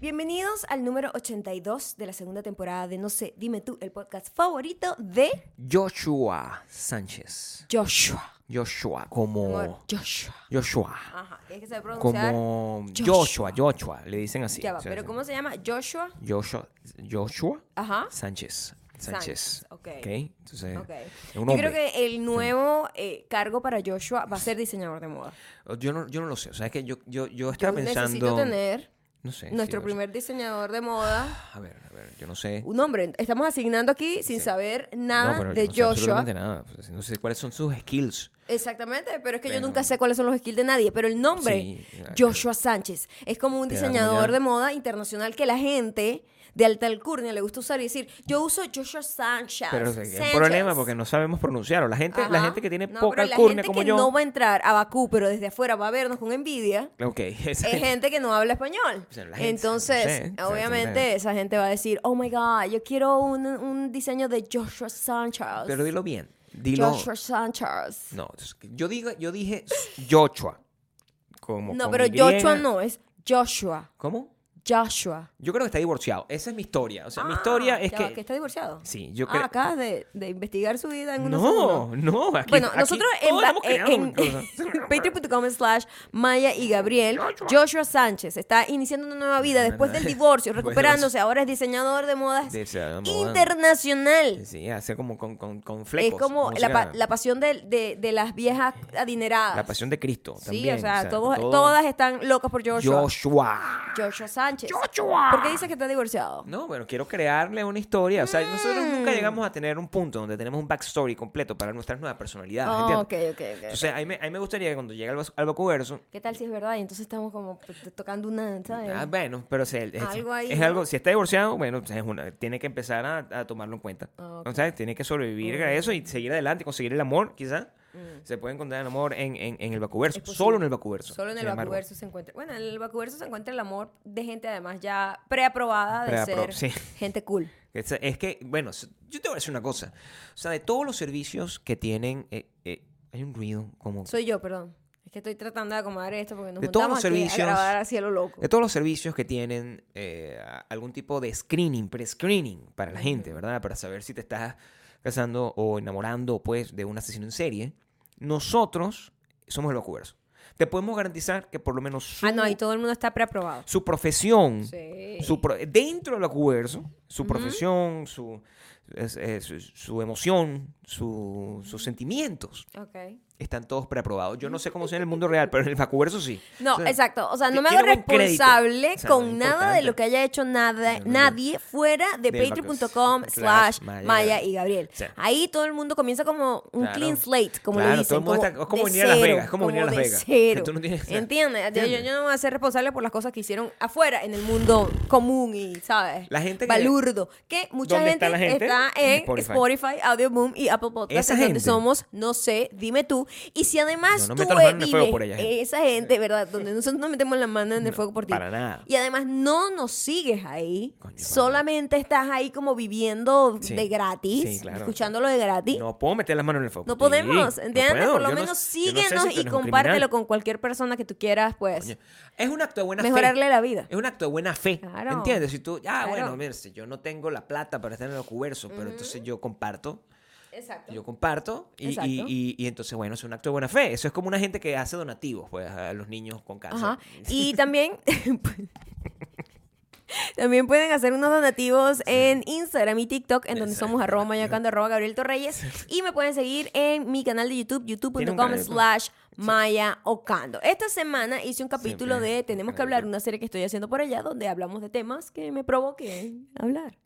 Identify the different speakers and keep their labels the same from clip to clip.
Speaker 1: Bienvenidos al número 82 de la segunda temporada de No sé, dime tú, el podcast favorito de
Speaker 2: Joshua Sánchez.
Speaker 1: Joshua.
Speaker 2: Joshua, como.
Speaker 1: Amor, Joshua.
Speaker 2: Joshua.
Speaker 1: Ajá, tienes que saber pronunciar.
Speaker 2: Como.
Speaker 1: Joshua.
Speaker 2: Joshua, Joshua, le dicen así.
Speaker 1: ya va,
Speaker 2: o sea,
Speaker 1: pero ¿cómo se llama? Joshua.
Speaker 2: Joshua, Joshua
Speaker 1: Ajá.
Speaker 2: Sánchez. Sánchez.
Speaker 1: Sánchez, ok.
Speaker 2: Entonces,
Speaker 1: Ok.
Speaker 2: es
Speaker 1: Yo
Speaker 2: un
Speaker 1: creo
Speaker 2: hombre.
Speaker 1: que el nuevo eh, cargo para Joshua va a ser diseñador de moda.
Speaker 2: Yo, no, yo no lo sé. O sea, es que yo, yo, yo estaba
Speaker 1: Necesito
Speaker 2: pensando.
Speaker 1: tener
Speaker 2: no sé. sí,
Speaker 1: nuestro
Speaker 2: no sé.
Speaker 1: primer diseñador de moda.
Speaker 2: A ver, a ver, yo no sé.
Speaker 1: Un hombre, estamos asignando aquí sin saber
Speaker 2: No,
Speaker 1: nada de
Speaker 2: pero yo no sé
Speaker 1: Joshua.
Speaker 2: absolutamente nada. Pues, no sé cuáles son sus skills.
Speaker 1: Exactamente, pero es que yo
Speaker 2: Pero-
Speaker 1: nunca sé cuáles son los skills de nadie, pero el nombre,
Speaker 2: Sí, claro.
Speaker 1: Joshua Sánchez, es como un
Speaker 2: Te da como
Speaker 1: diseñador
Speaker 2: ya-
Speaker 1: de moda internacional que la gente de alta alcurnia le gusta usar y decir, yo uso Joshua Sánchez.
Speaker 2: Pero o sea,
Speaker 1: Ah, Sánchez".
Speaker 2: es un problema porque no sabemos pronunciar. O la gente, la
Speaker 1: Ajá.
Speaker 2: gente que tiene
Speaker 1: No,
Speaker 2: poca
Speaker 1: pero la
Speaker 2: alcurnia
Speaker 1: gente
Speaker 2: como
Speaker 1: que
Speaker 2: yo.
Speaker 1: no va a entrar a Bakú, pero desde afuera va a vernos con envidia.
Speaker 2: Ok, esa-
Speaker 1: Es gente que no habla español.
Speaker 2: O sea, la gente,
Speaker 1: Entonces,
Speaker 2: no sé, o sea,
Speaker 1: obviamente,
Speaker 2: también.
Speaker 1: esa gente va a decir, oh my God, yo quiero un, un diseño de Joshua Sánchez.
Speaker 2: Pero dilo bien. Dilo.
Speaker 1: Joshua Sánchez.
Speaker 2: No, es que yo, digo, yo dije Joshua. Como
Speaker 1: No,
Speaker 2: con
Speaker 1: pero
Speaker 2: Y.
Speaker 1: Joshua no, es Joshua.
Speaker 2: ¿Cómo?
Speaker 1: Joshua.
Speaker 2: Yo creo que está divorciado. Esa es mi historia. O sea, mi historia
Speaker 1: Ah,
Speaker 2: es
Speaker 1: ya
Speaker 2: que...
Speaker 1: va, está divorciado.
Speaker 2: Sí, yo
Speaker 1: Ah,
Speaker 2: creo...
Speaker 1: acabas de, de investigar su vida en unos
Speaker 2: no,
Speaker 1: segundos.
Speaker 2: no. Aquí,
Speaker 1: Bueno,
Speaker 2: aquí
Speaker 1: nosotros en,
Speaker 2: todos
Speaker 1: ba-
Speaker 2: hemos creado
Speaker 1: en-
Speaker 2: cosas.
Speaker 1: en patreon.com slash Maya y Gabriel, Joshua Sánchez está iniciando una nueva vida después del divorcio,
Speaker 2: Bueno,
Speaker 1: recuperándose, ahora es diseñador de modas
Speaker 2: Diseñador de moda.
Speaker 1: internacional.
Speaker 2: Sí, hacer como con, con, con
Speaker 1: Es
Speaker 2: flecos.
Speaker 1: como la,
Speaker 2: música- Eh,
Speaker 1: pa- la pasión del- de, de las viejas adineradas.
Speaker 2: la pasión de Cristo
Speaker 1: Sí,
Speaker 2: también.
Speaker 1: o sea, todos-
Speaker 2: todos
Speaker 1: todas están locas por Joshua.
Speaker 2: Joshua.
Speaker 1: Joshua Sánchez.
Speaker 2: Joshua.
Speaker 1: ¿Por qué dices que está divorciado?
Speaker 2: No, bueno, quiero crearle una historia. O sea, nosotros
Speaker 1: Mm.
Speaker 2: nunca llegamos a tener un punto donde tenemos un backstory completo para nuestras nuevas personalidades.
Speaker 1: Ah, ok,
Speaker 2: ¿entiendes?
Speaker 1: ok, ok.
Speaker 2: Entonces, a mí, me, a mí me gustaría que cuando llegue al, Bas- al Bacuverso,
Speaker 1: ¿Qué tal si es verdad? Y entonces estamos como t- t- tocando una, ¿sabes?
Speaker 2: ah, bueno, pero se- es,
Speaker 1: Algo ahí,
Speaker 2: es
Speaker 1: ¿no?
Speaker 2: algo, si está divorciado, bueno, pues, es una, tiene que empezar a, a tomarlo en cuenta.
Speaker 1: Ah,
Speaker 2: O sea, tiene que sobrevivir a eso y seguir adelante, conseguir el amor, quizás. Se puede encontrar el amor en, en, en el Bacuverso,
Speaker 1: Mm. Es posible.
Speaker 2: solo en el Bacuverso.
Speaker 1: Solo en el
Speaker 2: sin embargo.
Speaker 1: vacuverso se encuentra. Bueno, en el vacuverso se encuentra el amor de gente además ya preaprobada de
Speaker 2: Preapro-
Speaker 1: ser
Speaker 2: sí.
Speaker 1: gente cool.
Speaker 2: Es, es que, bueno, s- yo te voy a decir una cosa. O sea, de todos los servicios que tienen, eh, eh, hay un ruido como...
Speaker 1: Soy yo, perdón. Es que estoy tratando de acomodar esto porque nos
Speaker 2: De todos
Speaker 1: juntamos
Speaker 2: los
Speaker 1: aquí
Speaker 2: servicios-
Speaker 1: a grabar así a lo loco.
Speaker 2: De todos los servicios que tienen eh, a- algún tipo de screening, pre-screening para la gente, ¿verdad? Para saber si te estás casando o enamorando, pues, de un asesino en serie. Nosotros somos el vacuverso. Te podemos garantizar que por lo menos su,
Speaker 1: Ah, no, y todo el mundo está preaprobado.
Speaker 2: su profesión,
Speaker 1: Sí.
Speaker 2: su pro- dentro del vacuverso, su profesión, su, es- es- su, su emoción, su- sus sentimientos,
Speaker 1: Ok.
Speaker 2: están todos preaprobados. Yo no sé cómo sea en el mundo real, pero en el vacuverso sí.
Speaker 1: No,
Speaker 2: O sea,
Speaker 1: exacto. O sea, no
Speaker 2: ti-
Speaker 1: me hago
Speaker 2: tiene buen crédito.
Speaker 1: responsable
Speaker 2: O sea,
Speaker 1: con
Speaker 2: es
Speaker 1: nada de
Speaker 2: importante.
Speaker 1: lo que haya hecho nada,
Speaker 2: No, no, no.
Speaker 1: nadie fuera de
Speaker 2: Del
Speaker 1: patreon.com
Speaker 2: Bacus.
Speaker 1: slash
Speaker 2: Slash Maya y
Speaker 1: Maya
Speaker 2: Gabriel.
Speaker 1: y Gabriel.
Speaker 2: Sí.
Speaker 1: Ahí todo el mundo comienza como un
Speaker 2: Claro.
Speaker 1: clean slate, como
Speaker 2: Claro,
Speaker 1: le dicen.
Speaker 2: todo el mundo está- es como
Speaker 1: de
Speaker 2: venir a Las
Speaker 1: cero,
Speaker 2: Vegas, es como venir a Las
Speaker 1: de
Speaker 2: Vegas,
Speaker 1: cero.
Speaker 2: que tú no tienes-
Speaker 1: ¿Entiendes? Yo- Yo,
Speaker 2: ¿Entiendes?
Speaker 1: yo no me voy a ser responsable por las cosas que hicieron afuera, en el mundo común y, ¿sabes?
Speaker 2: La gente que-
Speaker 1: Balurdo. Que mucha
Speaker 2: ¿Dónde
Speaker 1: gente
Speaker 2: está
Speaker 1: está,
Speaker 2: la gente?
Speaker 1: en Spotify,
Speaker 2: Spotify.
Speaker 1: Audioboom y Apple Podcasts,
Speaker 2: Esa
Speaker 1: en donde
Speaker 2: gente.
Speaker 1: somos, no sé, dime tú. Y si además
Speaker 2: No, no
Speaker 1: tú
Speaker 2: metas las manos en
Speaker 1: eh,
Speaker 2: el fuego
Speaker 1: vives
Speaker 2: por ella, gente.
Speaker 1: esa gente, ¿verdad? Donde nosotros no metemos la mano en el fuego por ti.
Speaker 2: para nada.
Speaker 1: Y además no nos sigues ahí.
Speaker 2: Coño, para
Speaker 1: solamente estás ahí como viviendo
Speaker 2: Sí.
Speaker 1: de gratis,
Speaker 2: Sí, claro.
Speaker 1: escuchándolo de gratis. No.
Speaker 2: No puedo meter las manos en el fuego. Sí,
Speaker 1: podemos,
Speaker 2: no
Speaker 1: ¿entiendes?
Speaker 2: puedo.
Speaker 1: Por lo
Speaker 2: Yo no-
Speaker 1: menos
Speaker 2: yo no sé si
Speaker 1: síguenos
Speaker 2: tú eres
Speaker 1: y
Speaker 2: un
Speaker 1: compártelo
Speaker 2: criminal.
Speaker 1: con cualquier persona que tú quieras, pues.
Speaker 2: Es un acto de buena
Speaker 1: Mejorarle
Speaker 2: fe.
Speaker 1: la vida.
Speaker 2: Es un acto de buena fe.
Speaker 1: Claro.
Speaker 2: ¿Entiendes? Si tú, ah,
Speaker 1: Claro.
Speaker 2: bueno, mira, si yo no tengo la plata para estar en el cuberso, pero entonces yo comparto.
Speaker 1: Exacto.
Speaker 2: Yo comparto y, y-
Speaker 1: Exacto.
Speaker 2: y- y entonces, bueno, es un acto de buena fe. Eso es como una gente que hace donativos pues, a los niños con cáncer.
Speaker 1: Ajá. Y también. También pueden hacer unos donativos en Instagram y TikTok, en donde somos arroba mayacando, arroba Gabriel Torreyes. Y me pueden seguir en mi canal de YouTube,
Speaker 2: Tiene un canal
Speaker 1: youtube.com
Speaker 2: de YouTube.
Speaker 1: slash Maya Ocando. Esta semana hice un capítulo
Speaker 2: Siempre
Speaker 1: de
Speaker 2: un
Speaker 1: Tenemos que
Speaker 2: canal de
Speaker 1: hablar,
Speaker 2: YouTube.
Speaker 1: una serie que estoy haciendo por allá, donde hablamos de temas que me provoquen hablar.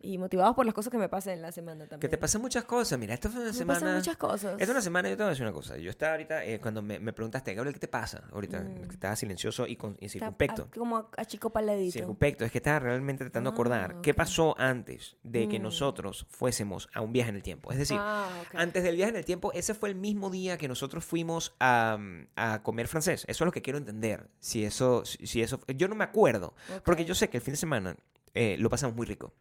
Speaker 1: Y motivados por las cosas que me pasan en la semana también.
Speaker 2: Que te pasan muchas cosas. Mira, esta fue una
Speaker 1: Me
Speaker 2: semana.
Speaker 1: pasan muchas cosas.
Speaker 2: Esta es una semana, yo te voy a decir una cosa. Yo estaba ahorita, eh, cuando me, me preguntaste, Gabriel, ¿qué te pasa? Ahorita estaba silencioso y, con, y
Speaker 1: Mm. Está
Speaker 2: circunspecto.
Speaker 1: a- como a chico paladito.
Speaker 2: Circunspecto, es que estaba realmente tratando de acordar
Speaker 1: Ah, Mm.
Speaker 2: qué pasó antes de que nosotros fuésemos a un viaje en el tiempo. Es decir,
Speaker 1: Ah, ok.
Speaker 2: antes del viaje en el tiempo, ese fue el mismo día que nosotros fuimos a, mm, a comer francés. Eso es lo que quiero entender. Si eso, si si eso, yo no me acuerdo, porque yo sé que el fin de semana eh, lo pasamos muy rico.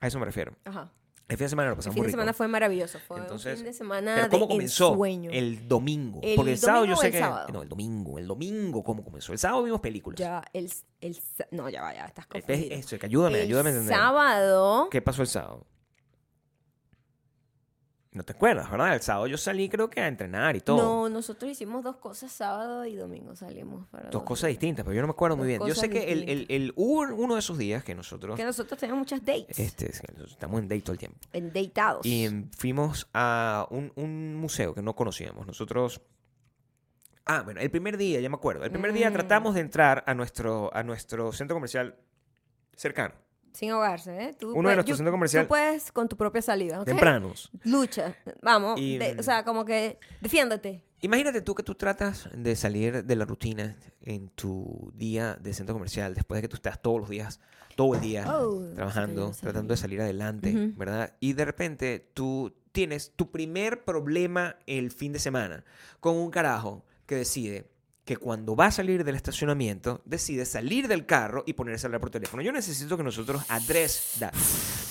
Speaker 2: A eso me refiero.
Speaker 1: Ajá.
Speaker 2: El fin de semana lo
Speaker 1: El Este
Speaker 2: pasamos
Speaker 1: fin
Speaker 2: muy
Speaker 1: de
Speaker 2: rico.
Speaker 1: semana fue maravilloso. Fue
Speaker 2: Entonces,
Speaker 1: un fin de semana
Speaker 2: Pero ¿cómo
Speaker 1: de
Speaker 2: comenzó?
Speaker 1: ensueño.
Speaker 2: El domingo.
Speaker 1: ¿El
Speaker 2: Porque el sábado yo
Speaker 1: domingo o
Speaker 2: sé
Speaker 1: el
Speaker 2: que.
Speaker 1: sábado?
Speaker 2: No, el domingo. El domingo, ¿cómo comenzó? El sábado vimos películas.
Speaker 1: Ya, el, el sa- No, ya va, ya estás
Speaker 2: Es-
Speaker 1: confundido.
Speaker 2: es- es- ayúdame,
Speaker 1: el
Speaker 2: ayúdame a entender.
Speaker 1: sábado...
Speaker 2: ¿Qué pasó el sábado? No te acuerdas, ¿verdad? El sábado yo salí, creo que a entrenar y todo.
Speaker 1: No, nosotros hicimos dos cosas sábado y domingo salimos para
Speaker 2: Dos
Speaker 1: donde-
Speaker 2: cosas distintas, pero yo no me acuerdo
Speaker 1: Dos
Speaker 2: muy bien. Yo sé
Speaker 1: cosas
Speaker 2: que el, el, el- hubo uno de esos días que nosotros.
Speaker 1: Que nosotros tenemos muchas dates.
Speaker 2: Este, es que nosotros estamos en date todo el tiempo.
Speaker 1: En dateados.
Speaker 2: Y em, fuimos a un, un museo que no conocíamos. Nosotros. Ah, bueno, el primer día, ya me acuerdo. El primer día
Speaker 1: Mm.
Speaker 2: tratamos de entrar a nuestro, a nuestro centro comercial cercano.
Speaker 1: Sin ahogarse, ¿eh? Tú
Speaker 2: Uno de
Speaker 1: puedes-
Speaker 2: nuestros
Speaker 1: yo-
Speaker 2: centros comerciales-
Speaker 1: Tú puedes con tu propia salida, ¿ok?
Speaker 2: Tempranos.
Speaker 1: Lucha. Vamos.
Speaker 2: Y,
Speaker 1: de-
Speaker 2: mm,
Speaker 1: o sea, como que defiéndete.
Speaker 2: Imagínate tú que tú tratas de salir de la rutina en tu día de centro comercial, después de que tú estás todos los días, todo el día
Speaker 1: Oh, sí,
Speaker 2: trabajando,
Speaker 1: yo sé.
Speaker 2: tratando de salir adelante,
Speaker 1: Ujú.
Speaker 2: ¿verdad? Y de repente tú tienes tu primer problema el fin de semana con un carajo que decide que cuando va a salir del estacionamiento, decide salir del carro y ponerse a hablar por teléfono. Yo necesito que nosotros adres that.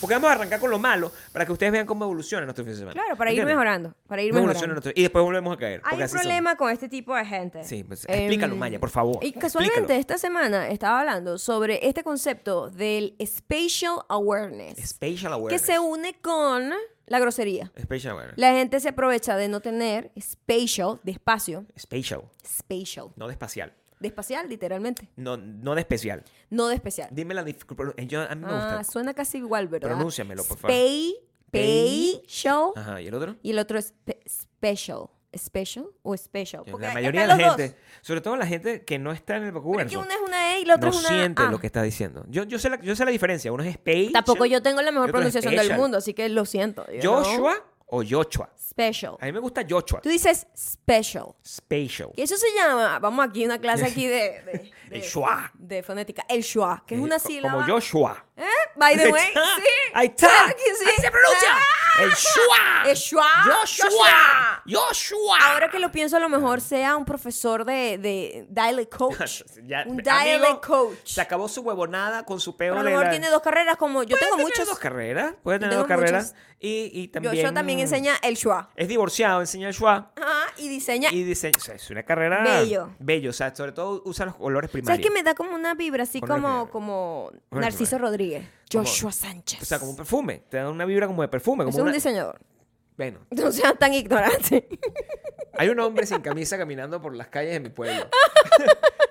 Speaker 2: Porque vamos a arrancar con lo malo para que ustedes vean cómo evoluciona nuestro fin de semana.
Speaker 1: Claro, para ir
Speaker 2: ¿Entiendes?
Speaker 1: mejorando. Para ir
Speaker 2: Cómo evoluciona
Speaker 1: mejorando.
Speaker 2: nuestro- Y después volvemos a caer.
Speaker 1: Hay
Speaker 2: porque
Speaker 1: un
Speaker 2: así somos.
Speaker 1: problema con este tipo de gente.
Speaker 2: Sí, pues,
Speaker 1: Em,
Speaker 2: explícalo, Maya, por favor,
Speaker 1: Y casualmente
Speaker 2: Oh, explícalo.
Speaker 1: esta semana estaba hablando sobre este concepto del spatial awareness,
Speaker 2: Spatial
Speaker 1: que
Speaker 2: awareness.
Speaker 1: se une con la grosería.
Speaker 2: Spatial awareness.
Speaker 1: La gente se aprovecha de no tener spatial, de espacio,
Speaker 2: Spatial,
Speaker 1: spatial,
Speaker 2: no de espacial.
Speaker 1: de espacial literalmente,
Speaker 2: No, no de especial.
Speaker 1: no de especial.
Speaker 2: Dime la dif- eh, yo- A mí me
Speaker 1: Ah,
Speaker 2: gusta.
Speaker 1: suena casi igual, ¿verdad?
Speaker 2: Pronúnciamelo, por favor.
Speaker 1: Spay-
Speaker 2: Pay-
Speaker 1: Spatial.
Speaker 2: Ajá, ¿y el otro?
Speaker 1: Y el otro es pe- special. ¿Special o special?
Speaker 2: La
Speaker 1: ahí
Speaker 2: mayoría de la
Speaker 1: están los
Speaker 2: gente,
Speaker 1: dos.
Speaker 2: sobre todo la gente que no está en el
Speaker 1: Pero es que
Speaker 2: vocabulario,
Speaker 1: una es una E y la otra
Speaker 2: no
Speaker 1: es una
Speaker 2: siente
Speaker 1: A.
Speaker 2: lo que está diciendo. Yo, yo, sé la, yo sé la diferencia. Uno es spatial.
Speaker 1: Tampoco yo tengo la mejor
Speaker 2: y otro es
Speaker 1: pronunciación del
Speaker 2: special.
Speaker 1: mundo, así que lo siento. you know.
Speaker 2: Joshua o Joshua.
Speaker 1: Special.
Speaker 2: A mí me gusta Joshua.
Speaker 1: Tú dices special.
Speaker 2: Spatial.
Speaker 1: Que eso se llama, vamos aquí, una clase aquí de... de-
Speaker 2: El
Speaker 1: de-
Speaker 2: schwa.
Speaker 1: De fonética. El schwa, que es
Speaker 2: Eh,
Speaker 1: una
Speaker 2: co-
Speaker 1: sílaba.
Speaker 2: Como Joshua.
Speaker 1: ¿Eh? By the way,
Speaker 2: Ahí está,
Speaker 1: sí.
Speaker 2: Ahí está.
Speaker 1: Claro que sí. Ah.
Speaker 2: Ahí se pronuncia. El Shua.
Speaker 1: El schwa.
Speaker 2: Joshua. Joshua.
Speaker 1: Ahora que lo pienso, a lo mejor sea un profesor de, de dialect coach.
Speaker 2: Ah. Ya,
Speaker 1: un
Speaker 2: amigo,
Speaker 1: dialect coach.
Speaker 2: Se acabó su huevonada con su peor.
Speaker 1: Pero a lo mejor tiene dos carreras como yo tengo muchos.
Speaker 2: dos carreras. Puede tener
Speaker 1: Tengo
Speaker 2: dos carreras.
Speaker 1: muchas.
Speaker 2: Y, y también. mm.
Speaker 1: Joshua también enseña el schwa.
Speaker 2: Es divorciado, enseña el Shua.
Speaker 1: Ajá, y diseña.
Speaker 2: Y diseña. O sea, es una carrera.
Speaker 1: Bello.
Speaker 2: Bello. O sea, sobre todo usa los colores primarios.
Speaker 1: ¿Sabes que me da como una vibra así
Speaker 2: Con una
Speaker 1: como,
Speaker 2: vibra.
Speaker 1: como
Speaker 2: una
Speaker 1: Narciso
Speaker 2: vibra.
Speaker 1: Rodríguez?
Speaker 2: Como-
Speaker 1: Joshua Sánchez.
Speaker 2: O sea, como un perfume. Te da una vibra como de perfume.
Speaker 1: es
Speaker 2: Como
Speaker 1: un
Speaker 2: una...
Speaker 1: diseñador.
Speaker 2: Bueno,
Speaker 1: No seas tan ignorante.
Speaker 2: hay un hombre sin camisa caminando por las calles de mi pueblo.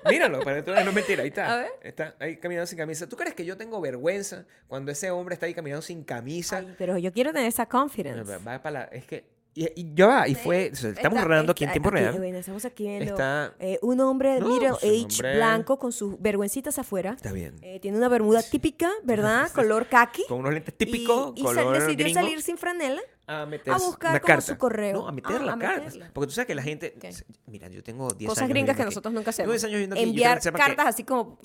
Speaker 2: Míralo, para que tú veas, no es mentira, ahí está.
Speaker 1: A ver.
Speaker 2: Está ahí caminando sin camisa. ¿Tú crees que yo tengo vergüenza cuando ese hombre está ahí caminando sin camisa?
Speaker 1: Ay, pero yo quiero tener esa
Speaker 2: No,
Speaker 1: confidence.
Speaker 2: pero va para la- es que y, y ya va, y fue, o sea, estamos
Speaker 1: Está- está-
Speaker 2: rodando aquí en tiempo
Speaker 1: aquí,
Speaker 2: real.
Speaker 1: bueno, estamos aquí viendo
Speaker 2: Está-
Speaker 1: eh, un hombre
Speaker 2: No,
Speaker 1: middle
Speaker 2: pues, un
Speaker 1: age
Speaker 2: hombre-
Speaker 1: blanco con sus vergüencitas afuera.
Speaker 2: Está bien.
Speaker 1: Eh, tiene una bermuda típica, ¿verdad? Color khaki.
Speaker 2: Con unos lentes típicos,
Speaker 1: Y, y sal-
Speaker 2: color
Speaker 1: decidió
Speaker 2: gringo,
Speaker 1: salir sin franela.
Speaker 2: a meter
Speaker 1: a buscar
Speaker 2: una
Speaker 1: como
Speaker 2: carta.
Speaker 1: su correo.
Speaker 2: No, a meter
Speaker 1: Ah,
Speaker 2: la
Speaker 1: a
Speaker 2: carta.
Speaker 1: meterla.
Speaker 2: Porque tú sabes que la gente,
Speaker 1: Ok.
Speaker 2: mira, yo tengo 10
Speaker 1: Cosas
Speaker 2: años
Speaker 1: gringas
Speaker 2: viviendo
Speaker 1: que
Speaker 2: aquí.
Speaker 1: nosotros nunca hacemos.
Speaker 2: Tengo 10 años viviendo aquí, yo
Speaker 1: Enviar
Speaker 2: tengo que sepa que-
Speaker 1: cartas así como,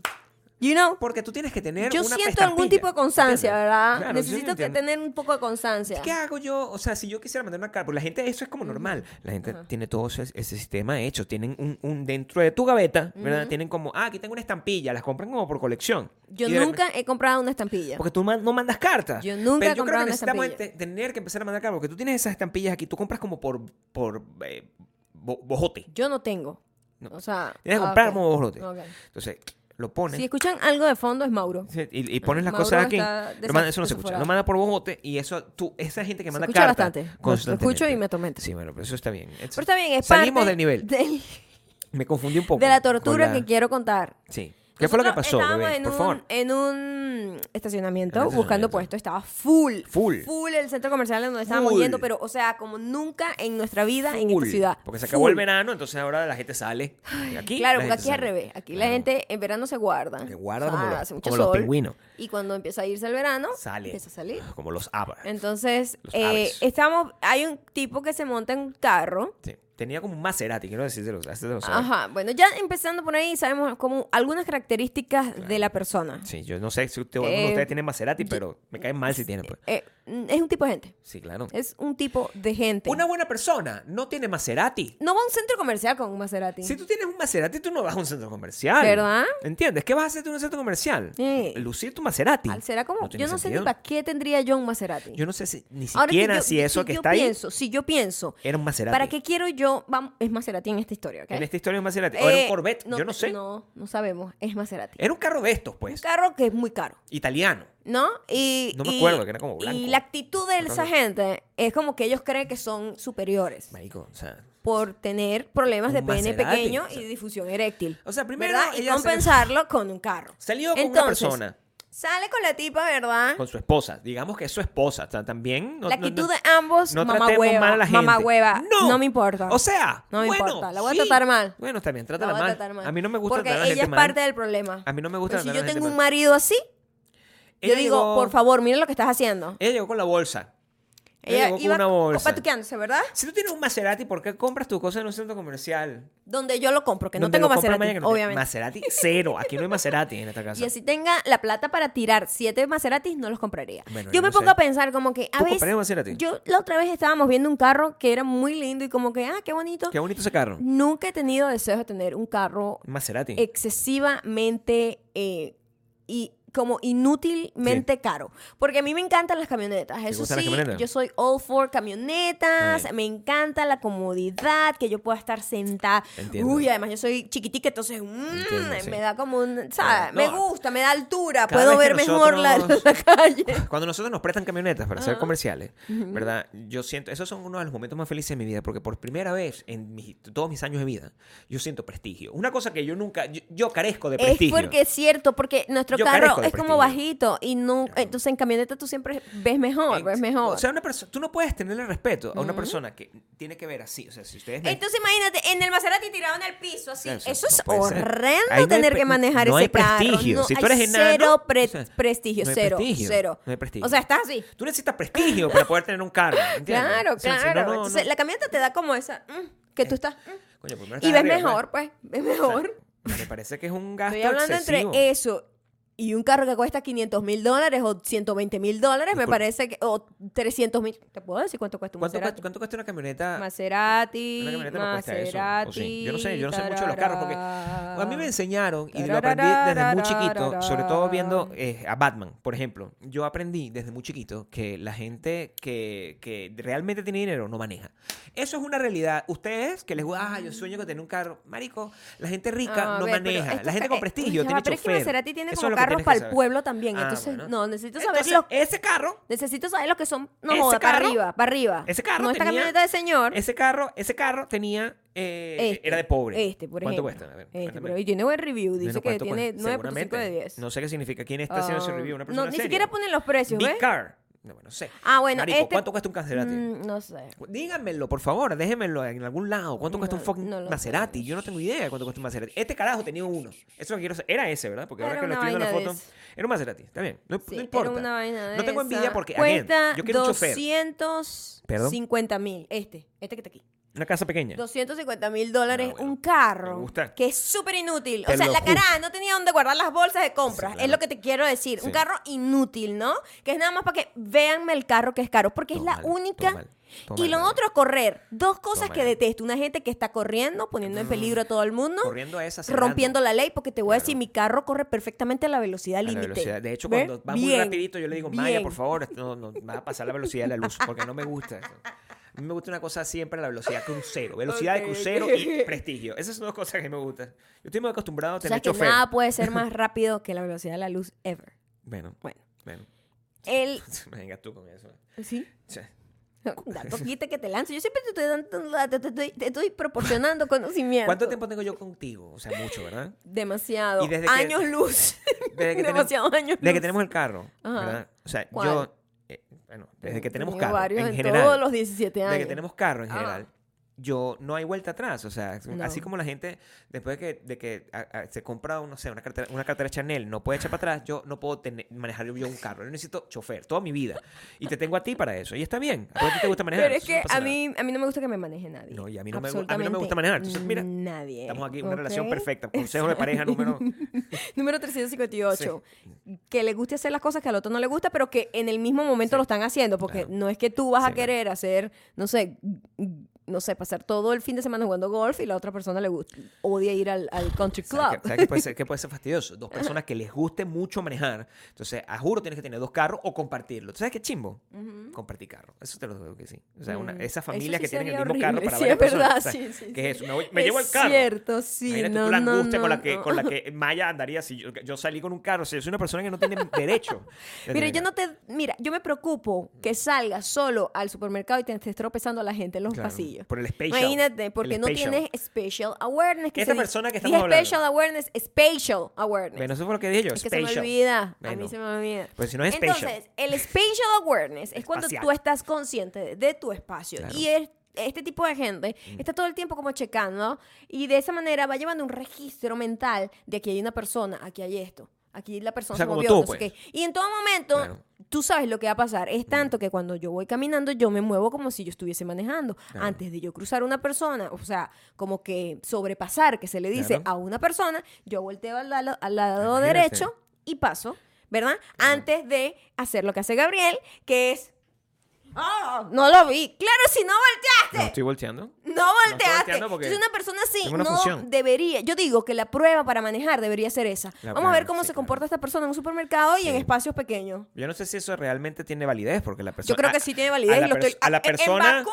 Speaker 1: you know.
Speaker 2: porque tú tienes que tener
Speaker 1: Yo
Speaker 2: una
Speaker 1: siento algún tipo de
Speaker 2: pestampilla,
Speaker 1: constancia,
Speaker 2: ¿entiendes?
Speaker 1: ¿verdad?
Speaker 2: Claro, yo
Speaker 1: Necesito que
Speaker 2: entiendo.
Speaker 1: tener un poco de constancia.
Speaker 2: ¿Qué hago yo? O sea, si yo quisiera mandar una carta, porque la gente, eso es como normal. La gente tiene todo ese, ese sistema hecho. Tienen un, un dentro de tu gaveta, ¿verdad? Tienen como, ah, aquí tengo una estampilla, las compran como por colección.
Speaker 1: Yo
Speaker 2: Y de
Speaker 1: nunca he comprado una estampilla.
Speaker 2: Porque tú man- no mandas cartas.
Speaker 1: Yo nunca
Speaker 2: Pero
Speaker 1: he
Speaker 2: yo creo
Speaker 1: comprado
Speaker 2: que
Speaker 1: una
Speaker 2: necesitamos
Speaker 1: estampilla.
Speaker 2: te- tener que empezar a mandar cartas. Porque tú tienes esas estampillas aquí, tú compras como por, por eh, bo- bojote.
Speaker 1: Yo no tengo. O sea,
Speaker 2: Tienes que
Speaker 1: ah,
Speaker 2: comprar
Speaker 1: ok.
Speaker 2: como bojote.
Speaker 1: Ok.
Speaker 2: Entonces, lo pones.
Speaker 1: Si escuchan algo de fondo es Mauro.
Speaker 2: Sí, Y, y pones las
Speaker 1: Mauro
Speaker 2: cosas aquí.
Speaker 1: está
Speaker 2: Lo manda- eso
Speaker 1: desafortunado.
Speaker 2: no se escucha. Lo manda por bojote y eso, tú, esa gente que
Speaker 1: Se
Speaker 2: manda
Speaker 1: escucha
Speaker 2: cartas.
Speaker 1: bastante. Lo- lo escucho y me atormenta.
Speaker 2: Sí, bueno, pero eso está bien. Eso-
Speaker 1: Pero está bien, es
Speaker 2: Salimos
Speaker 1: parte
Speaker 2: del nivel.
Speaker 1: del-
Speaker 2: Me confundí un poco.
Speaker 1: de la
Speaker 2: con
Speaker 1: tortura
Speaker 2: la-
Speaker 1: que quiero contar.
Speaker 2: Sí. ¿Qué fue lo que
Speaker 1: Nosotros
Speaker 2: pasó,
Speaker 1: Estábamos
Speaker 2: bebé?
Speaker 1: en
Speaker 2: Por
Speaker 1: un,
Speaker 2: favor.
Speaker 1: En un estacionamiento
Speaker 2: En un
Speaker 1: buscando
Speaker 2: estacionamiento.
Speaker 1: puesto. Estaba full.
Speaker 2: Full.
Speaker 1: Full el centro comercial en donde estábamos
Speaker 2: Full.
Speaker 1: yendo, pero, o sea, como nunca en nuestra vida en esta
Speaker 2: Full.
Speaker 1: ciudad.
Speaker 2: Porque se acabó el
Speaker 1: Full.
Speaker 2: verano, entonces ahora la gente sale. Aquí,
Speaker 1: Claro, porque aquí
Speaker 2: la gente
Speaker 1: es al
Speaker 2: sale.
Speaker 1: revés. Aquí la
Speaker 2: Claro.
Speaker 1: gente en verano se guarda.
Speaker 2: Se guarda como los-
Speaker 1: hace mucho
Speaker 2: como los
Speaker 1: sol,
Speaker 2: pingüinos.
Speaker 1: Y cuando empieza a irse el verano,
Speaker 2: Sale.
Speaker 1: empieza a salir.
Speaker 2: Como los ABBA.
Speaker 1: Entonces,
Speaker 2: Los
Speaker 1: eh,
Speaker 2: aves.
Speaker 1: estamos, hay un tipo que se monta en un carro.
Speaker 2: Sí. Tenía como un Maserati, quiero decirte los
Speaker 1: Ajá, bueno, ya empezando por ahí sabemos como algunas características de la persona.
Speaker 2: Sí, yo no sé si usted- alguno de
Speaker 1: Eh,
Speaker 2: ustedes tiene Maserati, pero me cae mal si tiene. pues.
Speaker 1: Eh, mm, es un tipo de gente.
Speaker 2: Sí, claro.
Speaker 1: Es un tipo de gente.
Speaker 2: Una buena persona no tiene Maserati.
Speaker 1: No va a un centro comercial con un Maserati.
Speaker 2: Si tú tienes un Maserati, tú no vas a un centro comercial.
Speaker 1: ¿Verdad?
Speaker 2: ¿Entiendes? ¿Qué vas a hacer tú en un centro comercial?
Speaker 1: Sí.
Speaker 2: Lucir tu Maserati.
Speaker 1: Al- Ah, Será como,
Speaker 2: tiene
Speaker 1: yo no sé ni
Speaker 2: sentido.
Speaker 1: para qué tendría yo un Maserati.
Speaker 2: Yo no sé si, ni
Speaker 1: Ahora,
Speaker 2: siquiera
Speaker 1: yo-
Speaker 2: si eso
Speaker 1: si
Speaker 2: que
Speaker 1: yo
Speaker 2: está
Speaker 1: pienso, Si yo pienso,
Speaker 2: ahí era un Maserati.
Speaker 1: ¿para qué quiero yo? Vamos, es Maserati en esta historia, ¿ok?
Speaker 2: En esta historia es un Maserati. o era
Speaker 1: Eh,
Speaker 2: un Corvette, yo no sé.
Speaker 1: No, no sabemos, es Maserati.
Speaker 2: Era un carro de estos,
Speaker 1: Un
Speaker 2: pues.
Speaker 1: carro que es muy caro.
Speaker 2: Italiano.
Speaker 1: ¿No? Y,
Speaker 2: No me
Speaker 1: y-
Speaker 2: acuerdo, que era como blanco.
Speaker 1: Y la actitud de esa
Speaker 2: Rojo.
Speaker 1: gente es como que ellos creen que son superiores
Speaker 2: Marico, o sea.
Speaker 1: por tener problemas de
Speaker 2: Un
Speaker 1: pene
Speaker 2: Maserati,
Speaker 1: pequeño
Speaker 2: o sea.
Speaker 1: y difusión eréctil.
Speaker 2: O sea, primero
Speaker 1: ¿verdad? Y
Speaker 2: ella se-
Speaker 1: compensarlo con un carro.
Speaker 2: Salió con una
Speaker 1: Entonces,
Speaker 2: persona,
Speaker 1: Sale con la tipa, ¿verdad?
Speaker 2: con su esposa. Digamos que es su esposa. O sea, también. no-
Speaker 1: la
Speaker 2: no-
Speaker 1: actitud
Speaker 2: no-
Speaker 1: de ambos,
Speaker 2: no
Speaker 1: mamá
Speaker 2: tratemos
Speaker 1: hueva.
Speaker 2: mal a la gente.
Speaker 1: Mamá hueva.
Speaker 2: No.
Speaker 1: No. me importa.
Speaker 2: O sea,
Speaker 1: No me
Speaker 2: bueno,
Speaker 1: importa, la voy a
Speaker 2: sí.
Speaker 1: tratar mal.
Speaker 2: Bueno, también,
Speaker 1: la
Speaker 2: trátala
Speaker 1: voy a
Speaker 2: mal.
Speaker 1: tratar mal.
Speaker 2: A mí no me gusta
Speaker 1: Porque
Speaker 2: tratar a la
Speaker 1: ella
Speaker 2: gente
Speaker 1: es
Speaker 2: mal.
Speaker 1: parte del problema.
Speaker 2: A mí no me gusta
Speaker 1: Pero si
Speaker 2: tratar a
Speaker 1: yo
Speaker 2: la gente
Speaker 1: tengo un
Speaker 2: mal.
Speaker 1: marido así,
Speaker 2: Ella
Speaker 1: yo digo,
Speaker 2: llegó-
Speaker 1: por favor, mira lo que estás haciendo.
Speaker 2: Ella llegó con la bolsa. Ella
Speaker 1: Ella
Speaker 2: llegó con
Speaker 1: iba
Speaker 2: una bolsa.
Speaker 1: patuqueándose, ¿verdad?
Speaker 2: Si tú tienes un Maserati, ¿por qué compras tu cosa en un centro comercial?
Speaker 1: Donde yo lo compro, que no
Speaker 2: Donde
Speaker 1: tengo
Speaker 2: lo compra
Speaker 1: Maserati,
Speaker 2: Maya que no tiene-
Speaker 1: obviamente.
Speaker 2: Maserati cero. Aquí no hay Maserati en esta casa.
Speaker 1: Y así tenga la plata para tirar siete Maseratis, no los compraría.
Speaker 2: Bueno, yo
Speaker 1: yo me
Speaker 2: no
Speaker 1: pongo
Speaker 2: sé.
Speaker 1: a pensar como que a
Speaker 2: ¿Tú comprarías
Speaker 1: veces...
Speaker 2: un Maserati?
Speaker 1: Yo la otra vez estábamos viendo un carro que era muy lindo y como que, ah, qué bonito.
Speaker 2: Qué bonito ese carro.
Speaker 1: Nunca he tenido deseos de tener un carro
Speaker 2: Maserati.
Speaker 1: excesivamente eh, y como inútilmente caro. Porque a mí me encantan las camionetas. Eso sí,
Speaker 2: gustan las camionetas?
Speaker 1: yo soy all for camionetas.
Speaker 2: Ay.
Speaker 1: Me encanta la comodidad, que yo pueda estar sentada.
Speaker 2: Entiendo.
Speaker 1: Uy, además yo soy chiquitica, entonces mm,
Speaker 2: Entiendo, sí.
Speaker 1: me da como un... ¿sabes?
Speaker 2: No,
Speaker 1: me
Speaker 2: no.
Speaker 1: gusta, me da altura.
Speaker 2: Cada
Speaker 1: puedo
Speaker 2: vez que
Speaker 1: ver mejor la,
Speaker 2: nosotros-
Speaker 1: la calle.
Speaker 2: Cuando nosotros nos prestan camionetas para hacer comerciales, ¿verdad? Yo siento, esos son uno de los momentos más felices de mi vida, porque por primera vez en mis- todos mis años de vida, yo siento prestigio. Una cosa que yo nunca, yo, yo carezco de
Speaker 1: Es
Speaker 2: prestigio.
Speaker 1: porque es cierto, porque nuestro
Speaker 2: Yo carezco
Speaker 1: carro
Speaker 2: de
Speaker 1: es como
Speaker 2: prestigio.
Speaker 1: bajito y no, entonces en camioneta tú siempre ves mejor, ves
Speaker 2: Ex-
Speaker 1: mejor.
Speaker 2: O sea, una perso- tú no puedes tenerle respeto a una persona que tiene que ver así. O sea, si ustedes me-
Speaker 1: Entonces imagínate, en el Maserati tirado en el piso así.
Speaker 2: Claro, o sea,
Speaker 1: Eso es
Speaker 2: no puede ser.
Speaker 1: horrendo
Speaker 2: Ahí no hay
Speaker 1: tener
Speaker 2: pre-
Speaker 1: que manejar
Speaker 2: no
Speaker 1: ese
Speaker 2: hay prestigio.
Speaker 1: carro.
Speaker 2: Si tú
Speaker 1: hay
Speaker 2: eres enano,
Speaker 1: cero pre-
Speaker 2: o sea,
Speaker 1: prestigio,
Speaker 2: no hay
Speaker 1: cero,
Speaker 2: prestigio,
Speaker 1: cero.
Speaker 2: no hay prestigio.
Speaker 1: O sea, estás así.
Speaker 2: Tú necesitas prestigio para poder tener un carro. ¿entiendes?
Speaker 1: Claro,
Speaker 2: O sea, si no,
Speaker 1: claro.
Speaker 2: no- no-
Speaker 1: Entonces, la camioneta te da como esa mm, que tú estás mm.
Speaker 2: Coño, primero
Speaker 1: y
Speaker 2: estás
Speaker 1: ves
Speaker 2: arriba,
Speaker 1: mejor, pues, ves
Speaker 2: ¿verdad? O sea,
Speaker 1: mejor.
Speaker 2: me parece que es un gasto
Speaker 1: Estoy hablando
Speaker 2: excesivo.
Speaker 1: entre eso y un carro que cuesta 500 mil dólares o 120 mil dólares, me
Speaker 2: Disculpa.
Speaker 1: parece que o 300 mil. ¿Te puedo decir cuánto cuesta un
Speaker 2: ¿Cuánto,
Speaker 1: Maserati?
Speaker 2: cuesta, cuánto cuesta una camioneta?
Speaker 1: Maserati,
Speaker 2: Una camioneta no cuesta eso,
Speaker 1: Maserati.
Speaker 2: ¿o sí? Yo no sé, yo no sé mucho de los carros, porque
Speaker 1: tarara.
Speaker 2: A mí me enseñaron y lo aprendí desde muy chiquito, sobre todo viendo eh, a Batman, por ejemplo. Yo aprendí desde muy chiquito que la gente que, que realmente tiene dinero no maneja. Eso es una realidad. Ustedes que les gusta, ah, yo sueño con tener un carro, marico, la gente rica
Speaker 1: A
Speaker 2: no
Speaker 1: ver, Ah, pero
Speaker 2: maneja.
Speaker 1: estos
Speaker 2: La gente
Speaker 1: ca-
Speaker 2: con
Speaker 1: eh,
Speaker 2: prestigio
Speaker 1: ya
Speaker 2: tiene
Speaker 1: va, Pero es que
Speaker 2: chofer.
Speaker 1: Maserati tiene
Speaker 2: Eso es
Speaker 1: como
Speaker 2: lo que
Speaker 1: carros
Speaker 2: tienes que
Speaker 1: para el
Speaker 2: saber.
Speaker 1: pueblo también,
Speaker 2: Ah,
Speaker 1: entonces
Speaker 2: bueno.
Speaker 1: no, necesito saber
Speaker 2: Entonces,
Speaker 1: los
Speaker 2: ese carro,
Speaker 1: necesito saber los que son no
Speaker 2: Ese
Speaker 1: joda,
Speaker 2: carro-
Speaker 1: para arriba, para arriba.
Speaker 2: ese carro
Speaker 1: no esta
Speaker 2: tenía-
Speaker 1: camioneta de señor.
Speaker 2: ese carro, ese carro tenía eh,
Speaker 1: Este,
Speaker 2: era de pobre.
Speaker 1: Este, por
Speaker 2: ¿Cuánto
Speaker 1: ejemplo.
Speaker 2: cuesta? A ver,
Speaker 1: Este,
Speaker 2: cuéntame.
Speaker 1: pero y tiene buen review, dice
Speaker 2: Bueno,
Speaker 1: que
Speaker 2: ¿cuánto
Speaker 1: tiene
Speaker 2: cuesta?
Speaker 1: 9.5 de
Speaker 2: Seguramente.
Speaker 1: 10.
Speaker 2: No sé qué significa. ¿Quién está haciendo ese
Speaker 1: Ah,
Speaker 2: review? Una persona
Speaker 1: No, ni
Speaker 2: seria.
Speaker 1: siquiera ponen los precios,
Speaker 2: Big
Speaker 1: ¿ves?
Speaker 2: Car. No, bueno, no sé.
Speaker 1: Ah, bueno,
Speaker 2: Marico,
Speaker 1: este-
Speaker 2: ¿cuánto cuesta un Maserati?
Speaker 1: Mm, no sé.
Speaker 2: Díganmelo, por favor, déjenmelo en algún lado. ¿Cuánto cuesta un
Speaker 1: No,
Speaker 2: fucking
Speaker 1: no lo
Speaker 2: Maserati? Yo no tengo idea de cuánto cuesta un Maserati. Este carajo tenía uno. Eso es lo que quiero saber. Era ese, ¿verdad? Porque ahora
Speaker 1: Era
Speaker 2: que lo
Speaker 1: una
Speaker 2: estoy viendo en la
Speaker 1: vaina de
Speaker 2: foto. Era un Maserati, está bien. No, no
Speaker 1: Sí, era
Speaker 2: importa.
Speaker 1: una vaina de
Speaker 2: no tengo envidia
Speaker 1: esa.
Speaker 2: porque, again,
Speaker 1: cuesta
Speaker 2: yo quiero un chofer.
Speaker 1: 250 mil. Este, este que está aquí.
Speaker 2: Una casa pequeña.
Speaker 1: 250 mil dólares,
Speaker 2: Ah, bueno.
Speaker 1: un carro.
Speaker 2: Me gusta.
Speaker 1: Que es súper inútil.
Speaker 2: Te
Speaker 1: o sea,
Speaker 2: lo
Speaker 1: la
Speaker 2: ju-
Speaker 1: cara no tenía dónde guardar las bolsas de compras.
Speaker 2: Sí, claro.
Speaker 1: Es lo que te quiero decir.
Speaker 2: Sí.
Speaker 1: Un carro inútil, ¿no? Que es nada más para que véanme el carro que es caro. Porque
Speaker 2: Todo
Speaker 1: es la
Speaker 2: mal, todo
Speaker 1: única.
Speaker 2: mal, todo
Speaker 1: y
Speaker 2: mal,
Speaker 1: lo
Speaker 2: todo
Speaker 1: otro, correr. Dos cosas
Speaker 2: Todo
Speaker 1: que
Speaker 2: mal. Mm.
Speaker 1: detesto. Una gente que está corriendo, poniendo en peligro a todo el mundo.
Speaker 2: Corriendo a esa acelerando.
Speaker 1: Rompiendo la ley, porque te voy a
Speaker 2: Claro.
Speaker 1: decir, mi carro corre perfectamente a la velocidad
Speaker 2: a la
Speaker 1: límite.
Speaker 2: velocidad. De hecho,
Speaker 1: ¿Ves?
Speaker 2: cuando va muy
Speaker 1: Bien,
Speaker 2: rapidito, yo le digo, Maya,
Speaker 1: bien.
Speaker 2: por favor, no, no vas a pasar la velocidad de la luz, porque no me gusta eso. A mí me gusta una cosa siempre la velocidad crucero. Velocidad
Speaker 1: Ok.
Speaker 2: de crucero y prestigio. Esas son dos cosas que me gustan. Yo estoy muy acostumbrado a
Speaker 1: O
Speaker 2: tener
Speaker 1: sea, que
Speaker 2: chofer.
Speaker 1: nada puede ser más rápido que la velocidad de la luz ever.
Speaker 2: Bueno,
Speaker 1: Bueno,
Speaker 2: bueno.
Speaker 1: el...
Speaker 2: Venga tú con eso. O
Speaker 1: ¿Sí?
Speaker 2: sea,
Speaker 1: Dato quita que te lanzo. Yo siempre te estoy, dando- te estoy, te estoy proporcionando conocimiento.
Speaker 2: ¿Cuánto tiempo tengo yo contigo? O sea, mucho, ¿verdad?
Speaker 1: Demasiado.
Speaker 2: Y desde que-
Speaker 1: años luz.
Speaker 2: Desde que tenemos,
Speaker 1: Demasiado años luz.
Speaker 2: desde que tenemos el carro,
Speaker 1: Ajá.
Speaker 2: ¿verdad? O sea,
Speaker 1: ¿Cuál?
Speaker 2: yo... eh, bueno, desde que tenemos
Speaker 1: Tengo
Speaker 2: carro,
Speaker 1: varios
Speaker 2: en
Speaker 1: en
Speaker 2: general.
Speaker 1: todos los 17 años.
Speaker 2: Desde que tenemos carro en
Speaker 1: Ah.
Speaker 2: general. yo no hay vuelta atrás. O sea,
Speaker 1: No.
Speaker 2: así como la gente, después de que, de que a- a- se compra, no sé, una cartera, una cartera Chanel, no puede echar para atrás, yo no puedo tener, manejar yo un carro. Yo necesito chofer toda mi vida. Y te tengo a ti para eso. Y está bien. A ti te gusta manejar.
Speaker 1: Pero es
Speaker 2: eso no
Speaker 1: que
Speaker 2: pasa
Speaker 1: a
Speaker 2: nada.
Speaker 1: mí, a mí no me gusta que me maneje nadie.
Speaker 2: No, y a mí no me gu- a mí no me
Speaker 1: Absolutamente
Speaker 2: gusta manejar. Entonces, mira,
Speaker 1: nadie.
Speaker 2: Estamos aquí en una relación
Speaker 1: ¿ok?
Speaker 2: perfecta. Consejo de pareja número.
Speaker 1: Número 358. Que le guste hacer las cosas que al otro no le gusta, pero que en el mismo momento lo están haciendo. Porque
Speaker 2: Claro.
Speaker 1: no es que tú vas
Speaker 2: Sí,
Speaker 1: a
Speaker 2: claro.
Speaker 1: querer hacer, no sé, mm, no sé, pasar todo el fin de semana jugando golf y la otra persona le gusta, odia ir al, al country club.
Speaker 2: ¿Sabes qué- sabes qué puede ser, qué puede ser fastidioso? Dos personas que les guste mucho manejar. Entonces, a juro tienes que tener dos carros o compartirlo. ¿Tú sabes qué chimbo? Compartir carro. Eso te lo digo que sí. O sea, una,
Speaker 1: Mm.
Speaker 2: esas
Speaker 1: Eso
Speaker 2: familias
Speaker 1: sí
Speaker 2: que tienen el
Speaker 1: sería
Speaker 2: mismo carro
Speaker 1: horrible.
Speaker 2: para
Speaker 1: Sí,
Speaker 2: varias
Speaker 1: es verdad,
Speaker 2: personas.
Speaker 1: sí,
Speaker 2: O sea,
Speaker 1: sí,
Speaker 2: ¿Qué es eso? Me, voy- me
Speaker 1: Es
Speaker 2: llevo el carro.
Speaker 1: cierto, sí.
Speaker 2: Imagínate
Speaker 1: no,
Speaker 2: tú la
Speaker 1: no,
Speaker 2: angustia con,
Speaker 1: no,
Speaker 2: la que,
Speaker 1: no.
Speaker 2: con la que Maya andaría si yo, yo salí con un carro. O sea, yo soy una persona que no tiene derecho. de
Speaker 1: Mira,
Speaker 2: tener
Speaker 1: yo
Speaker 2: carro.
Speaker 1: no te. Mira, yo me preocupo que salgas solo al supermercado y te estés tropezando a la gente en los
Speaker 2: Claro,
Speaker 1: pasillos.
Speaker 2: Por el space out,
Speaker 1: Imagínate,
Speaker 2: el
Speaker 1: porque no
Speaker 2: space out.
Speaker 1: tienes special awareness. Que se
Speaker 2: Esta
Speaker 1: dice.
Speaker 2: persona que
Speaker 1: Dije
Speaker 2: estamos hablando.
Speaker 1: Special awareness, spatial awareness.
Speaker 2: Bueno, eso fue lo que dije yo.
Speaker 1: es que se me
Speaker 2: space out.
Speaker 1: olvida. A
Speaker 2: Bueno.
Speaker 1: mí se me olvida.
Speaker 2: Pues si no es spatial.
Speaker 1: Entonces, el spatial awareness es cuando
Speaker 2: Espacial.
Speaker 1: tú estás consciente de, de tu espacio.
Speaker 2: Claro. Mm.
Speaker 1: Y es- este tipo de gente está todo el tiempo como checando y de esa manera va llevando un registro mental de aquí hay una persona, aquí hay esto, aquí la persona
Speaker 2: O sea,
Speaker 1: se
Speaker 2: como
Speaker 1: movió,
Speaker 2: tú,
Speaker 1: no sé
Speaker 2: pues.
Speaker 1: qué. Y en todo momento
Speaker 2: Claro. Mm.
Speaker 1: tú sabes lo que va a pasar. Es tanto que cuando yo voy caminando, yo me muevo como si yo estuviese manejando. Antes de yo cruzar una persona, o sea, como que sobrepasar, que se le dice
Speaker 2: Claro.
Speaker 1: a una persona, yo volteo al lado, al lado
Speaker 2: Imagínate.
Speaker 1: derecho y paso, ¿verdad? Antes de hacer lo que hace Gabriel, que es. ¡Oh! No lo vi. Claro, si no
Speaker 2: No,
Speaker 1: volteaste.
Speaker 2: estoy volteando.
Speaker 1: No
Speaker 2: estoy
Speaker 1: volteaste.
Speaker 2: volteando porque
Speaker 1: si una persona así
Speaker 2: tengo una
Speaker 1: no
Speaker 2: función.
Speaker 1: debería. Yo digo que la prueba para manejar debería ser esa.
Speaker 2: La
Speaker 1: Vamos a ver
Speaker 2: prueba,
Speaker 1: cómo
Speaker 2: sí,
Speaker 1: se
Speaker 2: claro.
Speaker 1: comporta esta persona en un supermercado y en espacios pequeños.
Speaker 2: Yo no sé si eso realmente tiene validez, porque la persona.
Speaker 1: Yo creo
Speaker 2: a-
Speaker 1: que sí tiene
Speaker 2: A
Speaker 1: validez.
Speaker 2: la,
Speaker 1: y lo
Speaker 2: pers-
Speaker 1: estoy-
Speaker 2: a la
Speaker 1: en-
Speaker 2: persona.
Speaker 1: En Bakú,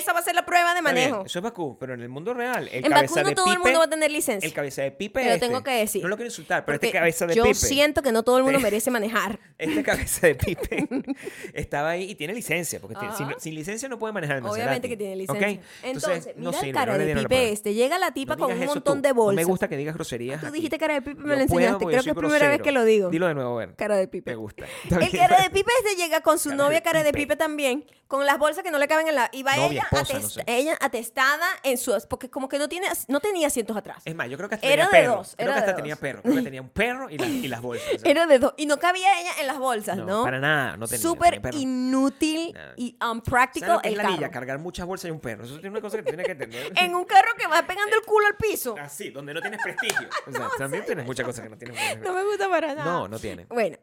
Speaker 1: esa va a ser la prueba de
Speaker 2: Está bien,
Speaker 1: manejo.
Speaker 2: eso es Bakú, pero en el mundo real. El
Speaker 1: En
Speaker 2: cabeza
Speaker 1: Bakú no
Speaker 2: de
Speaker 1: todo el
Speaker 2: pipe-
Speaker 1: mundo va a tener licencia.
Speaker 2: El cabeza de pipe.
Speaker 1: Pero
Speaker 2: este,
Speaker 1: tengo que decir.
Speaker 2: No lo quiero insultar, pero este
Speaker 1: porque
Speaker 2: cabeza de
Speaker 1: yo
Speaker 2: pipe.
Speaker 1: siento que no todo el mundo
Speaker 2: Sí.
Speaker 1: merece manejar.
Speaker 2: Este cabeza de pipe estaba ahí y tiene licencia, porque tiene- sin,
Speaker 1: Ajá.
Speaker 2: sin licencia no puede manejar el
Speaker 1: Obviamente
Speaker 2: Maserati,
Speaker 1: que tiene
Speaker 2: ¿ok?
Speaker 1: licencia. Entonces, mira
Speaker 2: sirve,
Speaker 1: el cara
Speaker 2: no le
Speaker 1: de
Speaker 2: dieron la
Speaker 1: pipe
Speaker 2: mano.
Speaker 1: este. Llega la tipa
Speaker 2: No
Speaker 1: con un
Speaker 2: digas eso
Speaker 1: montón
Speaker 2: tú.
Speaker 1: de bolsas.
Speaker 2: No me gusta que digas groserías.
Speaker 1: Tú
Speaker 2: aquí.
Speaker 1: dijiste cara de pipe, me
Speaker 2: Yo
Speaker 1: lo enseñaste.
Speaker 2: puedo, yo
Speaker 1: Creo que
Speaker 2: soy
Speaker 1: es primera vez
Speaker 2: grosero.
Speaker 1: que lo digo.
Speaker 2: Dilo de nuevo, a ver.
Speaker 1: Cara de pipe.
Speaker 2: Me gusta.
Speaker 1: El cara de pipe este llega con su
Speaker 2: Cara de
Speaker 1: novia cara de
Speaker 2: pipe.
Speaker 1: pipe también, con las bolsas que no le caben en la y va
Speaker 2: Novia,
Speaker 1: ella,
Speaker 2: esposa, no
Speaker 1: atest-
Speaker 2: sé.
Speaker 1: ella atestada en su porque como que no tiene no tenía asientos atrás.
Speaker 2: Es más, yo creo que hasta
Speaker 1: Era
Speaker 2: tenía
Speaker 1: de
Speaker 2: perro.
Speaker 1: dos,
Speaker 2: Creo
Speaker 1: era
Speaker 2: que hasta
Speaker 1: de
Speaker 2: tenía
Speaker 1: dos.
Speaker 2: perro. Creo que tenía un perro y, la- y las bolsas. o sea,
Speaker 1: Era de dos y no cabía ella en las bolsas, ¿no?
Speaker 2: Para nada, no tenía.
Speaker 1: Súper
Speaker 2: tenía perro.
Speaker 1: inútil
Speaker 2: Nada.
Speaker 1: y
Speaker 2: ¿Sabes lo
Speaker 1: unpractical
Speaker 2: que es
Speaker 1: el
Speaker 2: la
Speaker 1: carro.
Speaker 2: villa? Cargar muchas bolsas y un perro. Eso es una cosa que tienes que entender.
Speaker 1: En un carro que va pegando el culo al piso.
Speaker 2: Así, donde no tienes prestigio. O sea, también tienes muchas cosas que no tienes
Speaker 1: No
Speaker 2: prestigio.
Speaker 1: me gusta para nada.
Speaker 2: No, no tiene.
Speaker 1: Bueno,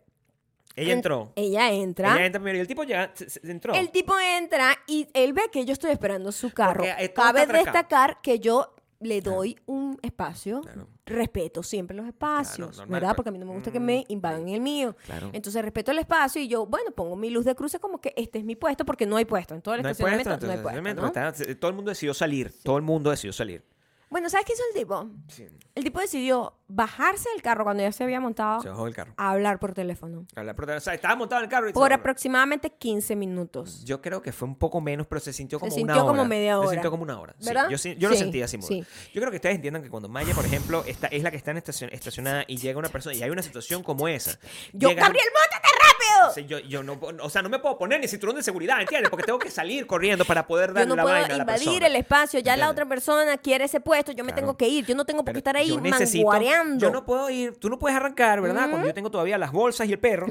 Speaker 2: Ella
Speaker 1: en-
Speaker 2: entró.
Speaker 1: Ella entra.
Speaker 2: Ella entra primero y el tipo ya se- se- entró.
Speaker 1: El tipo entra y él ve que yo estoy esperando su carro.
Speaker 2: Porque, eh, todo
Speaker 1: Cabe
Speaker 2: está atracado.
Speaker 1: destacar que yo le doy un espacio,
Speaker 2: Claro.
Speaker 1: respeto siempre los espacios,
Speaker 2: normal,
Speaker 1: ¿verdad?
Speaker 2: pues.
Speaker 1: Porque a mí no me gusta que me invadan el mío.
Speaker 2: Claro.
Speaker 1: Entonces respeto el espacio y yo, bueno, pongo mi luz de cruce como que este es mi puesto porque no hay puesto. En todo el
Speaker 2: no hay
Speaker 1: estacionamiento
Speaker 2: puesto,
Speaker 1: no hay
Speaker 2: entonces,
Speaker 1: puesto.
Speaker 2: obviamente,
Speaker 1: ¿no?
Speaker 2: está- se- todo el mundo decidió salir. Todo el mundo decidió salir.
Speaker 1: Bueno, ¿sabes qué hizo el tipo?
Speaker 2: Sí.
Speaker 1: El tipo decidió bajarse del carro cuando ya se había montado
Speaker 2: Se bajó del carro.
Speaker 1: a hablar por teléfono.
Speaker 2: A la prota- o sea, estaba montado en el carro. Y
Speaker 1: Por
Speaker 2: se-
Speaker 1: aproximadamente 15 minutos.
Speaker 2: Yo creo que fue un poco menos, pero se sintió
Speaker 1: Se
Speaker 2: como una hora.
Speaker 1: sintió como media
Speaker 2: Se
Speaker 1: hora.
Speaker 2: sintió como una hora. sí.
Speaker 1: ¿Verdad?
Speaker 2: Yo, sí- yo lo
Speaker 1: Sí,
Speaker 2: sentí así. muy
Speaker 1: sí.
Speaker 2: bien. Yo creo que ustedes entiendan que cuando Maya, por ejemplo, está, es la que está en estacion- estacionada y llega una persona y hay una situación como esa.
Speaker 1: Yo,
Speaker 2: llega-
Speaker 1: Gabriel, móntate rápido.
Speaker 2: o sea, yo, yo no, puedo- o sea, no me puedo poner ni cinturón de seguridad, ¿entiendes? Porque tengo que salir corriendo para poder
Speaker 1: Yo
Speaker 2: darle
Speaker 1: no
Speaker 2: la
Speaker 1: puedo
Speaker 2: vaina a la
Speaker 1: invadir
Speaker 2: persona.
Speaker 1: el espacio, ya la
Speaker 2: ¿Entiendes?
Speaker 1: otra persona quiere ese puesto, yo me
Speaker 2: Claro.
Speaker 1: tengo que ir, yo no tengo por
Speaker 2: Pero
Speaker 1: qué estar ahí
Speaker 2: yo necesito-
Speaker 1: manguareando. Mm.
Speaker 2: Yo no puedo ir, tú no puedes arrancar, ¿verdad? Cuando yo tengo todavía las bolsas y el perro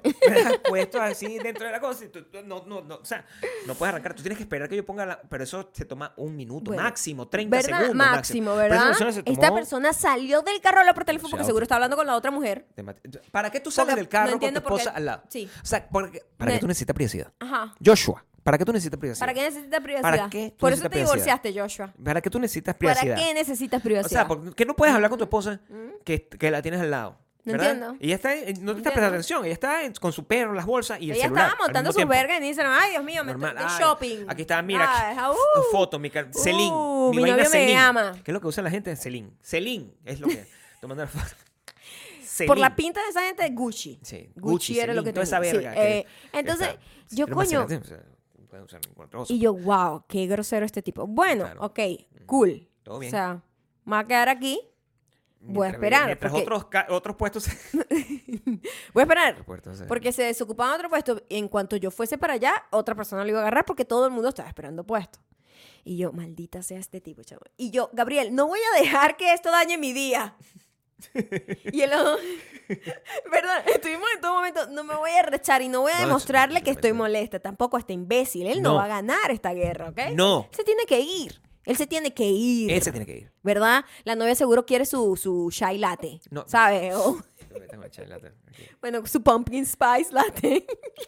Speaker 2: puestos así dentro de la cosa. y tú- tú- no, no, no, o sea, no puedes arrancar. Tú tienes que esperar que yo ponga la. Pero eso te toma un minuto,
Speaker 1: Bueno,
Speaker 2: máximo, 30
Speaker 1: ¿verdad?
Speaker 2: segundos.
Speaker 1: Máximo,
Speaker 2: Pero esa
Speaker 1: ¿verdad?
Speaker 2: persona se
Speaker 1: Esta
Speaker 2: tomó-
Speaker 1: persona salió del carro a hablar por teléfono
Speaker 2: O sea,
Speaker 1: porque seguro
Speaker 2: otra-
Speaker 1: está hablando con la otra mujer.
Speaker 2: te mate- ¿Para qué tú sales
Speaker 1: Porque
Speaker 2: del carro
Speaker 1: no
Speaker 2: con tu
Speaker 1: entiendo por qué-
Speaker 2: esposa al lado?
Speaker 1: sí.
Speaker 2: O sea, porque- ¿para
Speaker 1: Ne-
Speaker 2: qué tú necesitas privacidad?
Speaker 1: Ajá.
Speaker 2: Joshua, ¿para qué tú necesitas privacidad?
Speaker 1: ¿Para qué necesitas privacidad?
Speaker 2: ¿Para qué tú
Speaker 1: por eso
Speaker 2: necesitas
Speaker 1: te
Speaker 2: privacidad?
Speaker 1: divorciaste, Joshua.
Speaker 2: ¿Para qué tú necesitas
Speaker 1: ¿Para
Speaker 2: privacidad?
Speaker 1: qué necesitas
Speaker 2: O sea,
Speaker 1: privacidad?
Speaker 2: ¿por qué no puedes hablar con tu esposa que, que la tienes al lado?
Speaker 1: No
Speaker 2: ¿verdad?
Speaker 1: entiendo.
Speaker 2: Y ella está, eh, no te está
Speaker 1: entiendo.
Speaker 2: prestando atención, ella está en- con su perro, las bolsas y el
Speaker 1: Ella
Speaker 2: celular.
Speaker 1: estaba montando
Speaker 2: su
Speaker 1: sus vergas en Instagram. Ay, Dios mío, me estoy
Speaker 2: Normal.
Speaker 1: de
Speaker 2: Ay,
Speaker 1: shopping.
Speaker 2: Aquí está, mira,
Speaker 1: Ay,
Speaker 2: aquí-
Speaker 1: ah, uh.
Speaker 2: f- foto, mi car- Celine,
Speaker 1: Uh,
Speaker 2: mi,
Speaker 1: mi
Speaker 2: vaina
Speaker 1: novio me
Speaker 2: Celine.
Speaker 1: ama.
Speaker 2: ¿Qué es lo que usa la gente? Celine. Celine es lo que tomando la foto.
Speaker 1: Por
Speaker 2: Celine.
Speaker 1: la pinta de esa gente, Gucci.
Speaker 2: Sí,
Speaker 1: Gucci,
Speaker 2: Gucci,
Speaker 1: era lo
Speaker 2: Celine,
Speaker 1: que
Speaker 2: toda esa
Speaker 1: tenía. Sí,
Speaker 2: verga que-
Speaker 1: eh, entonces,
Speaker 2: Está-
Speaker 1: yo,
Speaker 2: Pero más
Speaker 1: coño,
Speaker 2: adelante, o sea, pueden usar cualquier cosa.
Speaker 1: Y yo, wow, qué grosero este tipo. Bueno,
Speaker 2: Claro. Mm.
Speaker 1: ok, cool.
Speaker 2: Todo bien.
Speaker 1: O sea, me voy a quedar aquí. Voy a
Speaker 2: Mientras-
Speaker 1: esperar.
Speaker 2: Mientras
Speaker 1: porque-
Speaker 2: otros, ca- otros puestos.
Speaker 1: Voy a esperar.
Speaker 2: puestos, eh.
Speaker 1: Porque se desocupaban otro puesto. En cuanto yo fuese para allá, otra persona lo iba a agarrar porque todo el mundo estaba esperando puesto. Y yo, maldita sea este tipo, chaval. Y yo, Gabriel, no voy a dejar que esto dañe mi día. y el otro, perdón, estuvimos en todo momento, no me voy a rechar y no voy a
Speaker 2: No, eso-
Speaker 1: demostrarle que estoy
Speaker 2: completamente.
Speaker 1: molesta tampoco a este imbécil. Él no,
Speaker 2: No.
Speaker 1: va a ganar esta guerra, ¿ok?
Speaker 2: No.
Speaker 1: Él se tiene que ir. Él se tiene que ir.
Speaker 2: Él se tiene que ir.
Speaker 1: ¿Verdad? La novia seguro quiere su, su chai latte,
Speaker 2: No.
Speaker 1: ¿sabes? O-
Speaker 2: Te metes con el chai latte. Ok,
Speaker 1: bueno, su pumpkin spice latte.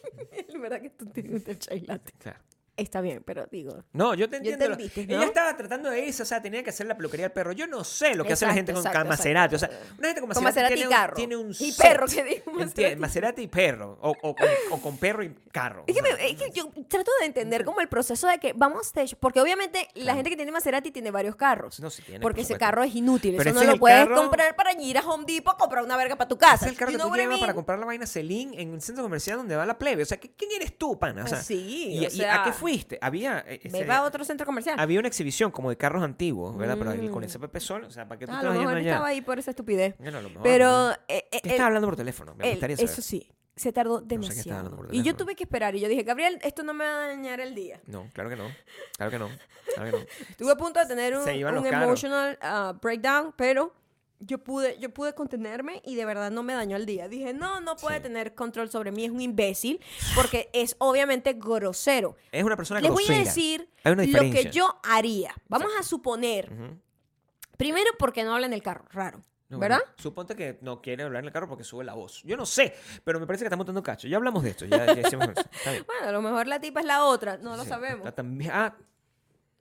Speaker 1: La verdad que tú te gusta el chai latte.
Speaker 2: claro.
Speaker 1: Está bien, pero digo...
Speaker 2: No, yo te entiendo. lo-
Speaker 1: entendiste, ¿no?
Speaker 2: Ella estaba tratando de eso, o sea, tenía que hacer la peluquería al perro. Yo no sé lo que hace la
Speaker 1: Exacto,
Speaker 2: gente con
Speaker 1: exacto,
Speaker 2: Maserati. O sea,
Speaker 1: exacto.
Speaker 2: una gente con
Speaker 1: Con Maserati
Speaker 2: Maserati,
Speaker 1: y
Speaker 2: tiene,
Speaker 1: carro.
Speaker 2: Un, tiene un
Speaker 1: Y
Speaker 2: set.
Speaker 1: perro, ¿qué digo?
Speaker 2: Enti-
Speaker 1: Maserati.
Speaker 2: Maserati. y perro. O, o con, o con perro y carro.
Speaker 1: Es que,
Speaker 2: o sea,
Speaker 1: me- eh, es que yo trato de entender como el proceso de que vamos stage, porque obviamente la gente que tiene Maserati tiene varios carros.
Speaker 2: No, sí tiene,
Speaker 1: porque
Speaker 2: por
Speaker 1: ese
Speaker 2: supuesto.
Speaker 1: carro es inútil,
Speaker 2: Pero
Speaker 1: eso
Speaker 2: ese
Speaker 1: no
Speaker 2: es
Speaker 1: lo
Speaker 2: el
Speaker 1: puedes
Speaker 2: carro-
Speaker 1: comprar para ir a Home Depot a comprar una verga para tu casa.
Speaker 2: Es el carro
Speaker 1: You
Speaker 2: que
Speaker 1: know
Speaker 2: tú
Speaker 1: what I
Speaker 2: llevas para
Speaker 1: mean?
Speaker 2: comprar la vaina Celine en un centro comercial donde va la plebe. O sea, ¿qué- ¿quién eres tú, pana? O sea,
Speaker 1: Pues sí,
Speaker 2: y,
Speaker 1: o
Speaker 2: y
Speaker 1: sea,
Speaker 2: a qué fuiste? Había, eh,
Speaker 1: Me
Speaker 2: ese- Ah,
Speaker 1: va a otro centro comercial.
Speaker 2: había una exhibición como de carros antiguos, ¿verdad? Pero el- con
Speaker 1: Mm.
Speaker 2: ese Pepe Sol, o sea, ¿para qué tú
Speaker 1: Ah, a
Speaker 2: te
Speaker 1: lo
Speaker 2: vas
Speaker 1: mejor
Speaker 2: yendo allá?
Speaker 1: estaba ahí por esa estupidez.
Speaker 2: Bueno, a lo mejor,
Speaker 1: Pero...
Speaker 2: ¿no?
Speaker 1: eh, eh,
Speaker 2: ¿Qué
Speaker 1: el-
Speaker 2: estaba hablando por teléfono? Me
Speaker 1: Él,
Speaker 2: gustaría saber.
Speaker 1: eso sí, se tardó
Speaker 2: qué estaba
Speaker 1: demasiado.
Speaker 2: hablando por
Speaker 1: y yo
Speaker 2: teléfono.
Speaker 1: tuve que esperar y yo dije, Gabriel, esto no me va a dañar el día.
Speaker 2: No, claro que no. Claro que no. Claro que no.
Speaker 1: Estuve a punto de tener un,
Speaker 2: Se iban
Speaker 1: un
Speaker 2: los carros.
Speaker 1: emotional ah, breakdown, pero yo pude, yo pude contenerme y de verdad no me dañó el día. Dije, no, no puede
Speaker 2: Sí.
Speaker 1: tener control sobre mí, es un imbécil, porque es obviamente grosero.
Speaker 2: Es una persona
Speaker 1: Les
Speaker 2: grosera.
Speaker 1: voy a decir
Speaker 2: Hay una
Speaker 1: lo que
Speaker 2: diferencia.
Speaker 1: yo haría. Vamos a suponer,
Speaker 2: Ujú.
Speaker 1: primero porque no hablan el carro, raro,
Speaker 2: No,
Speaker 1: ¿verdad?
Speaker 2: bueno, Suponte que no quiere hablar en el carro porque sube la voz. Yo no sé, pero me parece que está montando cacho. Ya hablamos de esto. Ya, ya hicimos eso. Está bien.
Speaker 1: Bueno, a lo mejor la tipa es la otra, no lo
Speaker 2: Sí.
Speaker 1: sabemos.
Speaker 2: Está también- ah,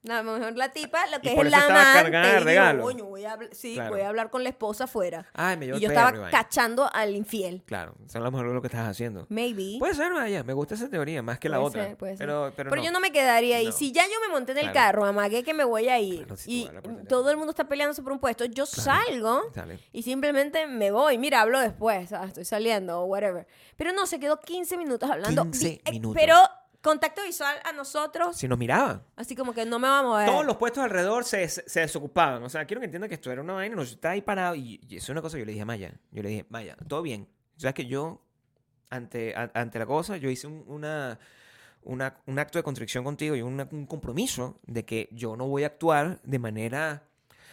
Speaker 1: A lo mejor la tipa, lo que es
Speaker 2: por
Speaker 1: el
Speaker 2: eso estaba
Speaker 1: amante,
Speaker 2: cargada de
Speaker 1: y digo,
Speaker 2: regalo.
Speaker 1: "Coño, voy a habl- sí,
Speaker 2: Claro.
Speaker 1: voy a hablar con la esposa afuera.
Speaker 2: ay, me
Speaker 1: y
Speaker 2: llevó el
Speaker 1: yo
Speaker 2: perro,
Speaker 1: estaba
Speaker 2: vaina.
Speaker 1: cachando al infiel.
Speaker 2: Claro, eso a lo mejor es lo que estás haciendo.
Speaker 1: Maybe.
Speaker 2: Puede ser, Maya, me gusta esa teoría más que la
Speaker 1: Puede
Speaker 2: otra.
Speaker 1: ser, puede ser.
Speaker 2: Pero, pero, no.
Speaker 1: yo no me quedaría ahí.
Speaker 2: No.
Speaker 1: Si ya yo me monté en el
Speaker 2: Claro.
Speaker 1: carro, amagué que me voy a ir.
Speaker 2: Claro, si tú
Speaker 1: y
Speaker 2: hablas por teléfono.
Speaker 1: todo el mundo está peleándose por un puesto. Yo salgo
Speaker 2: Dale.
Speaker 1: y simplemente me voy. Mira, hablo después. ah, estoy saliendo o whatever. Pero no, se quedó 15 minutos hablando.
Speaker 2: 15
Speaker 1: Di- eh,
Speaker 2: minutos.
Speaker 1: Pero contacto visual a nosotros.
Speaker 2: Si nos miraban.
Speaker 1: Así como que no me va a mover.
Speaker 2: Todos los puestos alrededor se, se- se desocupaban. O sea, quiero que entiendan que esto era una vaina. Nos está ahí parado. Y, y eso es una cosa que yo le dije a Maya. Yo le dije, Maya, todo bien. O sea, es que yo, ante, a- ante la cosa, yo hice un, una, una- un acto de constricción contigo y una- un compromiso de que yo no voy a actuar de manera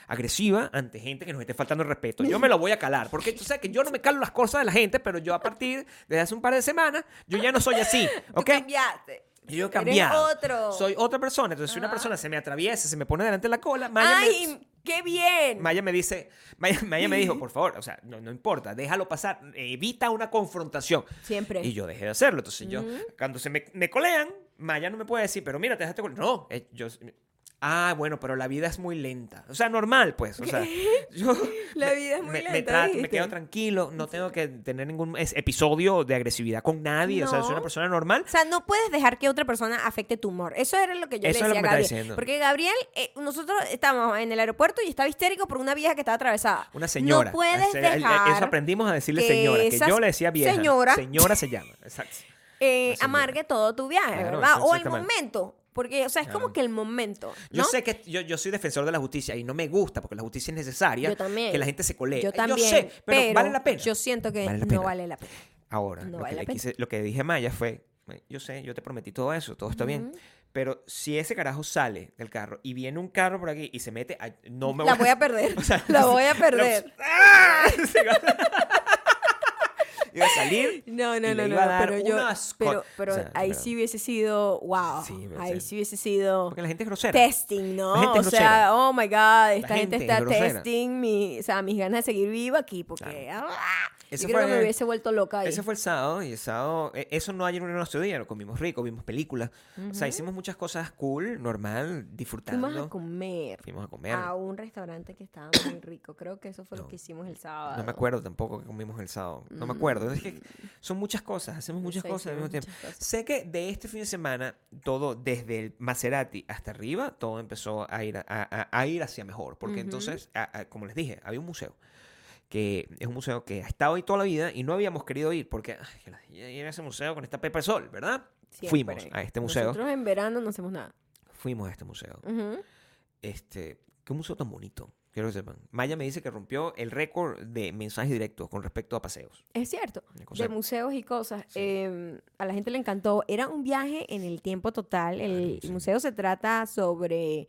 Speaker 2: agresiva ante gente que nos esté faltando el respeto. Yo me lo voy a calar, porque tú sabes que yo no me calo las cosas de la gente, pero yo a partir de hace un par de semanas, yo ya no soy así,
Speaker 1: Tú
Speaker 2: ¿ok?
Speaker 1: cambiaste.
Speaker 2: Y Yo he
Speaker 1: Eres
Speaker 2: cambiado.
Speaker 1: otro.
Speaker 2: Soy otra persona. Entonces, si una
Speaker 1: Ajá.
Speaker 2: persona se me atraviesa, se me pone delante de la cola, Maya,
Speaker 1: ¡Ay, qué bien!
Speaker 2: me, Maya me dice, Maya, Maya me dijo, por favor, o sea, no, no importa, déjalo pasar, evita una confrontación.
Speaker 1: Siempre.
Speaker 2: Y yo dejé de hacerlo. Entonces,
Speaker 1: Mm.
Speaker 2: yo, cuando se me, me colean, Maya no me puede decir, pero mira, te dejaste colear. No, eh, yo. Ah, bueno, pero la vida es muy lenta. O sea, normal, pues. O sea, yo
Speaker 1: La vida es muy
Speaker 2: me, me
Speaker 1: lenta,
Speaker 2: trato- me
Speaker 1: dijiste.
Speaker 2: quedo tranquilo, no tengo que tener ningún es- episodio de agresividad con nadie. O sea, soy
Speaker 1: No.
Speaker 2: una persona normal.
Speaker 1: O sea, no puedes dejar que otra persona afecte tu humor. Eso era lo que yo le
Speaker 2: Eso es
Speaker 1: decía a
Speaker 2: lo que me está
Speaker 1: Gabriel.
Speaker 2: diciendo.
Speaker 1: Porque Gabriel, eh, nosotros estábamos en el aeropuerto y estaba histérico por una vieja que estaba atravesada.
Speaker 2: Una señora.
Speaker 1: No puedes
Speaker 2: Ese- el- el- Eso
Speaker 1: dejar
Speaker 2: aprendimos a decirle
Speaker 1: que
Speaker 2: señora, que
Speaker 1: esas-
Speaker 2: yo le decía vieja.
Speaker 1: señora.
Speaker 2: Señora se llama, exacto.
Speaker 1: eh,
Speaker 2: una señora.
Speaker 1: amargue todo tu viaje,
Speaker 2: Claro,
Speaker 1: ¿verdad?
Speaker 2: eso-
Speaker 1: O
Speaker 2: eso
Speaker 1: el
Speaker 2: está mal.
Speaker 1: momento. Porque, o sea, es como
Speaker 2: Claro.
Speaker 1: que el momento.
Speaker 2: Yo
Speaker 1: ¿no?
Speaker 2: sé que yo, yo soy defensor de la justicia y no me gusta porque la justicia es necesaria.
Speaker 1: Yo también.
Speaker 2: Que la gente se colee.
Speaker 1: Yo también.
Speaker 2: sé, pero, vale la pena.
Speaker 1: Yo siento que
Speaker 2: Vale la
Speaker 1: no
Speaker 2: pena.
Speaker 1: vale la pena.
Speaker 2: Ahora,
Speaker 1: No
Speaker 2: lo,
Speaker 1: vale
Speaker 2: que
Speaker 1: la
Speaker 2: le
Speaker 1: pena.
Speaker 2: quise- lo que dije a Maya fue, yo sé, yo te prometí todo eso, todo está bien. Pero si ese carajo sale del carro y viene un carro por aquí y se mete, ay, no me
Speaker 1: La voy a perder.
Speaker 2: O sea,
Speaker 1: la voy a
Speaker 2: pero-
Speaker 1: perder.
Speaker 2: ¡Ah! Se va- Iba a salir.
Speaker 1: No,
Speaker 2: y
Speaker 1: no,
Speaker 2: le
Speaker 1: no, no.
Speaker 2: iba a dar
Speaker 1: Pero yo.
Speaker 2: unas co-
Speaker 1: Pero, pero
Speaker 2: O sea,
Speaker 1: ahí
Speaker 2: pero-
Speaker 1: sí hubiese sido. Wow.
Speaker 2: Sí, pero
Speaker 1: ahí
Speaker 2: sí.
Speaker 1: sí hubiese sido.
Speaker 2: Porque la gente es grosera.
Speaker 1: testing, ¿no?
Speaker 2: La gente
Speaker 1: o
Speaker 2: es
Speaker 1: sea,
Speaker 2: grosera.
Speaker 1: oh my God, esta gente,
Speaker 2: gente es
Speaker 1: está
Speaker 2: grosera.
Speaker 1: testing mi, o sea, mis ganas de seguir viva aquí porque ah,
Speaker 2: Ese
Speaker 1: yo creo que
Speaker 2: fue-
Speaker 1: me hubiese vuelto loca ahí.
Speaker 2: Ese fue el sábado y el sábado, e- eso no ayer en nuestro día, lo comimos rico, vimos películas, o sea, hicimos muchas cosas cool, normal, disfrutando.
Speaker 1: Fuimos a comer
Speaker 2: Fuimos a comer.
Speaker 1: a un restaurante que estaba muy rico. Creo que eso fue lo
Speaker 2: No.
Speaker 1: que hicimos el sábado.
Speaker 2: No me acuerdo tampoco que comimos el sábado. No me acuerdo. Es que son muchas cosas. Hacemos muchas
Speaker 1: Mm. sé,
Speaker 2: cosas al mismo
Speaker 1: hicimos
Speaker 2: tiempo.
Speaker 1: muchas cosas.
Speaker 2: Sé que de este fin de semana, todo desde el Maserati hasta arriba, todo empezó a ir, a, a- a ir hacia mejor. Porque
Speaker 1: Ujú.
Speaker 2: entonces, a- a- como les dije, había un museo. Que es un museo que ha estado ahí toda la vida y no habíamos querido ir. Porque ay, que la- ir a ese museo con esta pepa de sol, ¿verdad?
Speaker 1: Siempre.
Speaker 2: Fuimos a este museo.
Speaker 1: Nosotros en verano no hacemos nada.
Speaker 2: Fuimos a este museo.
Speaker 1: Ujú.
Speaker 2: Este, qué museo tan bonito. Quiero que sepan. Maya me dice que rompió el récord de mensajes directos con respecto a paseos.
Speaker 1: Es cierto.
Speaker 2: Una cosa-
Speaker 1: de museos y cosas.
Speaker 2: Sí.
Speaker 1: Eh, a la gente le encantó. Era un viaje en el tiempo total. El
Speaker 2: Claro, sí.
Speaker 1: museo se trata sobre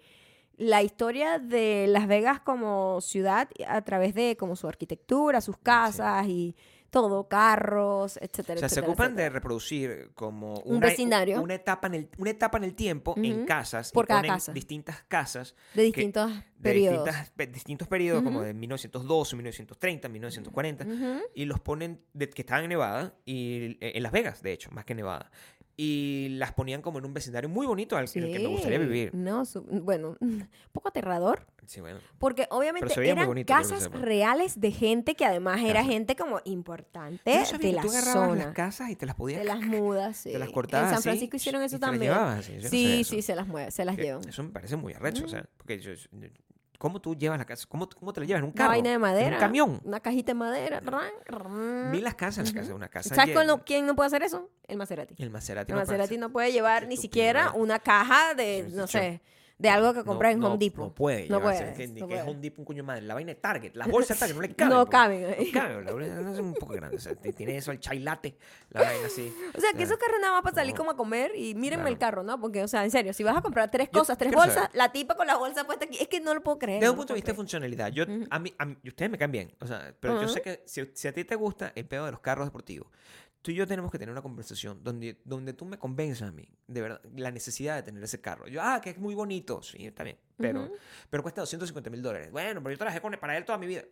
Speaker 1: la historia de Las Vegas como ciudad a través de como su arquitectura, sus casas y todo, carros, etcétera.
Speaker 2: o sea, se
Speaker 1: etcétera,
Speaker 2: ocupan
Speaker 1: etcétera.
Speaker 2: de reproducir como
Speaker 1: Un
Speaker 2: una,
Speaker 1: vecindario.
Speaker 2: una etapa en el una etapa en el tiempo en
Speaker 1: Ujú.
Speaker 2: casas y
Speaker 1: Por cada
Speaker 2: ponen
Speaker 1: casa.
Speaker 2: distintas casas
Speaker 1: de, distintos
Speaker 2: de
Speaker 1: periodos.
Speaker 2: distintas- pe- distintos periodos como
Speaker 1: Ujú. Mm.
Speaker 2: de 1912, 1930, 1940
Speaker 1: Ujú.
Speaker 2: y los ponen de, que estaban en Nevada y eh, en Las Vegas, de hecho, más que Nevada. Y las ponían como en un vecindario muy bonito al en el que me gustaría
Speaker 1: Sí.
Speaker 2: vivir.
Speaker 1: No, su- bueno, un poco aterrador,
Speaker 2: Sí, bueno.
Speaker 1: porque
Speaker 2: se
Speaker 1: obviamente
Speaker 2: veía muy
Speaker 1: eran
Speaker 2: bonito, quiero que
Speaker 1: casas
Speaker 2: sepan.
Speaker 1: reales de gente que además era
Speaker 2: Casas.
Speaker 1: gente como importante
Speaker 2: Yo no sabía
Speaker 1: de
Speaker 2: que
Speaker 1: la
Speaker 2: tú agarrabas las
Speaker 1: zona.
Speaker 2: casas y te las podías
Speaker 1: Se las mudas, sí.
Speaker 2: te las
Speaker 1: En
Speaker 2: cortabas
Speaker 1: San
Speaker 2: así,
Speaker 1: Francisco hicieron eso
Speaker 2: y te las
Speaker 1: también.
Speaker 2: llevabas así, yo no sabía
Speaker 1: sí,
Speaker 2: eso.
Speaker 1: sí, se las mueve, se las
Speaker 2: Que
Speaker 1: llevan.
Speaker 2: Eso me parece muy arrecho, o
Speaker 1: Mm.
Speaker 2: sea, porque yo- yo- ¿cómo tú llevas la casa? ¿Cómo, cómo te la llevas? ¿En un
Speaker 1: Una
Speaker 2: carro?
Speaker 1: vaina de madera.
Speaker 2: ¿En un camión?
Speaker 1: Una cajita de madera. ran, ran.
Speaker 2: Vi las casas, en la
Speaker 1: Ujú.
Speaker 2: casa de una casa
Speaker 1: ¿Sabes con
Speaker 2: llena.
Speaker 1: lo- quién no puede hacer eso? El Maserati.
Speaker 2: El Maserati.
Speaker 1: El
Speaker 2: no
Speaker 1: Maserati
Speaker 2: pasa.
Speaker 1: no puede llevar
Speaker 2: Qué
Speaker 1: ni
Speaker 2: estúpido,
Speaker 1: siquiera
Speaker 2: ¿verdad?
Speaker 1: una caja de,
Speaker 2: Sí, sí,
Speaker 1: no
Speaker 2: sí.
Speaker 1: sé, de algo que compras en
Speaker 2: No-
Speaker 1: Home Depot.
Speaker 2: No puede.
Speaker 1: No
Speaker 2: llevarse,
Speaker 1: puedes,
Speaker 2: que- ni
Speaker 1: no
Speaker 2: que es
Speaker 1: puedes.
Speaker 2: Home Depot, un coño de madre. La vaina de Target. Las bolsas de Target no le caben.
Speaker 1: No
Speaker 2: porque-
Speaker 1: caben ahí.
Speaker 2: No caben. La bolsa es un poco grande. O sea, te- tiene eso el chai latte. La vaina así. Ah.
Speaker 1: O sea, que esos carros nada más para salir
Speaker 2: No.
Speaker 1: como a comer y mírenme el
Speaker 2: Claro.
Speaker 1: carro, ¿no? Porque, o sea, en serio, si vas a comprar tres
Speaker 2: Yo
Speaker 1: cosas, tres
Speaker 2: quiero
Speaker 1: bolsas,
Speaker 2: saber.
Speaker 1: la tipa con la bolsa puesta aquí, es que no lo puedo creer.
Speaker 2: Desde
Speaker 1: no
Speaker 2: un
Speaker 1: lo
Speaker 2: punto
Speaker 1: puedo
Speaker 2: de vista
Speaker 1: creer.
Speaker 2: de funcionalidad, yo, a mí, a mí- y ustedes me caen bien, o sea, pero yo
Speaker 1: Ujú.
Speaker 2: sé que si, si a ti te gusta el pedo de los carros deportivos, tú y yo tenemos que tener una conversación donde, donde tú me convenzas a mí, de verdad, la necesidad de tener ese carro. Yo, ah, que es muy bonito, sí, está bien, pero,
Speaker 1: Ujú.
Speaker 2: pero cuesta 250 mil dólares. Bueno, pero yo trabajé con, para él toda mi vida.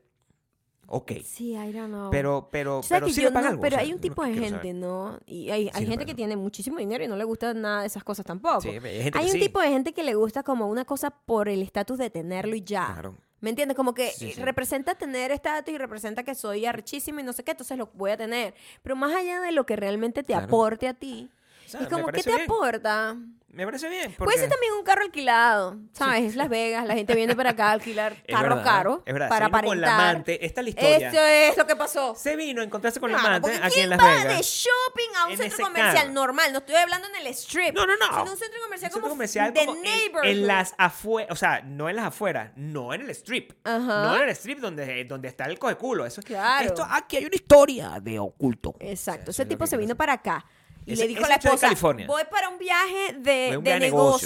Speaker 2: Ok,
Speaker 1: Sí, I don't know.
Speaker 2: pero, pero,
Speaker 1: O sea,
Speaker 2: pero
Speaker 1: que
Speaker 2: sí
Speaker 1: yo
Speaker 2: le pagan
Speaker 1: no-
Speaker 2: algo, o
Speaker 1: pero
Speaker 2: sea,
Speaker 1: hay un
Speaker 2: no
Speaker 1: tipo de
Speaker 2: quiero
Speaker 1: gente,
Speaker 2: saber.
Speaker 1: ¿no? Y hay, hay
Speaker 2: le
Speaker 1: gente
Speaker 2: pagan.
Speaker 1: que tiene muchísimo dinero y no le gusta nada de esas cosas tampoco.
Speaker 2: Sí, hay gente
Speaker 1: hay
Speaker 2: que
Speaker 1: un
Speaker 2: sí.
Speaker 1: tipo de gente que le gusta como una cosa por el estatus de tenerlo y ya.
Speaker 2: Claro.
Speaker 1: ¿Me entiendes? Como que
Speaker 2: Sí,
Speaker 1: eh,
Speaker 2: sí.
Speaker 1: representa tener estatus y representa que soy arrechísima y no sé qué, entonces lo voy a tener. Pero más allá de lo que realmente te
Speaker 2: Claro.
Speaker 1: aporte a ti,
Speaker 2: O sea,
Speaker 1: es
Speaker 2: me
Speaker 1: como, ¿qué
Speaker 2: parece
Speaker 1: te
Speaker 2: bien,
Speaker 1: aporta?
Speaker 2: Me parece bien.
Speaker 1: Puede ser
Speaker 2: porque-
Speaker 1: también un carro alquilado, ¿sabes? Es Las Vegas, la gente viene para acá a alquilar
Speaker 2: Es
Speaker 1: carro
Speaker 2: verdad, ¿eh?
Speaker 1: caro
Speaker 2: es verdad,
Speaker 1: para
Speaker 2: se vino con la
Speaker 1: aparentar.
Speaker 2: amante, esta es la historia.
Speaker 1: Eso es lo que pasó.
Speaker 2: Se vino a encontrarse con
Speaker 1: Claro,
Speaker 2: la amante
Speaker 1: porque
Speaker 2: aquí
Speaker 1: ¿quién
Speaker 2: en Las
Speaker 1: va
Speaker 2: Vegas.
Speaker 1: de shopping a un
Speaker 2: En ese
Speaker 1: centro comercial
Speaker 2: carro.
Speaker 1: normal? No estoy hablando en el strip.
Speaker 2: No, no, no.
Speaker 1: Sino un centro comercial
Speaker 2: Un centro
Speaker 1: como
Speaker 2: comercial
Speaker 1: de
Speaker 2: como en-
Speaker 1: neighborhood.
Speaker 2: en, las afueras, o sea, no en las afueras, no en el strip.
Speaker 1: Ajá.
Speaker 2: No en el strip donde, donde está el cogeculo. Eso,
Speaker 1: Claro. Eh,
Speaker 2: Esto aquí hay una historia de oculto.
Speaker 1: Exacto.
Speaker 2: O sea, eso
Speaker 1: Ese
Speaker 2: es lo
Speaker 1: tipo
Speaker 2: que
Speaker 1: se
Speaker 2: quiero
Speaker 1: vino
Speaker 2: decir.
Speaker 1: para acá. Y
Speaker 2: Ese-
Speaker 1: le dicho
Speaker 2: ese
Speaker 1: a la
Speaker 2: hecho de
Speaker 1: esposa,
Speaker 2: California.
Speaker 1: voy para un viaje de,
Speaker 2: Fue un
Speaker 1: de
Speaker 2: viaje de negocios,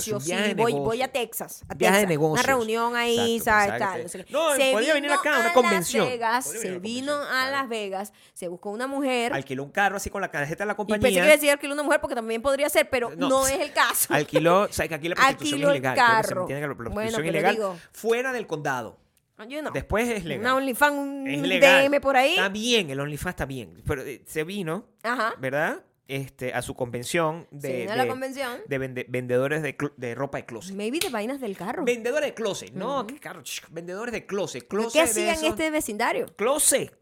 Speaker 1: negocios,
Speaker 2: un viaje
Speaker 1: sí,
Speaker 2: de
Speaker 1: voy,
Speaker 2: negocios.
Speaker 1: voy a Texas. a
Speaker 2: Viaje de
Speaker 1: Texas,
Speaker 2: negocios.
Speaker 1: Una reunión ahí,
Speaker 2: Exacto,
Speaker 1: ¿sabes?
Speaker 2: pensaba que
Speaker 1: Tal,
Speaker 2: te-
Speaker 1: no sé qué.
Speaker 2: No,
Speaker 1: se
Speaker 2: podía venir
Speaker 1: vino
Speaker 2: acá a una
Speaker 1: Las
Speaker 2: convención.
Speaker 1: Vegas,
Speaker 2: Podía venir a
Speaker 1: se
Speaker 2: una
Speaker 1: vino
Speaker 2: convención,
Speaker 1: a
Speaker 2: claro.
Speaker 1: Las Vegas, se buscó una mujer.
Speaker 2: Alquiló un carro así con la tarjeta de la
Speaker 1: y
Speaker 2: compañía.
Speaker 1: pensé que iba a decir alquiló una mujer porque también podría ser, pero no,
Speaker 2: No.
Speaker 1: es el caso.
Speaker 2: Alquiló, o sea, que aquí la prostitución
Speaker 1: Alquiló
Speaker 2: es
Speaker 1: el
Speaker 2: ilegal. Quiero que se
Speaker 1: carro.
Speaker 2: entienda que la prostitución
Speaker 1: Bueno,
Speaker 2: es
Speaker 1: pero
Speaker 2: ilegal
Speaker 1: digo-
Speaker 2: fuera del condado.
Speaker 1: Yo no.
Speaker 2: Después es legal.
Speaker 1: Una OnlyFans, un
Speaker 2: es legal.
Speaker 1: DM por ahí.
Speaker 2: Está bien, el OnlyFans está bien. Pero eh, se vino,
Speaker 1: Ajá.
Speaker 2: ¿verdad? Este, a su convención de,
Speaker 1: se vino a la
Speaker 2: de-
Speaker 1: convención.
Speaker 2: de vende- vendedores de, cl- de ropa de closet.
Speaker 1: Maybe de vainas del carro.
Speaker 2: Vendedores de closet, no, qué caro, chico, vendedores de closet,
Speaker 1: ¿Pero
Speaker 2: closet
Speaker 1: ¿Qué
Speaker 2: de
Speaker 1: hacían en
Speaker 2: esos-
Speaker 1: este vecindario?
Speaker 2: Closet,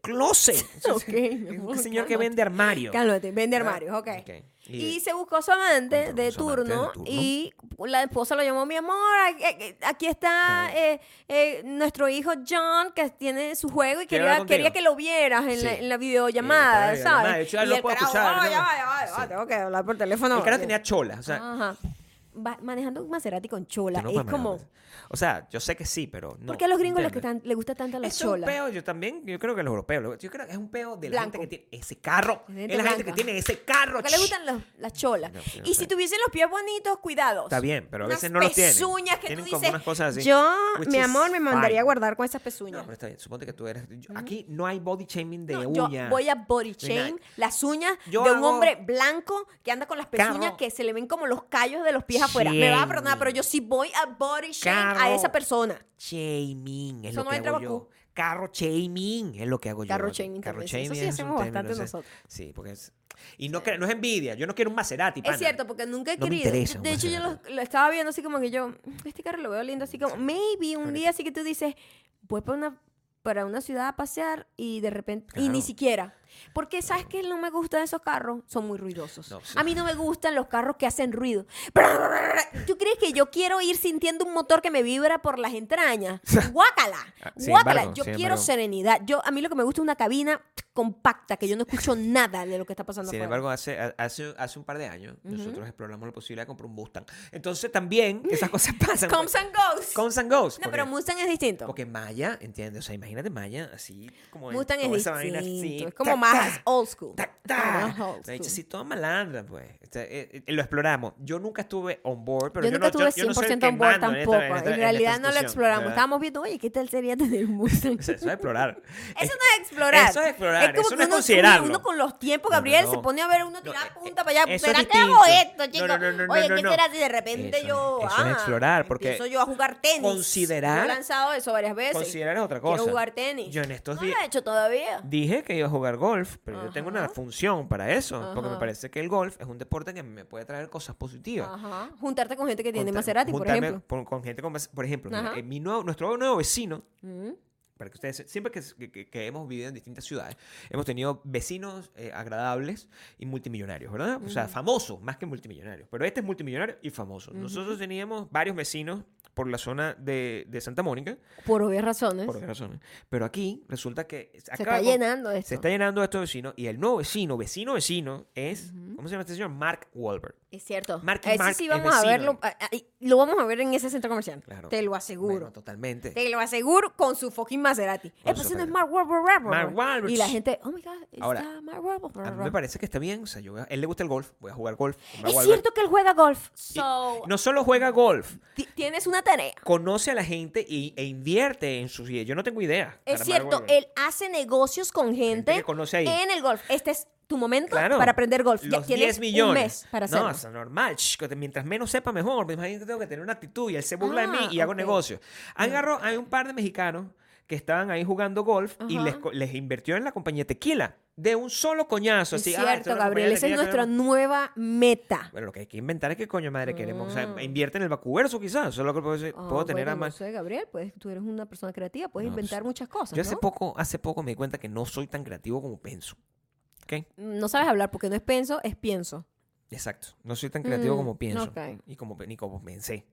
Speaker 2: closet.
Speaker 1: Ok, mi
Speaker 2: Es
Speaker 1: amor,
Speaker 2: un señor que
Speaker 1: cálmate.
Speaker 2: vende armario.
Speaker 1: Cálmate, vende
Speaker 2: ¿Verdad?
Speaker 1: armarios, ok.
Speaker 2: Ok.
Speaker 1: Y,
Speaker 2: Y-
Speaker 1: se buscó su amante
Speaker 2: Encontró
Speaker 1: de
Speaker 2: su amante de
Speaker 1: turno,
Speaker 2: turno.
Speaker 1: y la esposa lo llamó, mi amor, aquí- aquí está
Speaker 2: Claro.
Speaker 1: eh, eh, nuestro hijo John que tiene su juego y
Speaker 2: Quiere hablar
Speaker 1: quería, quería
Speaker 2: contigo.
Speaker 1: que lo vieras en,
Speaker 2: Sí.
Speaker 1: la, en la videollamada,
Speaker 2: Sí, está la videollamada.
Speaker 1: ¿sabes?
Speaker 2: Yo, ah, no puedo escuchar,
Speaker 1: "Oh,
Speaker 2: no".
Speaker 1: ya va, ya va, ya va,
Speaker 2: Sí.
Speaker 1: tengo que hablar por teléfono.
Speaker 2: El carro
Speaker 1: Sí.
Speaker 2: tenía chola, o sea,
Speaker 1: Ajá. Va- manejando un Maserati con
Speaker 2: tú
Speaker 1: chola,
Speaker 2: no
Speaker 1: Ah, es
Speaker 2: mames,
Speaker 1: como...
Speaker 2: mames. o sea, yo sé que sí, pero no.
Speaker 1: ¿Por qué a los gringos les,
Speaker 2: ¿entiendes?
Speaker 1: gustan- les gusta tanto la
Speaker 2: Es un
Speaker 1: chola?
Speaker 2: peo, yo también, yo creo que los europeos, lo- yo creo que es un peo de la gente que
Speaker 1: Blanco.
Speaker 2: tiene ese carro,
Speaker 1: De gente
Speaker 2: es la gente que
Speaker 1: blanca.
Speaker 2: tiene ese carro.
Speaker 1: Porque le
Speaker 2: ch-
Speaker 1: gustan los- las cholas.
Speaker 2: No, sí, no
Speaker 1: y
Speaker 2: sé.
Speaker 1: si tuviesen los pies bonitos, cuidados.
Speaker 2: Está bien, pero a
Speaker 1: Unas
Speaker 2: veces no los tienen.
Speaker 1: pezuñas que
Speaker 2: tienen
Speaker 1: tú
Speaker 2: como
Speaker 1: dices,
Speaker 2: unas cosas así.
Speaker 1: Yo,
Speaker 2: which
Speaker 1: mi
Speaker 2: is
Speaker 1: amor, me mandaría
Speaker 2: fine.
Speaker 1: a guardar con esas
Speaker 2: No,
Speaker 1: pezuñas.
Speaker 2: pero está bien, suponte que tú eres yo- aquí no hay body shaming de
Speaker 1: No, yo
Speaker 2: uña.
Speaker 1: voy a body
Speaker 2: Ni nada.
Speaker 1: shame las uñas
Speaker 2: Yo
Speaker 1: de un
Speaker 2: hago-
Speaker 1: hombre blanco que anda con las pezuñas
Speaker 2: Carro.
Speaker 1: que se le ven como los callos de los pies afuera. Me va a perdonar,
Speaker 2: Shaming.
Speaker 1: pero yo sí voy a body shame a
Speaker 2: Carro.
Speaker 1: esa persona.
Speaker 2: Shaming es
Speaker 1: Eso
Speaker 2: lo
Speaker 1: no
Speaker 2: que
Speaker 1: entra
Speaker 2: hago
Speaker 1: a
Speaker 2: yo.
Speaker 1: Bakú.
Speaker 2: Carro shaming es lo que hago
Speaker 1: Carro
Speaker 2: yo.
Speaker 1: shaming también, sí, eso sí
Speaker 2: es
Speaker 1: hacemos
Speaker 2: un
Speaker 1: bastante
Speaker 2: o sea,
Speaker 1: nosotros.
Speaker 2: Sí, porque es y no, cre- no es envidia, yo no quiero un Maserati, pana.
Speaker 1: Es cierto, porque nunca he
Speaker 2: No me
Speaker 1: querido.
Speaker 2: interesa
Speaker 1: de
Speaker 2: un
Speaker 1: hecho, yo lo,
Speaker 2: Maserati.
Speaker 1: lo estaba viendo así como que yo, este carro lo veo lindo, así como, maybe un
Speaker 2: Bonito.
Speaker 1: día así que tú dices, voy para una, para una ciudad a pasear y de repente, y ni
Speaker 2: Claro.
Speaker 1: siquiera. Porque, ¿sabes qué? No me gusta de esos carros, son muy ruidosos.
Speaker 2: No, sí.
Speaker 1: A mí no me gustan los carros que hacen ruido. ¿Tú crees que yo quiero ir sintiendo un motor que me vibra por las entrañas? Guácala,
Speaker 2: Ah, sin
Speaker 1: guácala.
Speaker 2: embargo,
Speaker 1: yo
Speaker 2: sin
Speaker 1: quiero
Speaker 2: embargo.
Speaker 1: serenidad. Yo, a mí lo que me gusta es una cabina compacta que yo no escucho nada de lo que está pasando
Speaker 2: Sin
Speaker 1: afuera.
Speaker 2: embargo, hace, a- hace, hace un par de años
Speaker 1: Ujú.
Speaker 2: nosotros exploramos la posibilidad de comprar un Mustang. Entonces también esas cosas pasan. pues.
Speaker 1: Comes and goes.
Speaker 2: Comes and goes.
Speaker 1: no,
Speaker 2: porque-
Speaker 1: pero Mustang es distinto.
Speaker 2: Porque Maya, entiende, o sea, imagínate Maya así como en
Speaker 1: Mustang es
Speaker 2: toda
Speaker 1: distinto.
Speaker 2: esa vaina así,
Speaker 1: es como
Speaker 2: tac,
Speaker 1: más old school.
Speaker 2: tac,
Speaker 1: Como
Speaker 2: tac.
Speaker 1: más old
Speaker 2: Me ha dicho
Speaker 1: school.
Speaker 2: así toda malandra, pues. O sea, eh, eh, lo exploramos. Yo nunca estuve on board, pero
Speaker 1: yo,
Speaker 2: yo,
Speaker 1: nunca
Speaker 2: no, yo-
Speaker 1: estuve
Speaker 2: yo no soy el
Speaker 1: 100%
Speaker 2: que
Speaker 1: on board
Speaker 2: mando en esta-
Speaker 1: tampoco. En,
Speaker 2: esta- esta
Speaker 1: realidad no lo
Speaker 2: situación,
Speaker 1: exploramos.
Speaker 2: ¿verdad?
Speaker 1: Estábamos viendo, oye, ¿qué tal sería tener un Mustang?
Speaker 2: O sea, eso es explorar.
Speaker 1: Eso no es explorar.
Speaker 2: Eso es explorar,
Speaker 1: como
Speaker 2: eso
Speaker 1: que
Speaker 2: no es
Speaker 1: uno-
Speaker 2: considerarlo.
Speaker 1: Uno con los tiempos,
Speaker 2: No, no,
Speaker 1: Gabriel,
Speaker 2: no.
Speaker 1: se pone a ver uno tirar
Speaker 2: No, eh,
Speaker 1: punta para allá.
Speaker 2: eso es
Speaker 1: ¿Será que
Speaker 2: distinto.
Speaker 1: hago esto,
Speaker 2: No,
Speaker 1: chicos?
Speaker 2: no, no, no,
Speaker 1: Oye,
Speaker 2: no,
Speaker 1: ¿qué
Speaker 2: no.
Speaker 1: será si de repente
Speaker 2: Eso
Speaker 1: yo.
Speaker 2: es- eso es
Speaker 1: ah,
Speaker 2: explorar, porque
Speaker 1: Empiezo yo a jugar tenis.
Speaker 2: considerar-
Speaker 1: Yo he lanzado eso varias veces.
Speaker 2: Considerar es otra cosa.
Speaker 1: Quiero jugar tenis.
Speaker 2: Yo en estos
Speaker 1: no
Speaker 2: días
Speaker 1: lo he hecho todavía.
Speaker 2: dije que iba a jugar golf, pero yo tengo una
Speaker 1: Ajá.
Speaker 2: función para eso, porque me
Speaker 1: Ajá.
Speaker 2: parece que el golf es un deporte que me puede traer cosas positivas.
Speaker 1: Ajá. Juntarte con gente que tiene
Speaker 2: Junta-
Speaker 1: Maserati, por
Speaker 2: juntarme
Speaker 1: ejemplo.
Speaker 2: por- con gente con Mas- por ejemplo, mira,
Speaker 1: Ajá.
Speaker 2: eh, mi nuevo- nuestro nuevo vecino
Speaker 1: Mm.
Speaker 2: para que ustedes, se- siempre que, que- que- que hemos vivido en distintas ciudades, hemos tenido vecinos eh, agradables y multimillonarios, ¿verdad? O sea, famosos más que multimillonarios. Pero este es multimillonario y famoso. Nosotros teníamos varios vecinos por la zona de, de Santa Mónica,
Speaker 1: Por obvias razones.
Speaker 2: por varias razones. Pero aquí resulta que
Speaker 1: se
Speaker 2: acaba
Speaker 1: está
Speaker 2: de-
Speaker 1: llenando esto.
Speaker 2: se está llenando de estos vecinos y el nuevo vecino, vecino, vecino, es, ¿cómo se llama este señor? Mark Wahlberg.
Speaker 1: Es cierto.
Speaker 2: Mark y
Speaker 1: Ese
Speaker 2: Mark
Speaker 1: sí
Speaker 2: es
Speaker 1: vamos a
Speaker 2: vecino.
Speaker 1: verlo. ah, ah, y Lo vamos a ver en ese centro comercial.
Speaker 2: Claro.
Speaker 1: Te lo aseguro.
Speaker 2: Bueno, totalmente.
Speaker 1: Te lo aseguro con su fucking Maserati. El
Speaker 2: su
Speaker 1: paciente es Mark
Speaker 2: Maserati.
Speaker 1: Wahlberg.
Speaker 2: Mark Wahlberg.
Speaker 1: Y la gente, oh my God, está
Speaker 2: Ahora,
Speaker 1: Mark
Speaker 2: A mí me
Speaker 1: Wahlberg.
Speaker 2: parece que está bien. O sea, yo, voy a- él le gusta el golf. Voy a jugar golf. con Mark
Speaker 1: Es
Speaker 2: Wahlberg.
Speaker 1: cierto que él juega golf.
Speaker 2: Y
Speaker 1: So,
Speaker 2: no solo juega golf,
Speaker 1: ti- tienes una tarea.
Speaker 2: conoce a la gente y, e invierte en sus ideas. Yo no tengo idea.
Speaker 1: Es
Speaker 2: para
Speaker 1: cierto,
Speaker 2: Mark Wahlberg.
Speaker 1: él hace negocios con gente,
Speaker 2: que conoce ahí.
Speaker 1: en el golf. Este es tu momento
Speaker 2: Claro.
Speaker 1: para aprender golf. Ya
Speaker 2: Los
Speaker 1: tienes
Speaker 2: 10 millones.
Speaker 1: un mes para hacerlo.
Speaker 2: No, eso es normal. ch, que te- Mientras menos sepa, mejor. Me imagino que tengo que tener una actitud y él se burla de mí y
Speaker 1: Ah,
Speaker 2: hago
Speaker 1: ok.
Speaker 2: negocio. Agarro, hay un par de mexicanos que estaban ahí jugando golf y
Speaker 1: Ajá.
Speaker 2: les, co- les invirtió en la compañía Tequila de un solo coñazo.
Speaker 1: es
Speaker 2: así, ah, esto
Speaker 1: cierto,
Speaker 2: una compañía
Speaker 1: Gabriel.
Speaker 2: de
Speaker 1: Esa es
Speaker 2: tequila,
Speaker 1: nuestra
Speaker 2: esto era-
Speaker 1: nueva meta.
Speaker 2: Bueno, lo que hay que inventar es qué coño madre queremos. O
Speaker 1: Ah.
Speaker 2: sea, invierte en el vacuverso quizás. Eso es lo que puedo, decir.
Speaker 1: Ah,
Speaker 2: Puedo tener
Speaker 1: bueno,
Speaker 2: a más.
Speaker 1: No sé, Gabriel, pues tú eres una persona creativa, puedes
Speaker 2: No,
Speaker 1: inventar
Speaker 2: pues,
Speaker 1: muchas cosas.
Speaker 2: Yo hace
Speaker 1: ¿no?
Speaker 2: poco, hace poco me di cuenta que no soy tan creativo como pienso. ¿Ok?
Speaker 1: no sabes hablar porque no es penso, es pienso.
Speaker 2: Exacto. No soy tan creativo
Speaker 1: Mm,
Speaker 2: como pienso.
Speaker 1: ok.
Speaker 2: Y como, pe- ni como pensé.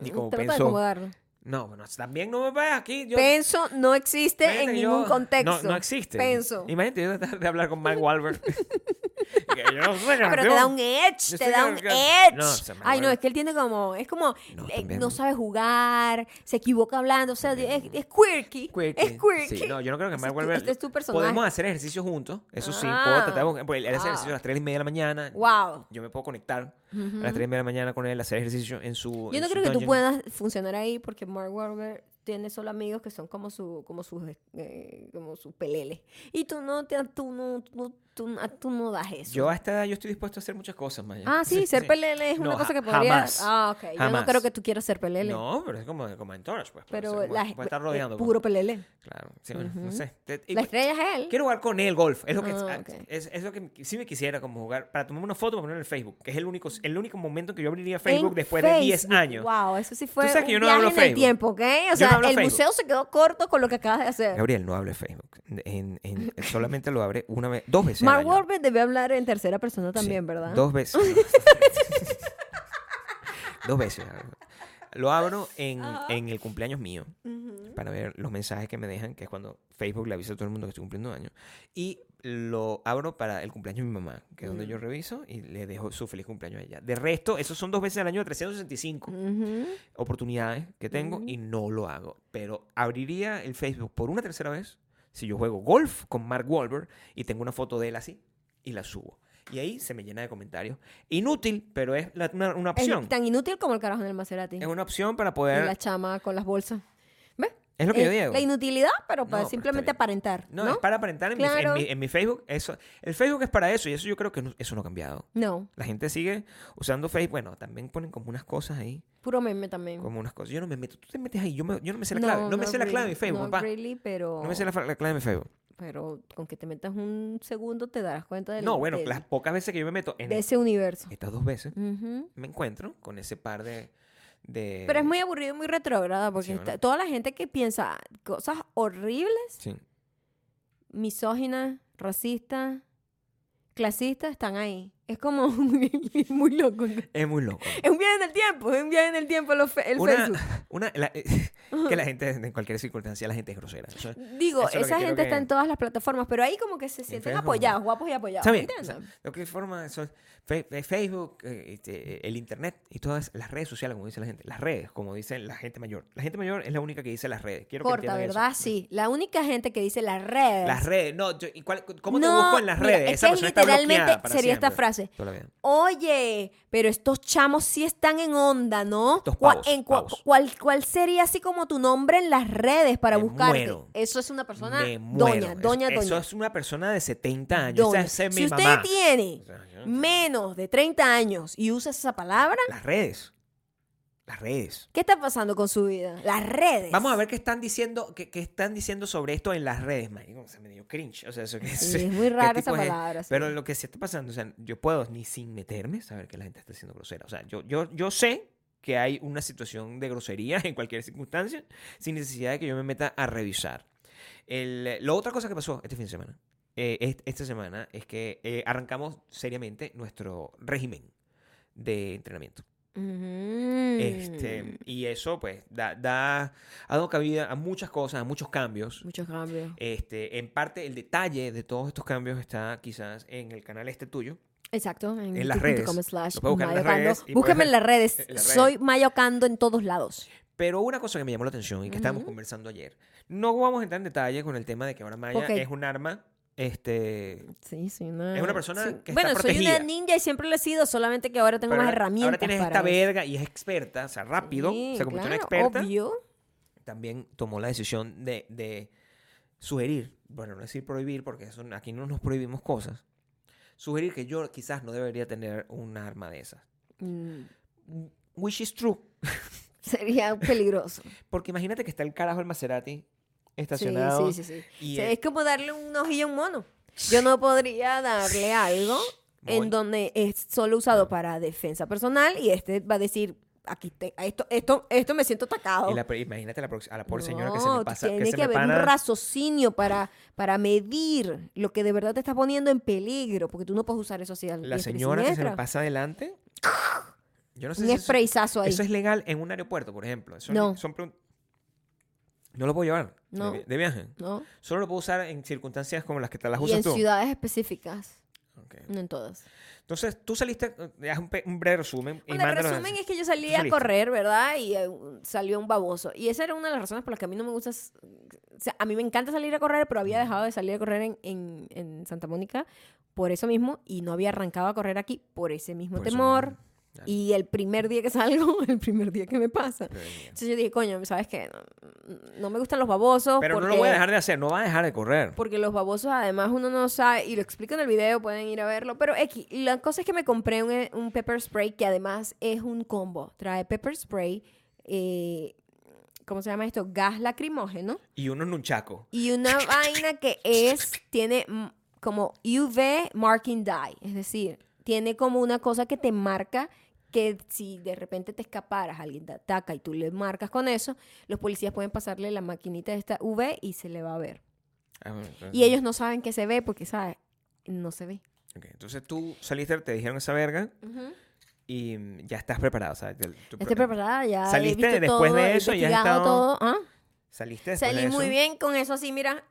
Speaker 2: Ni como
Speaker 1: Mm, Trata de
Speaker 2: pensó.
Speaker 1: acomodarlo.
Speaker 2: No, bueno, también no me vayas aquí. Yo,
Speaker 1: Penso no existe
Speaker 2: imagínate
Speaker 1: en
Speaker 2: que yo-
Speaker 1: ningún contexto.
Speaker 2: No, no existe.
Speaker 1: Penso.
Speaker 2: Imagínate yo tratar de hablar con Mike Wahlberg. Que yo no soy
Speaker 1: Ah, pero te
Speaker 2: creativo.
Speaker 1: da un edge,
Speaker 2: Yo
Speaker 1: te
Speaker 2: estoy
Speaker 1: da un
Speaker 2: creativo.
Speaker 1: edge.
Speaker 2: No, o sea, me
Speaker 1: Ay, no,
Speaker 2: acuerdo.
Speaker 1: es que él tiene como, es como, eh,
Speaker 2: No,
Speaker 1: no,
Speaker 2: también.
Speaker 1: sabe jugar, se equivoca hablando, o sea, es, es quirky,
Speaker 2: Quirky.
Speaker 1: Es quirky.
Speaker 2: Sí, no, yo no creo
Speaker 1: Ese
Speaker 2: que
Speaker 1: es
Speaker 2: Mark
Speaker 1: tu-
Speaker 2: Wahlberg.
Speaker 1: este es tu personaje.
Speaker 2: Podemos hacer ejercicio juntos. Eso sí,
Speaker 1: Ah.
Speaker 2: puedo tratar de buscar- porque Él hace
Speaker 1: Ah.
Speaker 2: ejercicio a las 3 y media de la mañana.
Speaker 1: Wow.
Speaker 2: Yo me puedo conectar a las 3 y media de la mañana con él, hacer ejercicio en su.
Speaker 1: Yo
Speaker 2: en
Speaker 1: no
Speaker 2: su
Speaker 1: creo que tú
Speaker 2: dungeon.
Speaker 1: puedas funcionar ahí porque Mark Wahlberg tiene solo amigos que son como su como sus eh, como sus peleles y tú no te tú no tú, tú- ah, tú no das eso.
Speaker 2: Yo a esta edad yo estoy dispuesto a hacer muchas cosas, Maya.
Speaker 1: ah, sí, ser pelele es una
Speaker 2: No,
Speaker 1: cosa que
Speaker 2: ja-
Speaker 1: podría
Speaker 2: jamás.
Speaker 1: Ah, ok. Yo no
Speaker 2: Jamás.
Speaker 1: creo que tú quieras ser pelele.
Speaker 2: No, pero es como, como entourage, pues. puede
Speaker 1: pero
Speaker 2: ser,
Speaker 1: la
Speaker 2: puede, puede estar
Speaker 1: es
Speaker 2: rodeando. pues.
Speaker 1: puro pelele.
Speaker 2: Claro, sí, bueno, no sé. Te- y- pues,
Speaker 1: La estrella es él.
Speaker 2: Quiero jugar con él golf. Es lo que,
Speaker 1: Ah,
Speaker 2: ah,
Speaker 1: ok.
Speaker 2: es, es lo que sí me quisiera como jugar. Para tomarme una foto para poner en el Facebook. Que es el único, el único momento que yo abriría Facebook
Speaker 1: En
Speaker 2: después de 10
Speaker 1: Facebook.
Speaker 2: años.
Speaker 1: Wow, eso sí fue
Speaker 2: Tú sabes
Speaker 1: un
Speaker 2: que yo no
Speaker 1: viaje
Speaker 2: hablo
Speaker 1: en el
Speaker 2: Facebook.
Speaker 1: tiempo, ¿ok? O
Speaker 2: no
Speaker 1: sea, el
Speaker 2: hablo Facebook.
Speaker 1: museo se quedó corto con lo que acabas de hacer.
Speaker 2: Gabriel, no hable Facebook. En- en- solamente lo abre una vez, dos veces. al
Speaker 1: Mark
Speaker 2: año.
Speaker 1: Wahlberg debe hablar en tercera persona
Speaker 2: Sí,
Speaker 1: también, ¿verdad?
Speaker 2: Dos veces. dos veces. Lo abro en, en el cumpleaños mío para ver los mensajes que me dejan, que es cuando Facebook le avisa a todo el mundo que estoy cumpliendo años. Y lo abro para el cumpleaños de mi mamá, que es donde yo reviso y le dejo su feliz cumpleaños a ella. De resto, esos son dos veces al año de 365
Speaker 1: Ujú.
Speaker 2: oportunidades que tengo y no lo hago. Pero abriría el Facebook por una tercera vez si yo juego golf con Mark Wahlberg y tengo una foto de él así y la subo. Y ahí se me llena de comentarios. Inútil, pero es la- una, una opción.
Speaker 1: Es tan inútil como el carajo en el Maserati.
Speaker 2: Es una opción
Speaker 1: Y
Speaker 2: para
Speaker 1: la
Speaker 2: poder...
Speaker 1: chama con las bolsas. ¿Ves?
Speaker 2: Es lo que yo
Speaker 1: Es
Speaker 2: digo.
Speaker 1: La inutilidad, pero para
Speaker 2: No, pero
Speaker 1: simplemente
Speaker 2: está
Speaker 1: aparentar. No,
Speaker 2: No, es para aparentar en, mi- en
Speaker 1: Claro.
Speaker 2: mi, en mi Facebook. Eso, el Facebook es para eso y eso yo creo que no- eso no ha cambiado.
Speaker 1: No,
Speaker 2: La gente sigue usando Facebook. Bueno, también ponen como unas cosas ahí.
Speaker 1: puro meme también.
Speaker 2: Como unas cosas. Yo no me meto. Tú te metes ahí. Yo, me- yo no me sé la clave. No, me sé la clave
Speaker 1: really,
Speaker 2: de mi Facebook,
Speaker 1: not
Speaker 2: papá.
Speaker 1: really, pero,
Speaker 2: No me sé la, fa- la clave de mi Facebook.
Speaker 1: pero con que te metas un segundo te darás cuenta del-
Speaker 2: No, bueno,
Speaker 1: del-
Speaker 2: las pocas veces que yo me meto en
Speaker 1: de ese universo.
Speaker 2: estas dos veces,
Speaker 1: Ujú.
Speaker 2: me encuentro con ese par de. de-
Speaker 1: Pero es muy aburrido y muy retrógrada porque
Speaker 2: Eh, sí,
Speaker 1: está-
Speaker 2: ¿no?
Speaker 1: toda la gente que piensa cosas horribles,
Speaker 2: Sí.
Speaker 1: misóginas, racistas, clasistas, están ahí. Es como muy loco. Es
Speaker 2: Es muy loco.
Speaker 1: un viaje en el tiempo, es un viaje en el tiempo lo fe- el
Speaker 2: Una,
Speaker 1: Facebook.
Speaker 2: una- la- que la gente, en cualquier circunstancia, la gente es grosera. Eso-
Speaker 1: Digo,
Speaker 2: eso es lo que
Speaker 1: esa
Speaker 2: quiero
Speaker 1: gente está
Speaker 2: que-
Speaker 1: en todas las plataformas, pero ahí como que se sienten
Speaker 2: Facebook.
Speaker 1: apoyados, guapos y apoyados.
Speaker 2: Está bien.
Speaker 1: ¿me
Speaker 2: o sea,
Speaker 1: entiendes?
Speaker 2: lo que forma son fe- fe- Facebook, eh, este, el Internet y todas las redes sociales, como dice la gente. Las redes, como dice la gente mayor. La gente mayor es la única que dice las redes. Quiero que
Speaker 1: Corta,
Speaker 2: entiendan eso.
Speaker 1: ¿verdad? Sí. La única gente que dice las redes.
Speaker 2: Las redes. No, yo- ¿y cuál- ¿cómo te
Speaker 1: No,
Speaker 2: busco en las
Speaker 1: mira,
Speaker 2: redes?
Speaker 1: es
Speaker 2: Esa
Speaker 1: que
Speaker 2: persona está
Speaker 1: literalmente
Speaker 2: bloqueada para
Speaker 1: sería esta
Speaker 2: siempre.
Speaker 1: frase.
Speaker 2: Toda la vida.
Speaker 1: Oye, pero estos chamos sí están en onda, ¿no?
Speaker 2: Estos
Speaker 1: Cua-
Speaker 2: pavos,
Speaker 1: en cua-
Speaker 2: pavos.
Speaker 1: cuál, cuál sería así como tu nombre en las redes para
Speaker 2: Me
Speaker 1: buscarte?
Speaker 2: muero.
Speaker 1: Eso es una persona
Speaker 2: Me muero.
Speaker 1: doña,
Speaker 2: Eso-
Speaker 1: doña,
Speaker 2: eso,
Speaker 1: doña.
Speaker 2: es una persona de 70 años.
Speaker 1: doña.
Speaker 2: Esa, esa es mi
Speaker 1: si usted
Speaker 2: mamá.
Speaker 1: tiene
Speaker 2: O sea, yo-
Speaker 1: menos de 30 años y usa esa palabra,
Speaker 2: Las redes. Las redes.
Speaker 1: ¿qué está pasando con su vida? Las redes.
Speaker 2: Vamos a ver qué están diciendo, qué, qué están diciendo sobre esto en las redes, marico. Se me dio cringe. O sea, eso que
Speaker 1: Sí, es muy rara esa palabra. sí.
Speaker 2: Pero lo que se está pasando, o sea, yo puedo ni sin meterme saber que la gente está siendo grosera. O sea, yo, yo, yo sé que hay una situación de grosería en cualquier circunstancia sin necesidad de que yo me meta a revisar. El, eh, la otra cosa que pasó este fin de semana, eh, est- esta semana, es que eh, arrancamos seriamente nuestro régimen de entrenamiento.
Speaker 1: Mm.
Speaker 2: Este, y eso, pues, da, da- ha dado cabida a muchas cosas, a muchos cambios.
Speaker 1: Muchos cambios.
Speaker 2: Este, en parte, el detalle de todos estos cambios está quizás en el canal este tuyo.
Speaker 1: Exacto. En,
Speaker 2: en las
Speaker 1: youtube.com
Speaker 2: redes.
Speaker 1: slash
Speaker 2: Lo puedes buscar en las
Speaker 1: Maya Ocando.
Speaker 2: redes y
Speaker 1: Búsqueme
Speaker 2: puedes-
Speaker 1: en las redes.
Speaker 2: en las redes.
Speaker 1: Soy Mayocando en todos lados.
Speaker 2: Pero una cosa que me llamó la atención y que estábamos
Speaker 1: Ujú.
Speaker 2: conversando ayer, no vamos a entrar en detalle con el tema de que ahora Maya
Speaker 1: Porque-
Speaker 2: es un arma, este,
Speaker 1: Sí, sí, una...
Speaker 2: Es una persona que está
Speaker 1: Bueno, soy
Speaker 2: protegida.
Speaker 1: una ninja y siempre lo he sido, solamente que ahora tengo
Speaker 2: pero
Speaker 1: más
Speaker 2: ahora-
Speaker 1: herramientas
Speaker 2: Ahora tienes
Speaker 1: para
Speaker 2: esta
Speaker 1: eso.
Speaker 2: verga y es experta, o sea, rápido,
Speaker 1: Sí,
Speaker 2: se convirtió en
Speaker 1: claro,
Speaker 2: experta.
Speaker 1: obvio.
Speaker 2: También tomó la decisión de, de sugerir, bueno, no decir prohibir, porque eso- aquí no nos prohibimos cosas, sugerir que yo quizás no debería tener un arma de esas.
Speaker 1: Mm,
Speaker 2: Which is true.
Speaker 1: Sería peligroso.
Speaker 2: Porque imagínate que está el carajo el Maserati
Speaker 1: Sí,
Speaker 2: estacionado.
Speaker 1: sí, sí, sí.
Speaker 2: Y
Speaker 1: O sea,
Speaker 2: eh,
Speaker 1: es como darle un ojillo a un mono. Yo no podría darle algo
Speaker 2: Voy.
Speaker 1: en donde es solo usado para defensa personal y este va a decir, aquí te- a esto, esto, esto me siento atacado.
Speaker 2: y la- imagínate a la, prox- a la pobre señora que se
Speaker 1: Oh. No,
Speaker 2: me pasa.
Speaker 1: Tiene que,
Speaker 2: que se me
Speaker 1: haber un
Speaker 2: pana.
Speaker 1: raciocinio para, para medir lo que de verdad te está poniendo en peligro, porque tú no puedes usar eso así al
Speaker 2: La señora que se me pasa adelante. Yo no sé si
Speaker 1: Un
Speaker 2: eso-
Speaker 1: sprayzazo ahí.
Speaker 2: Eso es legal en un aeropuerto, por ejemplo. Eso
Speaker 1: No.
Speaker 2: son pregun- no lo puedo llevar de
Speaker 1: No.
Speaker 2: vi- de, viaje.
Speaker 1: ¿no?
Speaker 2: Solo lo puedo usar en circunstancias como las que te las
Speaker 1: Y
Speaker 2: usas
Speaker 1: en
Speaker 2: tú.
Speaker 1: ciudades específicas,
Speaker 2: Ok.
Speaker 1: no en todas.
Speaker 2: Entonces, tú saliste, eh, haz un, pe- un breve resumen. y
Speaker 1: Bueno, el
Speaker 2: mándanos-
Speaker 1: resumen es que yo salí a
Speaker 2: saliste.
Speaker 1: correr, ¿verdad? Y eh, salió un baboso. Y esa era una de las razones por las que a mí no me gusta... s- O sea, a mí me encanta salir a correr, pero había dejado de salir a correr en, en- en Santa Mónica por eso mismo. Y no había arrancado a correr aquí por ese mismo
Speaker 2: Por eso
Speaker 1: temor.
Speaker 2: mismo. Claro.
Speaker 1: Y el primer día que salgo, el primer día que me pasa. Entonces yo dije, coño, ¿sabes qué? No, no me gustan los babosos.
Speaker 2: Pero no
Speaker 1: porque,
Speaker 2: lo voy a dejar de hacer, no va a dejar de correr.
Speaker 1: Porque los babosos, además, uno no sabe. Y lo explico en el video, pueden ir a verlo. Pero X, la cosa es que me compré un, eh, un pepper spray que además es un combo. Trae pepper spray, eh, ¿cómo se llama esto? Gas lacrimógeno.
Speaker 2: Y uno en un chaco.
Speaker 1: Y una vaina que es, tiene mm, como UV marking dye. Es decir, tiene como una cosa que te marca que si de repente te escaparas, alguien te ataca y tú le marcas con eso, los policías pueden pasarle la maquinita de esta UV y se le va a ver.
Speaker 2: Ah,
Speaker 1: Y ellos no saben que se ve porque, ¿sabes? No se ve.
Speaker 2: Ok, Entonces tú saliste, te dijeron esa verga y mm, ya estás preparado. O sea, te- tú
Speaker 1: Ya
Speaker 2: pre-
Speaker 1: Estoy preparada, ya he
Speaker 2: Saliste
Speaker 1: visto
Speaker 2: después
Speaker 1: todo,
Speaker 2: de
Speaker 1: he
Speaker 2: eso, ya has
Speaker 1: investigado todo.
Speaker 2: estado-
Speaker 1: ¿ah?
Speaker 2: Saliste después
Speaker 1: Salí
Speaker 2: de eso.
Speaker 1: muy bien con eso así, mira.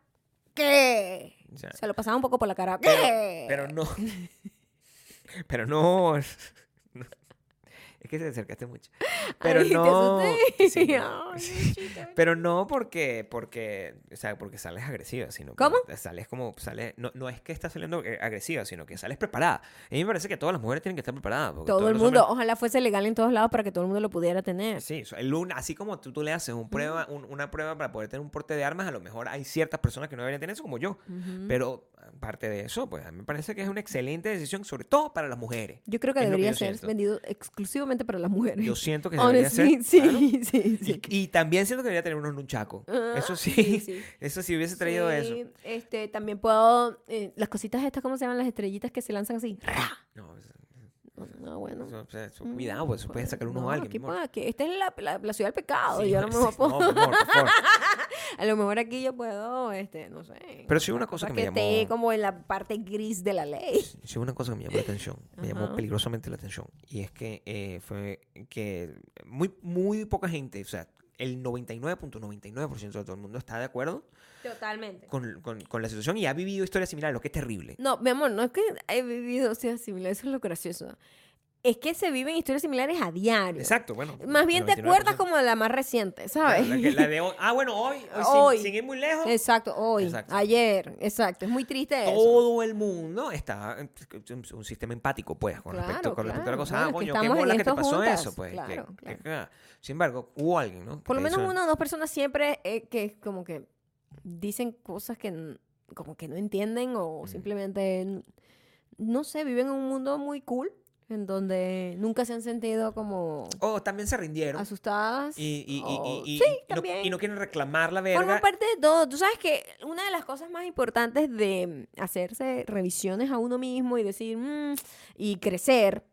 Speaker 1: ¿Qué?
Speaker 2: Ya.
Speaker 1: Se lo pasaba un poco por la cara. ¿Qué?
Speaker 2: Pero no. Pero no. no. Es que te acercaste mucho. Pero
Speaker 1: Ay, te
Speaker 2: no.
Speaker 1: asusté.
Speaker 2: sí, no.
Speaker 1: Ay,
Speaker 2: Sí.
Speaker 1: chica.
Speaker 2: Pero no porque, porque, o sea, porque sales agresiva, sino que
Speaker 1: ¿Cómo?
Speaker 2: sales como, sales, no, no es que estás saliendo eh, agresiva, sino que sales preparada. A mí me parece que todas las mujeres tienen que estar preparadas. porque
Speaker 1: Todo
Speaker 2: todos
Speaker 1: el
Speaker 2: los
Speaker 1: mundo.
Speaker 2: hombres-
Speaker 1: Ojalá fuese legal en todos lados para que todo el mundo lo pudiera tener.
Speaker 2: Sí, so- el un- así como tú, tú le haces un prueba, un- una prueba para poder tener un porte de armas, a lo mejor hay ciertas personas que no deberían tener eso, como yo.
Speaker 1: Ujú.
Speaker 2: Pero aparte de eso, pues a mí me parece que es una excelente decisión, sobre todo para las mujeres.
Speaker 1: Yo creo que
Speaker 2: es lo que
Speaker 1: debería
Speaker 2: yo
Speaker 1: ser
Speaker 2: siento.
Speaker 1: vendido exclusivamente para las mujeres.
Speaker 2: Yo siento que debería ser.
Speaker 1: Honestly, sí,
Speaker 2: claro.
Speaker 1: sí, sí,
Speaker 2: Y, y también siento que debería tener uno en un chaco.
Speaker 1: Ah,
Speaker 2: eso sí,
Speaker 1: sí, sí.
Speaker 2: eso sí hubiese traído eso.
Speaker 1: Sí, Este, también puedo eh, las cositas estas, ¿cómo se llaman? Las estrellitas que se lanzan así.
Speaker 2: No, es-
Speaker 1: Ah, bueno.
Speaker 2: Eso, o sea, eso, cuidado, pues eso puede sacar uno
Speaker 1: no,
Speaker 2: a alguien.
Speaker 1: Aquí,
Speaker 2: mi amor.
Speaker 1: pa- aquí- esta es la, la- la ciudad del pecado.
Speaker 2: Sí,
Speaker 1: yo a lo
Speaker 2: sí,
Speaker 1: mejor puedo-
Speaker 2: no, mi amor, por favor.
Speaker 1: a lo mejor aquí yo puedo, este, no sé.
Speaker 2: Pero sí una cosa que me
Speaker 1: que esté
Speaker 2: llamó,
Speaker 1: como en la parte gris de la ley.
Speaker 2: sí una cosa que me llamó la atención, me llamó
Speaker 1: Ajá.
Speaker 2: peligrosamente la atención y es que eh, fue que muy muy poca gente, o sea, el 99.99% de todo el mundo está de acuerdo
Speaker 1: Totalmente.
Speaker 2: con, con- con la situación y ha vivido historias similares, lo que es terrible.
Speaker 1: No, mi amor, no es que he vivido historias similares, eso es lo gracioso. Es que se viven historias similares a diario.
Speaker 2: Exacto, bueno.
Speaker 1: Mm. Más bien te acuerdas
Speaker 2: 99%.
Speaker 1: como de la más reciente,
Speaker 2: La-
Speaker 1: ¿sabes?
Speaker 2: la que- la de hoy- ah, bueno, hoy, hoy, sin-
Speaker 1: Hoy.
Speaker 2: Sin, ir muy lejos,
Speaker 1: Exacto, hoy,
Speaker 2: Exacto.
Speaker 1: ayer, exacto. Es muy triste eso.
Speaker 2: todo el mundo está en un, un sistema empático, pues, con,
Speaker 1: Claro,
Speaker 2: respecto, con respecto a
Speaker 1: claro.
Speaker 2: la
Speaker 1: Bueno, es
Speaker 2: cosa. ah,
Speaker 1: que
Speaker 2: coño, qué
Speaker 1: estamos en
Speaker 2: bola que te
Speaker 1: esto
Speaker 2: pasó
Speaker 1: juntas.
Speaker 2: eso, pues. que-
Speaker 1: Claro,
Speaker 2: que-
Speaker 1: claro.
Speaker 2: que- ah. Sin embargo, hubo alguien, ¿no?
Speaker 1: Por lo
Speaker 2: Que
Speaker 1: menos
Speaker 2: hizo-
Speaker 1: una o dos personas siempre eh, que como que dicen cosas que n- como que no entienden o
Speaker 2: Mm.
Speaker 1: simplemente, n- no sé, viven en un mundo muy cool en donde nunca se han sentido como
Speaker 2: O también se rindieron.
Speaker 1: asustadas.
Speaker 2: Y, y- y-
Speaker 1: o-
Speaker 2: y- y-
Speaker 1: Oh, sí,
Speaker 2: y no,
Speaker 1: también.
Speaker 2: y no quieren reclamar la
Speaker 1: Forman
Speaker 2: verga.
Speaker 1: parte de todo. Tú sabes que una de las cosas más importantes de hacerse revisiones a uno mismo y decir, "Mm", y crecer,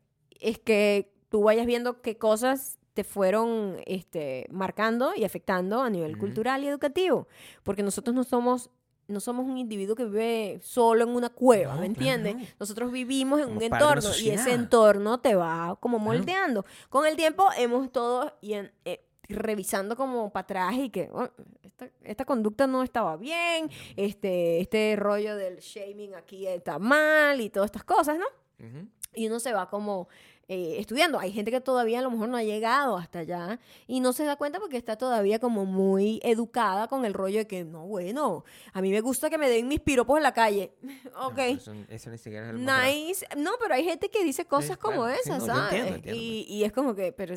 Speaker 1: es que tú vayas viendo qué cosas te fueron este, marcando y afectando a nivel
Speaker 2: Ujú.
Speaker 1: cultural y educativo. Porque nosotros no somos... No somos un individuo que vive solo en una cueva,
Speaker 2: No,
Speaker 1: ¿me entiendes?
Speaker 2: claro.
Speaker 1: Nosotros vivimos en
Speaker 2: Somos
Speaker 1: un
Speaker 2: parte de una
Speaker 1: entorno y ese
Speaker 2: sociedad.
Speaker 1: entorno te va como
Speaker 2: Claro.
Speaker 1: moldeando. Con el tiempo hemos todos y en- eh, revisando como para atrás y que "Oh, esta, esta conducta no estaba bien, este, este rollo del shaming aquí está mal y todas estas cosas, ¿no?
Speaker 2: Ujú.
Speaker 1: Y uno se va como eh, estudiando. Hay gente que todavía a lo mejor no ha llegado hasta allá y no se da cuenta porque está todavía como muy educada con el rollo de que, no, bueno, a mí me gusta que me den mis piropos en la calle.
Speaker 2: No,
Speaker 1: ok.
Speaker 2: eso, eso ni siquiera es el más grave.
Speaker 1: Nice. No, pero hay gente que dice cosas como
Speaker 2: claro. Sí,
Speaker 1: esas,
Speaker 2: no, yo
Speaker 1: ¿sabes?
Speaker 2: entiendo, entiendo,
Speaker 1: y, y es como que, pero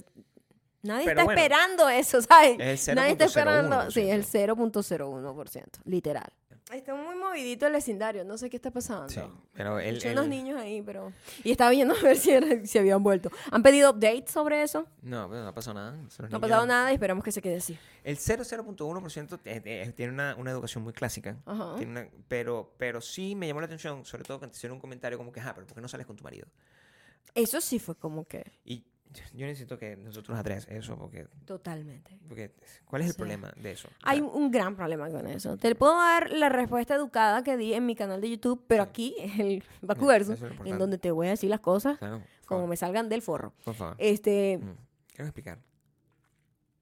Speaker 1: nadie
Speaker 2: Pero
Speaker 1: está
Speaker 2: bueno,
Speaker 1: esperando eso, ¿sabes?
Speaker 2: es el
Speaker 1: nadie está
Speaker 2: 0.01%.
Speaker 1: esperando. Sí, el 0.01%, literal. Está muy movidito el vecindario, no sé qué está pasando.
Speaker 2: Sí, pero el-
Speaker 1: Escuché unos
Speaker 2: el-
Speaker 1: niños ahí, pero... Y estaba viendo a ver si, era- si habían vuelto. ¿Han pedido updates sobre eso?
Speaker 2: No, pero no ha pasado nada. Son los
Speaker 1: No ha
Speaker 2: niños-
Speaker 1: pasado nada y esperamos que se quede así.
Speaker 2: El 00.1% te- te- tiene una, una educación muy clásica.
Speaker 1: Ajá.
Speaker 2: Tiene una- pero, pero sí me llamó la atención, sobre todo cuando te hicieron un comentario como que, ah, pero ¿por qué no sales con tu marido?
Speaker 1: Eso sí fue como que
Speaker 2: Y yo necesito que nosotros nos atrevas eso, porque,
Speaker 1: totalmente.
Speaker 2: porque ¿cuál es el
Speaker 1: Sí.
Speaker 2: problema de eso? O sea,
Speaker 1: Hay un gran problema con eso. Te puedo dar la respuesta educada que di en mi canal de YouTube, pero
Speaker 2: Sí.
Speaker 1: aquí, en el
Speaker 2: eso
Speaker 1: Vacuverso,
Speaker 2: es lo importante.
Speaker 1: en donde te voy a decir las cosas
Speaker 2: claro, por
Speaker 1: como
Speaker 2: favor,
Speaker 1: me salgan del forro.
Speaker 2: por favor.
Speaker 1: Este,
Speaker 2: Mm. Quiero explicar.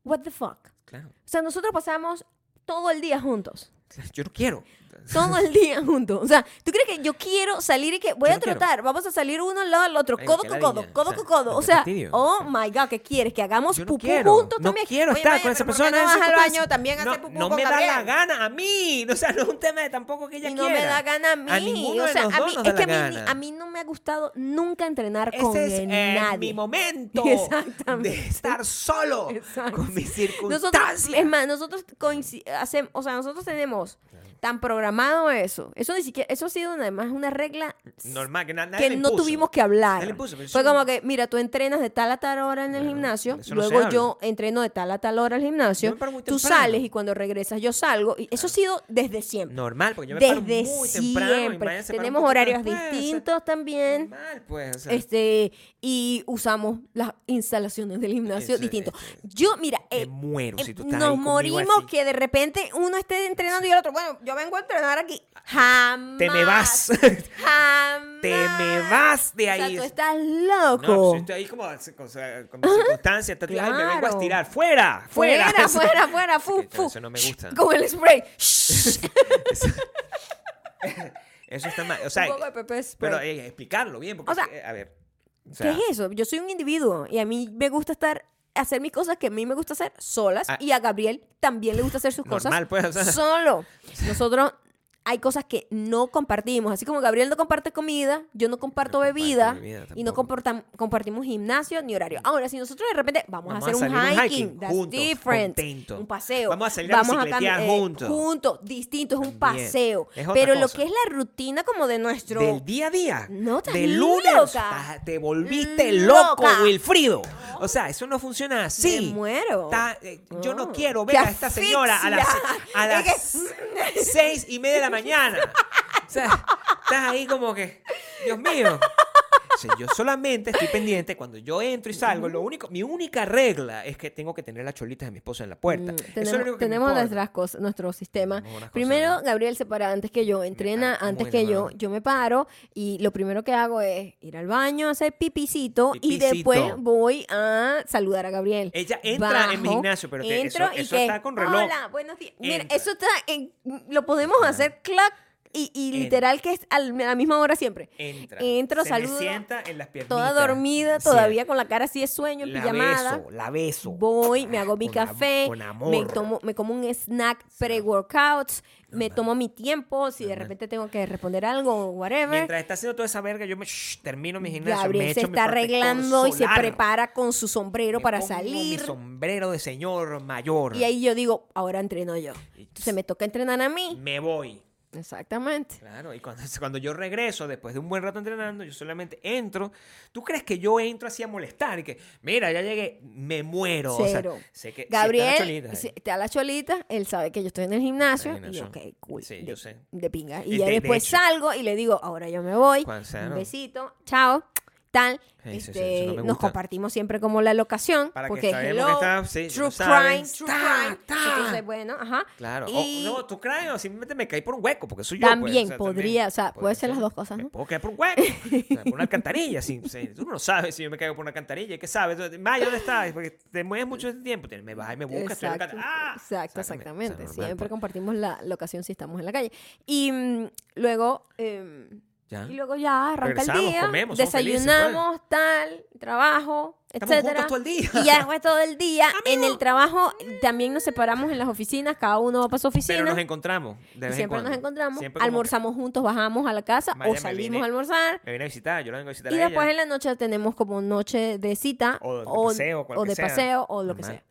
Speaker 1: what the fuck.
Speaker 2: Claro.
Speaker 1: O sea, nosotros pasamos todo el día juntos.
Speaker 2: Yo no quiero.
Speaker 1: Todo el día juntos. O sea, ¿tú crees que yo quiero salir y que voy
Speaker 2: Yo
Speaker 1: a
Speaker 2: no quiero.
Speaker 1: trotar? Vamos a salir uno al lado del otro,
Speaker 2: Ay,
Speaker 1: codo
Speaker 2: qué
Speaker 1: con codo,
Speaker 2: ladilla.
Speaker 1: codo
Speaker 2: O sea,
Speaker 1: con codo.
Speaker 2: qué
Speaker 1: O sea,
Speaker 2: fastidio.
Speaker 1: oh my God, ¿qué quieres? ¿Que hagamos
Speaker 2: Yo no
Speaker 1: pupú
Speaker 2: quiero,
Speaker 1: juntos
Speaker 2: no
Speaker 1: también?
Speaker 2: quiero
Speaker 1: Oye,
Speaker 2: estar
Speaker 1: Maya,
Speaker 2: con esa
Speaker 1: pero ¿por qué
Speaker 2: persona.
Speaker 1: No
Speaker 2: ese
Speaker 1: vas al
Speaker 2: tipo de-
Speaker 1: baño también a
Speaker 2: no,
Speaker 1: hacer pupú
Speaker 2: no
Speaker 1: con
Speaker 2: me da
Speaker 1: Gabriel?
Speaker 2: la gana a mí. O sea, no es un tema de tampoco que ella
Speaker 1: y no
Speaker 2: quiera.
Speaker 1: me da gana a mí.
Speaker 2: A ninguno
Speaker 1: o
Speaker 2: de
Speaker 1: sea,
Speaker 2: los
Speaker 1: a
Speaker 2: dos
Speaker 1: mí,
Speaker 2: nos
Speaker 1: es
Speaker 2: da
Speaker 1: que
Speaker 2: la
Speaker 1: a, mí,
Speaker 2: gana.
Speaker 1: a mí no me ha gustado nunca entrenar con
Speaker 2: Ese es eh,
Speaker 1: nadie.
Speaker 2: mi momento
Speaker 1: Exactamente.
Speaker 2: de estar solo
Speaker 1: Exacto.
Speaker 2: con mis circunstancias.
Speaker 1: Nosotros, es más, nosotros coinci- hacemos, o sea, nosotros tenemos tan programado eso. Eso ni siquiera, eso ha sido además una regla
Speaker 2: Normal, que na- nadie
Speaker 1: que
Speaker 2: le
Speaker 1: no
Speaker 2: impuso.
Speaker 1: tuvimos que hablar.
Speaker 2: Nadie le impuso, pero
Speaker 1: Fue
Speaker 2: eso-
Speaker 1: como que, mira, tú entrenas de tal a tal hora en el
Speaker 2: Claro,
Speaker 1: gimnasio,
Speaker 2: eso no se
Speaker 1: luego
Speaker 2: habla.
Speaker 1: yo entreno de tal a tal hora al
Speaker 2: Yo
Speaker 1: gimnasio,
Speaker 2: me paro muy
Speaker 1: tú
Speaker 2: temprano.
Speaker 1: sales y cuando regresas yo salgo. Y eso ha sido desde siempre.
Speaker 2: Normal, porque yo me paro
Speaker 1: desde
Speaker 2: muy temprano. y
Speaker 1: siempre.
Speaker 2: Maya se para un
Speaker 1: Tenemos
Speaker 2: poquito
Speaker 1: horarios
Speaker 2: después, o sea,
Speaker 1: distintos también.
Speaker 2: Normal, pues. o sea,
Speaker 1: Este, y usamos las instalaciones del gimnasio
Speaker 2: Eso,
Speaker 1: distintos.
Speaker 2: este,
Speaker 1: Yo, mira,
Speaker 2: me
Speaker 1: eh,
Speaker 2: muero
Speaker 1: eh,
Speaker 2: si tú estás ahí
Speaker 1: nos
Speaker 2: conmigo
Speaker 1: morimos
Speaker 2: así.
Speaker 1: que de repente uno esté entrenando y el otro, bueno, yo vengo a entrenar aquí. Jamás.
Speaker 2: Te me vas.
Speaker 1: Jamás.
Speaker 2: Te me vas de
Speaker 1: O sea,
Speaker 2: ahí.
Speaker 1: tú estás
Speaker 2: No, pues,
Speaker 1: loco.
Speaker 2: yo estoy ahí como o sea, con mis circunstancias. tal, tal, ay, me vengo a
Speaker 1: Claro.
Speaker 2: estirar. ¡Fuera!
Speaker 1: fuera,
Speaker 2: ¡Fuera!
Speaker 1: fuera, fuera, fu,
Speaker 2: Eso-
Speaker 1: fu.
Speaker 2: Eso no me gusta.
Speaker 1: Con el spray. Shh.
Speaker 2: Eso, eso está mal. O sea,
Speaker 1: Un poco de pepper spray.
Speaker 2: pero eh, explicarlo bien. Porque,
Speaker 1: O sea,
Speaker 2: eh, a ver. o
Speaker 1: ¿Qué
Speaker 2: sea,
Speaker 1: es eso? Yo soy un individuo y a mí me gusta estar hacer mis cosas que a mí me gusta hacer solas
Speaker 2: Ah.
Speaker 1: y a Gabriel también le gusta hacer sus cosas
Speaker 2: Normal, pues, o sea.
Speaker 1: solo. Nosotros hay cosas que no compartimos, así como Gabriel no comparte comida, yo no comparto
Speaker 2: comparto
Speaker 1: bebida
Speaker 2: bebida
Speaker 1: y no
Speaker 2: tampoco.
Speaker 1: comportam- compartimos gimnasio ni horario. Ahora, si nosotros de repente vamos,
Speaker 2: Vamos
Speaker 1: a hacer
Speaker 2: a
Speaker 1: un
Speaker 2: salir
Speaker 1: hiking,
Speaker 2: un hiking
Speaker 1: that's
Speaker 2: juntos,
Speaker 1: different,
Speaker 2: contento.
Speaker 1: un paseo,
Speaker 2: Vamos a salir a bicicletear
Speaker 1: cam- eh,
Speaker 2: juntos.
Speaker 1: juntos, distinto, es un
Speaker 2: También.
Speaker 1: paseo.
Speaker 2: Es otra
Speaker 1: Pero lo
Speaker 2: cosa.
Speaker 1: que es la rutina como de nuestro
Speaker 2: Del día a día.
Speaker 1: No, estás
Speaker 2: de lunes.
Speaker 1: loca.
Speaker 2: estás- Te volviste loco,
Speaker 1: Loca.
Speaker 2: Wilfrido. O sea, eso no funciona así.
Speaker 1: Me muero.
Speaker 2: Está- eh, yo no
Speaker 1: No.
Speaker 2: quiero
Speaker 1: ¡Qué
Speaker 2: ver a esta señora a las,
Speaker 1: asfixia!
Speaker 2: a
Speaker 1: Es
Speaker 2: las seis y media de la mañana. O sea, estás ahí como que, Dios mío. O sea, yo solamente estoy pendiente cuando yo entro y salgo. Lo único, mi única regla es que tengo que tener las cholitas de mi esposa en la puerta.
Speaker 1: Mm,
Speaker 2: Eso es lo único
Speaker 1: tenemos
Speaker 2: que me
Speaker 1: tenemos
Speaker 2: importa.
Speaker 1: nuestras cosas, nuestro sistema.
Speaker 2: Tenemos unas cosas-
Speaker 1: Primero, Gabriel se para antes que yo, entrena
Speaker 2: parece
Speaker 1: antes
Speaker 2: muy
Speaker 1: que yo,
Speaker 2: raro.
Speaker 1: yo me paro y lo primero que hago es ir al baño, hacer pipicito,
Speaker 2: Pipicito.
Speaker 1: y después voy a saludar a Gabriel.
Speaker 2: Ella entra en mi
Speaker 1: Bajo,
Speaker 2: gimnasio, pero te-
Speaker 1: entro
Speaker 2: eso,
Speaker 1: y
Speaker 2: eso
Speaker 1: que,
Speaker 2: está con reloj.
Speaker 1: Hola, buenos días. Mira,
Speaker 2: Entra.
Speaker 1: eso está en, lo podemos hacer clac y, y
Speaker 2: Entra.
Speaker 1: literal que es al- a la misma hora siempre.
Speaker 2: Entra.
Speaker 1: Entro,
Speaker 2: se
Speaker 1: saludo,
Speaker 2: Me sienta en las piernitas.
Speaker 1: Toda dormida,
Speaker 2: Sí.
Speaker 1: todavía con la cara así de sueño, en
Speaker 2: La
Speaker 1: pijamada.
Speaker 2: beso, la beso.
Speaker 1: Voy, me hago mi
Speaker 2: Con am-
Speaker 1: café,
Speaker 2: con amor.
Speaker 1: Me, tomo, me como un snack pre-workouts, me tomo mi tiempo, si de
Speaker 2: Normal.
Speaker 1: repente tengo que responder algo, whatever.
Speaker 2: Mientras está haciendo toda esa verga, yo me shh, termino mi gimnasio. me
Speaker 1: Gabriel se
Speaker 2: echo mi
Speaker 1: está
Speaker 2: protector
Speaker 1: arreglando y se
Speaker 2: solar,
Speaker 1: prepara con su sombrero
Speaker 2: me
Speaker 1: para
Speaker 2: pongo Mi
Speaker 1: salir.
Speaker 2: sombrero de señor mayor.
Speaker 1: Y ahí yo digo, ahora entreno yo.
Speaker 2: Y-
Speaker 1: Se me toca entrenar a mí.
Speaker 2: Me voy.
Speaker 1: Exactamente.
Speaker 2: Claro, y cuando, cuando yo regreso después de un buen rato entrenando, yo solamente entro. ¿Tú crees que yo entro así a molestar? Y que, mira, ya llegué, me muero. O sea,
Speaker 1: Cero.
Speaker 2: sé que, sí están las
Speaker 1: Gabriel
Speaker 2: cholitas
Speaker 1: si
Speaker 2: ahí.
Speaker 1: está a la cholita, él sabe que yo estoy en el gimnasio.
Speaker 2: En el
Speaker 1: Y yo, ok,
Speaker 2: eh. gimnasio.
Speaker 1: cool.
Speaker 2: Sí,
Speaker 1: de,
Speaker 2: yo sé.
Speaker 1: de pinga.
Speaker 2: Y
Speaker 1: Y ya
Speaker 2: de- de
Speaker 1: después
Speaker 2: hecho.
Speaker 1: salgo y le digo, ahora yo me voy.
Speaker 2: Cuando sea,
Speaker 1: Un
Speaker 2: ¿no?
Speaker 1: besito, chao. Tal.
Speaker 2: Sí, sí, sí,
Speaker 1: Este,
Speaker 2: eso no me
Speaker 1: nos
Speaker 2: gusta.
Speaker 1: compartimos siempre como la locación.
Speaker 2: Para que
Speaker 1: porque
Speaker 2: sabemos
Speaker 1: hello,
Speaker 2: que está- sí,
Speaker 1: true
Speaker 2: lo saben.
Speaker 1: crime, true
Speaker 2: Ta,
Speaker 1: crime.
Speaker 2: ta.
Speaker 1: Entonces, bueno, ajá.
Speaker 2: Claro. O-
Speaker 1: Y
Speaker 2: no, tú crees, o simplemente me caí por un hueco, porque soy yo.
Speaker 1: También,
Speaker 2: pues, o sea,
Speaker 1: podría, o sea, puede ser las dos cosas,
Speaker 2: Me
Speaker 1: ¿no?
Speaker 2: puedo caer por un hueco, o sea, por una alcantarilla. si, si- tú no sabes si yo me caigo por una alcantarilla. ¿Qué sabes? Maya, ¿dónde estás? Porque te mueves mucho de tiempo. te- Me vas y me buscas. estoy en la
Speaker 1: Exacto,
Speaker 2: alcantarilla. ¡Ah!
Speaker 1: exacto,
Speaker 2: Sácame.
Speaker 1: exactamente.
Speaker 2: O sea, normal,
Speaker 1: Siempre
Speaker 2: pues.
Speaker 1: compartimos la locación si estamos en la calle. Y mm, luego, eh,
Speaker 2: Ya.
Speaker 1: y luego ya arranca el
Speaker 2: Ah. Regresamos,
Speaker 1: día,
Speaker 2: comemos, somos felices, pues.
Speaker 1: desayunamos, tal, trabajo,
Speaker 2: Estamos
Speaker 1: etcétera.
Speaker 2: juntos todo el día.
Speaker 1: Y ya después todo el día en el trabajo también nos separamos en las oficinas, cada uno va para su oficina.
Speaker 2: Pero nos encontramos. de
Speaker 1: y
Speaker 2: vez en
Speaker 1: siempre nos
Speaker 2: cuando.
Speaker 1: encontramos,
Speaker 2: Siempre como que-
Speaker 1: almorzamos juntos, bajamos a la casa
Speaker 2: Maya,
Speaker 1: o
Speaker 2: me
Speaker 1: salimos
Speaker 2: vine.
Speaker 1: a almorzar.
Speaker 2: Me viene a visitar, yo la vengo a visitar
Speaker 1: Y
Speaker 2: a ella.
Speaker 1: después en la noche tenemos como noche de cita
Speaker 2: O de paseo, cual
Speaker 1: o
Speaker 2: que
Speaker 1: de
Speaker 2: sea.
Speaker 1: paseo o lo que
Speaker 2: Normal.
Speaker 1: sea.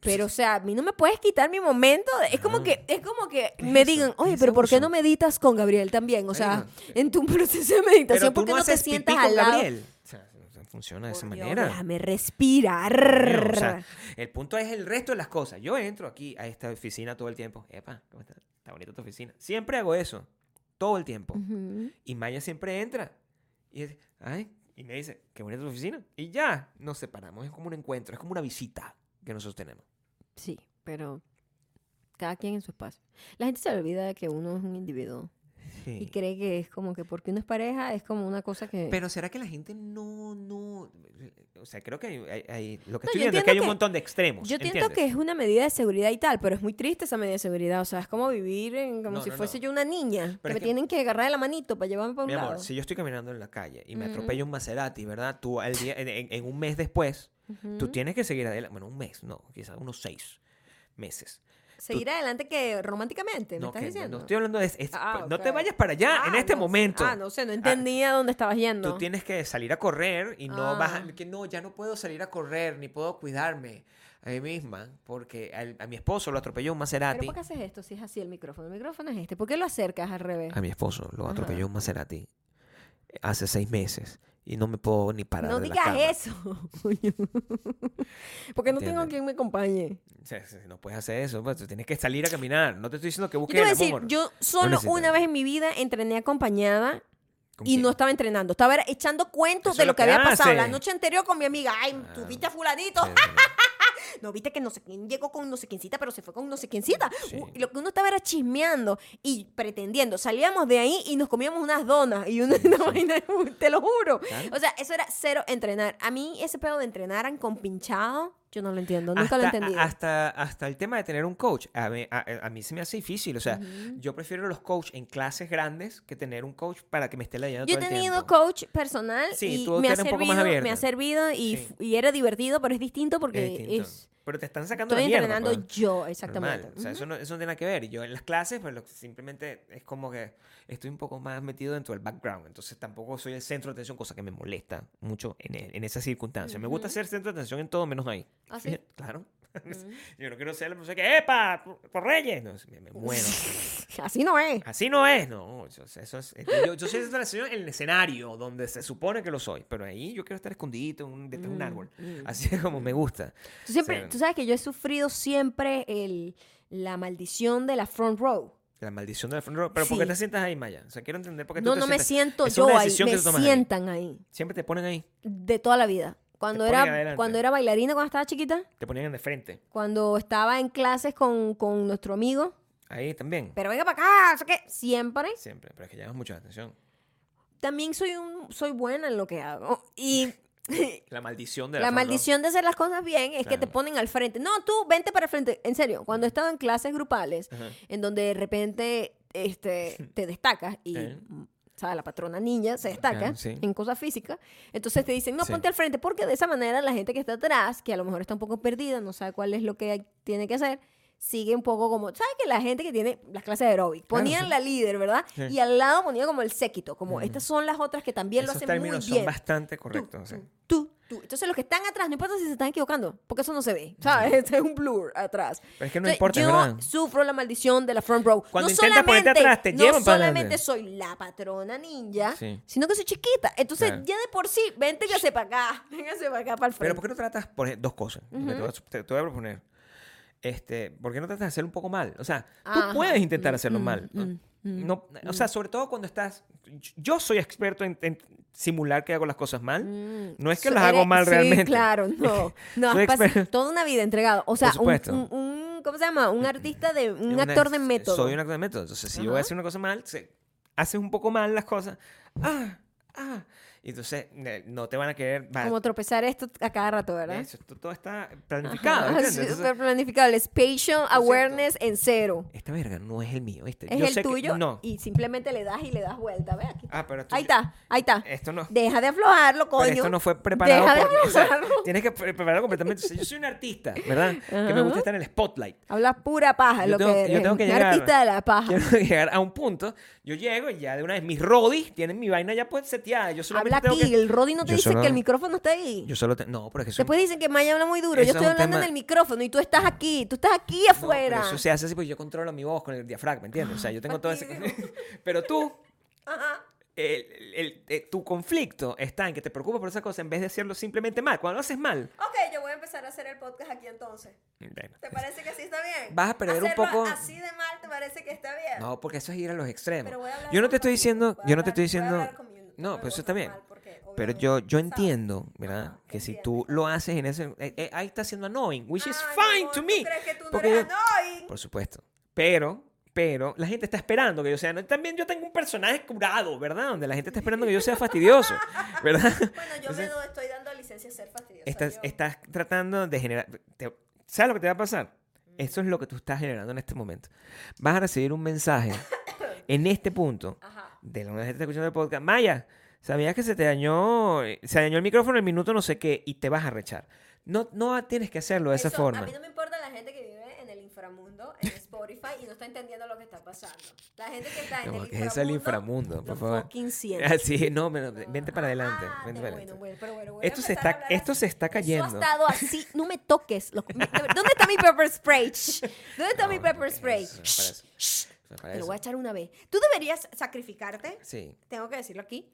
Speaker 1: Pero, o sea, a mí no me puedes quitar mi momento. de- es
Speaker 2: Ah.
Speaker 1: como que, es como que me
Speaker 2: eso?
Speaker 1: digan,
Speaker 2: ¿Qué
Speaker 1: oye,
Speaker 2: es
Speaker 1: pero ¿por qué
Speaker 2: eso?
Speaker 1: no meditas con Gabriel también? O sea,
Speaker 2: Marica,
Speaker 1: en tu proceso de meditación,
Speaker 2: Pero
Speaker 1: ¿por
Speaker 2: tú
Speaker 1: qué
Speaker 2: no
Speaker 1: no, te
Speaker 2: haces
Speaker 1: sientas
Speaker 2: pipí
Speaker 1: al
Speaker 2: con
Speaker 1: lado?
Speaker 2: Gabriel. O sea, no funciona de esa
Speaker 1: Por Dios,
Speaker 2: manera.
Speaker 1: Déjame
Speaker 2: Bueno,
Speaker 1: respirar.
Speaker 2: o sea, el punto es el resto de las cosas. Yo entro aquí a esta oficina todo el tiempo. Epa, ¿cómo está? Está bonita tu oficina. Siempre hago eso. Todo el tiempo.
Speaker 1: Ujú.
Speaker 2: Y Maya siempre entra. Y, es- ay, y me dice, qué bonita tu oficina. Y ya, nos separamos. Es como un encuentro, es como una visita que nosotros tenemos.
Speaker 1: Sí, pero cada quien en su espacio. La gente se le olvida de que uno es un individuo y
Speaker 2: Sí.
Speaker 1: cree que es como que porque uno es pareja es como una cosa que...
Speaker 2: Pero será que la gente no, no, o sea, creo que hay, hay- hay- lo que
Speaker 1: No, yo
Speaker 2: estoy viendo es
Speaker 1: entiendo
Speaker 2: que hay un
Speaker 1: que-
Speaker 2: montón de extremos.
Speaker 1: Yo
Speaker 2: ¿entiendes?
Speaker 1: entiendo que es una medida de seguridad y tal, pero es muy triste esa medida de seguridad. O sea, es como vivir en- como
Speaker 2: No,
Speaker 1: si
Speaker 2: no,
Speaker 1: fuese
Speaker 2: no.
Speaker 1: yo una niña. que
Speaker 2: Pero
Speaker 1: me
Speaker 2: es que-
Speaker 1: tienen que agarrar de la manito para llevarme para un
Speaker 2: Mi amor,
Speaker 1: lado.
Speaker 2: si yo estoy caminando en la calle y me
Speaker 1: Ujú.
Speaker 2: atropella un Maserati, ¿verdad? Tú al día, en, en- en un mes después,
Speaker 1: Ujú.
Speaker 2: tú tienes que seguir adelante. Bueno, un mes, no, quizás unos seis meses.
Speaker 1: Seguir adelante que románticamente, ¿me
Speaker 2: No,
Speaker 1: estás
Speaker 2: que-
Speaker 1: diciendo?
Speaker 2: no estoy hablando de... es-
Speaker 1: Ah,
Speaker 2: No te
Speaker 1: ok.
Speaker 2: vayas para allá en
Speaker 1: Ah,
Speaker 2: este
Speaker 1: no sé.
Speaker 2: momento.
Speaker 1: Ah, no sé, no entendía dónde estabas yendo.
Speaker 2: Tú tienes que salir a correr y no vas a-
Speaker 1: Ah.
Speaker 2: que no, ya no puedo salir a correr ni puedo cuidarme a mí misma porque al- a mi esposo lo atropelló un
Speaker 1: ¿Pero
Speaker 2: Maserati.
Speaker 1: por qué haces esto si es así el micrófono? El micrófono es este. ¿Por qué lo acercas al revés?
Speaker 2: A mi esposo lo
Speaker 1: Ajá.
Speaker 2: atropelló un Maserati eh, hace seis meses y no me puedo ni parar
Speaker 1: no
Speaker 2: de la
Speaker 1: digas
Speaker 2: cama.
Speaker 1: eso. coño. porque no tengo
Speaker 2: Entiende.
Speaker 1: quien me acompañe.
Speaker 2: O sea, si no puedes hacer eso, pues tú tienes que salir a caminar. No te estoy diciendo que
Speaker 1: Yo
Speaker 2: busques
Speaker 1: te voy a
Speaker 2: el
Speaker 1: decir,
Speaker 2: amor.
Speaker 1: yo solo
Speaker 2: necesitas.
Speaker 1: una vez en mi vida entrené acompañada
Speaker 2: ¿Con
Speaker 1: Y
Speaker 2: quién?
Speaker 1: no estaba entrenando, estaba era echando cuentos
Speaker 2: Eso
Speaker 1: de
Speaker 2: es
Speaker 1: lo
Speaker 2: lo
Speaker 1: que,
Speaker 2: que
Speaker 1: había pasado
Speaker 2: hace.
Speaker 1: la noche anterior con mi amiga. Ay, tú
Speaker 2: Claro.
Speaker 1: viste a fulanito.
Speaker 2: Sí, sí, sí.
Speaker 1: No viste que no sé quién llegó con no sé quiéncita, pero se fue con no sé quiéncita.
Speaker 2: Sí.
Speaker 1: Uh, y lo que uno estaba era chismeando y pretendiendo. Salíamos de ahí y nos comíamos unas donas y una, una vaina, te lo juro.
Speaker 2: Claro.
Speaker 1: O sea, eso era cero entrenar. A mí ese pedo de entrenar con pinchado, yo no lo entiendo, nunca lo he
Speaker 2: Hasta-
Speaker 1: entendido.
Speaker 2: Hasta, hasta el tema de tener un coach, a mí, a- a mí se me hace difícil. O sea,
Speaker 1: Ujú.
Speaker 2: yo prefiero los coaches en clases grandes que tener un coach para que me esté leyendo
Speaker 1: Yo he
Speaker 2: todo el
Speaker 1: tenido
Speaker 2: tiempo.
Speaker 1: coach personal
Speaker 2: Sí,
Speaker 1: y
Speaker 2: tú
Speaker 1: me ha,
Speaker 2: eres un poco más
Speaker 1: servido, me
Speaker 2: abierta.
Speaker 1: ha servido y,
Speaker 2: Sí.
Speaker 1: f- y era divertido, pero es distinto porque
Speaker 2: Es distinto.
Speaker 1: es...
Speaker 2: Pero te están sacando
Speaker 1: Estoy
Speaker 2: la mierda,
Speaker 1: entrenando
Speaker 2: pues.
Speaker 1: yo,
Speaker 2: Normal.
Speaker 1: exactamente.
Speaker 2: O sea,
Speaker 1: Ujú.
Speaker 2: eso, no, eso no tiene nada que ver. Y yo en las clases, pues lo que simplemente es como que estoy un poco más metido dentro del background. Entonces tampoco soy el centro de atención, cosa que me molesta mucho en, e- en esas circunstancias. Me gusta
Speaker 1: Ujú.
Speaker 2: ser centro de atención en todo menos ahí.
Speaker 1: ¿Ah, sí?
Speaker 2: Claro.
Speaker 1: Ujú.
Speaker 2: Yo no quiero ser la persona que, ¡epa! ¡Por Reyes! No, me, me muero.
Speaker 1: Así no es.
Speaker 2: Así no es, no. Eso, eso es, este, yo, yo soy centro de atención en el escenario donde se supone que lo soy. Pero ahí yo quiero estar escondido en un- detrás de un
Speaker 1: Mm,
Speaker 2: árbol.
Speaker 1: mm.
Speaker 2: Así es como me gusta.
Speaker 1: Tú, siempre,
Speaker 2: sea,
Speaker 1: tú sabes que yo he sufrido siempre el, la maldición de la front row.
Speaker 2: La maldición del front row. Pero ¿por qué
Speaker 1: Sí.
Speaker 2: te sientas ahí, Maya? O sea, quiero entender por qué
Speaker 1: No,
Speaker 2: tú te
Speaker 1: no me
Speaker 2: sientas-
Speaker 1: siento
Speaker 2: es
Speaker 1: yo
Speaker 2: una
Speaker 1: ahí,
Speaker 2: decisión
Speaker 1: me
Speaker 2: que tú tomas ahí.
Speaker 1: sientan ahí.
Speaker 2: Siempre te ponen ahí.
Speaker 1: De toda la vida. Cuando
Speaker 2: Te ponen adelante.
Speaker 1: era, cuando era bailarina, cuando estaba chiquita,
Speaker 2: Te ponían de frente.
Speaker 1: cuando estaba en clases con, con nuestro amigo,
Speaker 2: Ahí también.
Speaker 1: pero venga para acá, no sé qué, siempre.
Speaker 2: Siempre. Pero es que llamas mucho la atención.
Speaker 1: También soy, un, soy buena en lo que hago. Y
Speaker 2: La maldición de la
Speaker 1: Eh, la
Speaker 2: front row.
Speaker 1: maldición de hacer las cosas bien es que te
Speaker 2: Claro.
Speaker 1: ponen al frente. No, tú, vente para el frente. En serio, cuando he estado en clases grupales,
Speaker 2: Ajá.
Speaker 1: en donde de repente este, te destacas y
Speaker 2: Eh.
Speaker 1: mm, ¿sabes? la patrona niña se destaca
Speaker 2: Claro, sí.
Speaker 1: en cosas físicas, entonces te dicen, no,
Speaker 2: Sí.
Speaker 1: ponte al frente porque de esa manera la gente que está atrás, que a lo mejor está un poco perdida, no sabe cuál es lo que hay- tiene que hacer. Sigue un poco como, ¿sabes que la gente que tiene las clases de aeróbic?
Speaker 2: Claro,
Speaker 1: Ponían
Speaker 2: sí.
Speaker 1: la líder, ¿verdad?
Speaker 2: Sí.
Speaker 1: Y al lado ponían como el séquito, como estas son las otras que también
Speaker 2: Esos
Speaker 1: lo hacen muy bien.
Speaker 2: términos son bastante correctos.
Speaker 1: Tú,
Speaker 2: sí.
Speaker 1: tú, tú. Entonces los que están atrás, no importa si se están equivocando, porque eso no se ve, ¿sabes? Este es un blur atrás.
Speaker 2: Pero es que no
Speaker 1: Entonces,
Speaker 2: importa, es
Speaker 1: yo
Speaker 2: ¿verdad?
Speaker 1: sufro la maldición de la front row.
Speaker 2: Cuando
Speaker 1: no
Speaker 2: intentas ponerte
Speaker 1: solamente,
Speaker 2: atrás, te
Speaker 1: no
Speaker 2: llevan para
Speaker 1: solamente
Speaker 2: adelante.
Speaker 1: soy la patrona ninja,
Speaker 2: Sí.
Speaker 1: sino que soy chiquita. Entonces,
Speaker 2: Claro.
Speaker 1: ya de por sí, vente que sepa acá, véngase para acá para el
Speaker 2: Pero
Speaker 1: frente.
Speaker 2: ¿por qué no tratas por ej- dos cosas? Lo que te, voy a, su- te- te voy a proponer. Este, ¿Por qué no tratas de hacerlo un poco mal? O sea, tú
Speaker 1: Ajá.
Speaker 2: puedes intentar hacerlo
Speaker 1: mm,
Speaker 2: mal. ¿no?
Speaker 1: mm,
Speaker 2: No, o sea, sobre todo cuando estás... Yo soy experto en, en simular que hago las cosas mal.
Speaker 1: Mm,
Speaker 2: No es que
Speaker 1: so-
Speaker 2: las hago
Speaker 1: eres-
Speaker 2: mal
Speaker 1: sí,
Speaker 2: realmente.
Speaker 1: claro, no. No,
Speaker 2: Soy
Speaker 1: has pas-
Speaker 2: experto.
Speaker 1: toda una vida entregado. O sea, un,
Speaker 2: supuesto.
Speaker 1: un- un- ¿cómo se llama? Un artista de, un
Speaker 2: Una-
Speaker 1: actor de método.
Speaker 2: Soy un actor de método. Entonces, si yo voy a
Speaker 1: Ajá.
Speaker 2: hacer una cosa mal, se- haces un poco mal las cosas. Ah, ah. Y entonces eh, no te van a querer... va,
Speaker 1: Como tropezar esto a cada rato, ¿verdad?
Speaker 2: eso, esto todo está
Speaker 1: Ajá,
Speaker 2: planificado. ¿entiendes?
Speaker 1: sí,
Speaker 2: Entonces,
Speaker 1: súper planificado. El spatial awareness en cero.
Speaker 2: esta verga no es el mío. Este.
Speaker 1: Es
Speaker 2: Yo
Speaker 1: el
Speaker 2: sé que-
Speaker 1: tuyo
Speaker 2: no.
Speaker 1: y simplemente le das y le das vuelta. Ve aquí.
Speaker 2: Ah, pero esto
Speaker 1: Ahí
Speaker 2: yo-
Speaker 1: está, ahí está.
Speaker 2: Esto no.
Speaker 1: Deja de aflojarlo,
Speaker 2: Pero
Speaker 1: coño.
Speaker 2: esto no fue preparado.
Speaker 1: Deja de
Speaker 2: por- o sea,
Speaker 1: hablarlo.
Speaker 2: tienes que pre- prepararlo completamente. O sea, yo soy un artista, ¿verdad? Que me gusta
Speaker 1: Ajá.
Speaker 2: estar en el spotlight.
Speaker 1: Hablas pura paja,
Speaker 2: Yo
Speaker 1: lo
Speaker 2: tengo-
Speaker 1: que
Speaker 2: yo
Speaker 1: eres.
Speaker 2: tengo que
Speaker 1: Un
Speaker 2: llegar.
Speaker 1: artista de la paja.
Speaker 2: Quiero llegar a un punto. Yo llego y ya de una vez mis rodis tienen mi vaina ya pues seteada. Yo solamente
Speaker 1: Habla aquí,
Speaker 2: tengo que-
Speaker 1: el Roddy no te
Speaker 2: Yo
Speaker 1: dice
Speaker 2: solo-
Speaker 1: que el micrófono está ahí.
Speaker 2: Yo solo te- No, pero es que soy...
Speaker 1: Después dicen que Maya habla muy duro. Yo
Speaker 2: Eso es
Speaker 1: estoy
Speaker 2: un
Speaker 1: hablando
Speaker 2: tema-
Speaker 1: en el micrófono y tú estás aquí, tú estás aquí
Speaker 2: No, pero
Speaker 1: afuera.
Speaker 2: eso se hace así porque yo controlo mi voz con el diafragma, ¿entiendes? O sea, yo tengo todo ese...
Speaker 1: fastidio.
Speaker 2: pero tú...
Speaker 1: Ajá.
Speaker 2: el- el- el- eh, tu conflicto está en que te preocupas por esa cosa en vez de hacerlo simplemente mal. Cuando lo haces mal,
Speaker 1: Ok, yo voy a empezar a hacer el podcast aquí entonces.
Speaker 2: bueno,
Speaker 1: ¿Te parece que así está bien?
Speaker 2: Vas a perder un
Speaker 1: Hacerlo
Speaker 2: poco-
Speaker 1: así de mal te parece que está bien.
Speaker 2: No, porque eso es ir a los extremos.
Speaker 1: Pero voy a hablar
Speaker 2: Yo no
Speaker 1: con
Speaker 2: te estoy
Speaker 1: papi,
Speaker 2: diciendo,
Speaker 1: voy a
Speaker 2: yo no te estoy
Speaker 1: hablar- voy a
Speaker 2: diciendo,
Speaker 1: hablar con mi- con
Speaker 2: no,
Speaker 1: mi
Speaker 2: pero eso
Speaker 1: voz
Speaker 2: está bien.
Speaker 1: normal, porque
Speaker 2: Pero
Speaker 1: obviamente,
Speaker 2: yo, yo
Speaker 1: ¿sabes?
Speaker 2: entiendo, ¿verdad?
Speaker 1: Ajá,
Speaker 2: Que si
Speaker 1: entiendo.
Speaker 2: tú lo haces en ese, eh, eh, ahí está siendo annoying, which is
Speaker 1: Ay, mi
Speaker 2: fine
Speaker 1: amor,
Speaker 2: to
Speaker 1: ¿tú
Speaker 2: me.
Speaker 1: crees que tú no
Speaker 2: Porque
Speaker 1: eres
Speaker 2: yo-
Speaker 1: annoying?
Speaker 2: por supuesto. Pero, pero la gente está esperando que yo sea, no, también yo tengo un personaje curado, ¿verdad? Donde la gente está esperando que yo sea fastidioso, ¿verdad?
Speaker 1: Bueno, yo me
Speaker 2: Entonces,
Speaker 1: doy- estoy dando licencia a ser fastidiosa.
Speaker 2: estás,
Speaker 1: yo.
Speaker 2: estás tratando de generar. te- ¿Sabes lo que te va a pasar?
Speaker 1: Mm.
Speaker 2: Eso es lo que tú estás generando en este momento. Vas a recibir un mensaje en este punto
Speaker 1: Ajá.
Speaker 2: de la gente que está escuchando el podcast. Maya, ¿sabías que se te dañó, se dañó el micrófono en el minuto no sé qué y te vas a rechar? No, no tienes que hacerlo de esa
Speaker 1: Eso, A
Speaker 2: forma.
Speaker 1: mí no me importa la gente que vive en el inframundo, en Spotify, y no está entendiendo lo que está pasando. La gente que está en
Speaker 2: No,
Speaker 1: el
Speaker 2: que
Speaker 1: inframundo.
Speaker 2: es el inframundo, por
Speaker 1: lo
Speaker 2: favor.
Speaker 1: fucking siente.
Speaker 2: Así, Ah, no, pero vente para adelante.
Speaker 1: Ah,
Speaker 2: vente
Speaker 1: de- bueno,
Speaker 2: para adelante.
Speaker 1: bueno, pero bueno, voy a
Speaker 2: Esto se
Speaker 1: empezar a
Speaker 2: está,
Speaker 1: hablar
Speaker 2: esto
Speaker 1: así.
Speaker 2: se está cayendo.
Speaker 1: Eso ha estado así. No me toques. lo- mi- ¿Dónde está mi pepper spray? Shh. ¿Dónde está
Speaker 2: No,
Speaker 1: mi
Speaker 2: no,
Speaker 1: pepper
Speaker 2: eso
Speaker 1: spray?
Speaker 2: no es para
Speaker 1: Shh,
Speaker 2: eso.
Speaker 1: shh.
Speaker 2: O sea, para
Speaker 1: Te lo
Speaker 2: eso.
Speaker 1: voy a echar una vez. Tú deberías sacrificarte,
Speaker 2: Sí,
Speaker 1: tengo que decirlo aquí,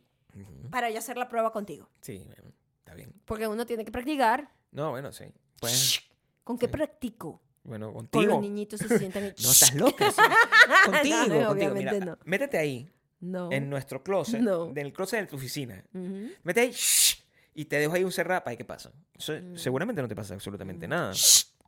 Speaker 1: para yo hacer la prueba contigo.
Speaker 2: sí, bueno, está bien.
Speaker 1: Porque uno tiene que practicar.
Speaker 2: No, bueno, sí. Pues,
Speaker 1: ¿Con qué practico?
Speaker 2: bueno,
Speaker 1: Con los
Speaker 2: contigo. No
Speaker 1: niñitos se sientan y-
Speaker 2: estás loca. sí. Contigo,
Speaker 1: No, no,
Speaker 2: contigo. Mira,
Speaker 1: obviamente no.
Speaker 2: métete ahí,
Speaker 1: No.
Speaker 2: en nuestro closet,
Speaker 1: No.
Speaker 2: en el closet de tu oficina.
Speaker 1: Ujú.
Speaker 2: Mete ahí shh, y te dejo ahí un cerrapa. ¿Y qué pasa? Eso-
Speaker 1: Mm.
Speaker 2: Seguramente no te pasa absolutamente nada.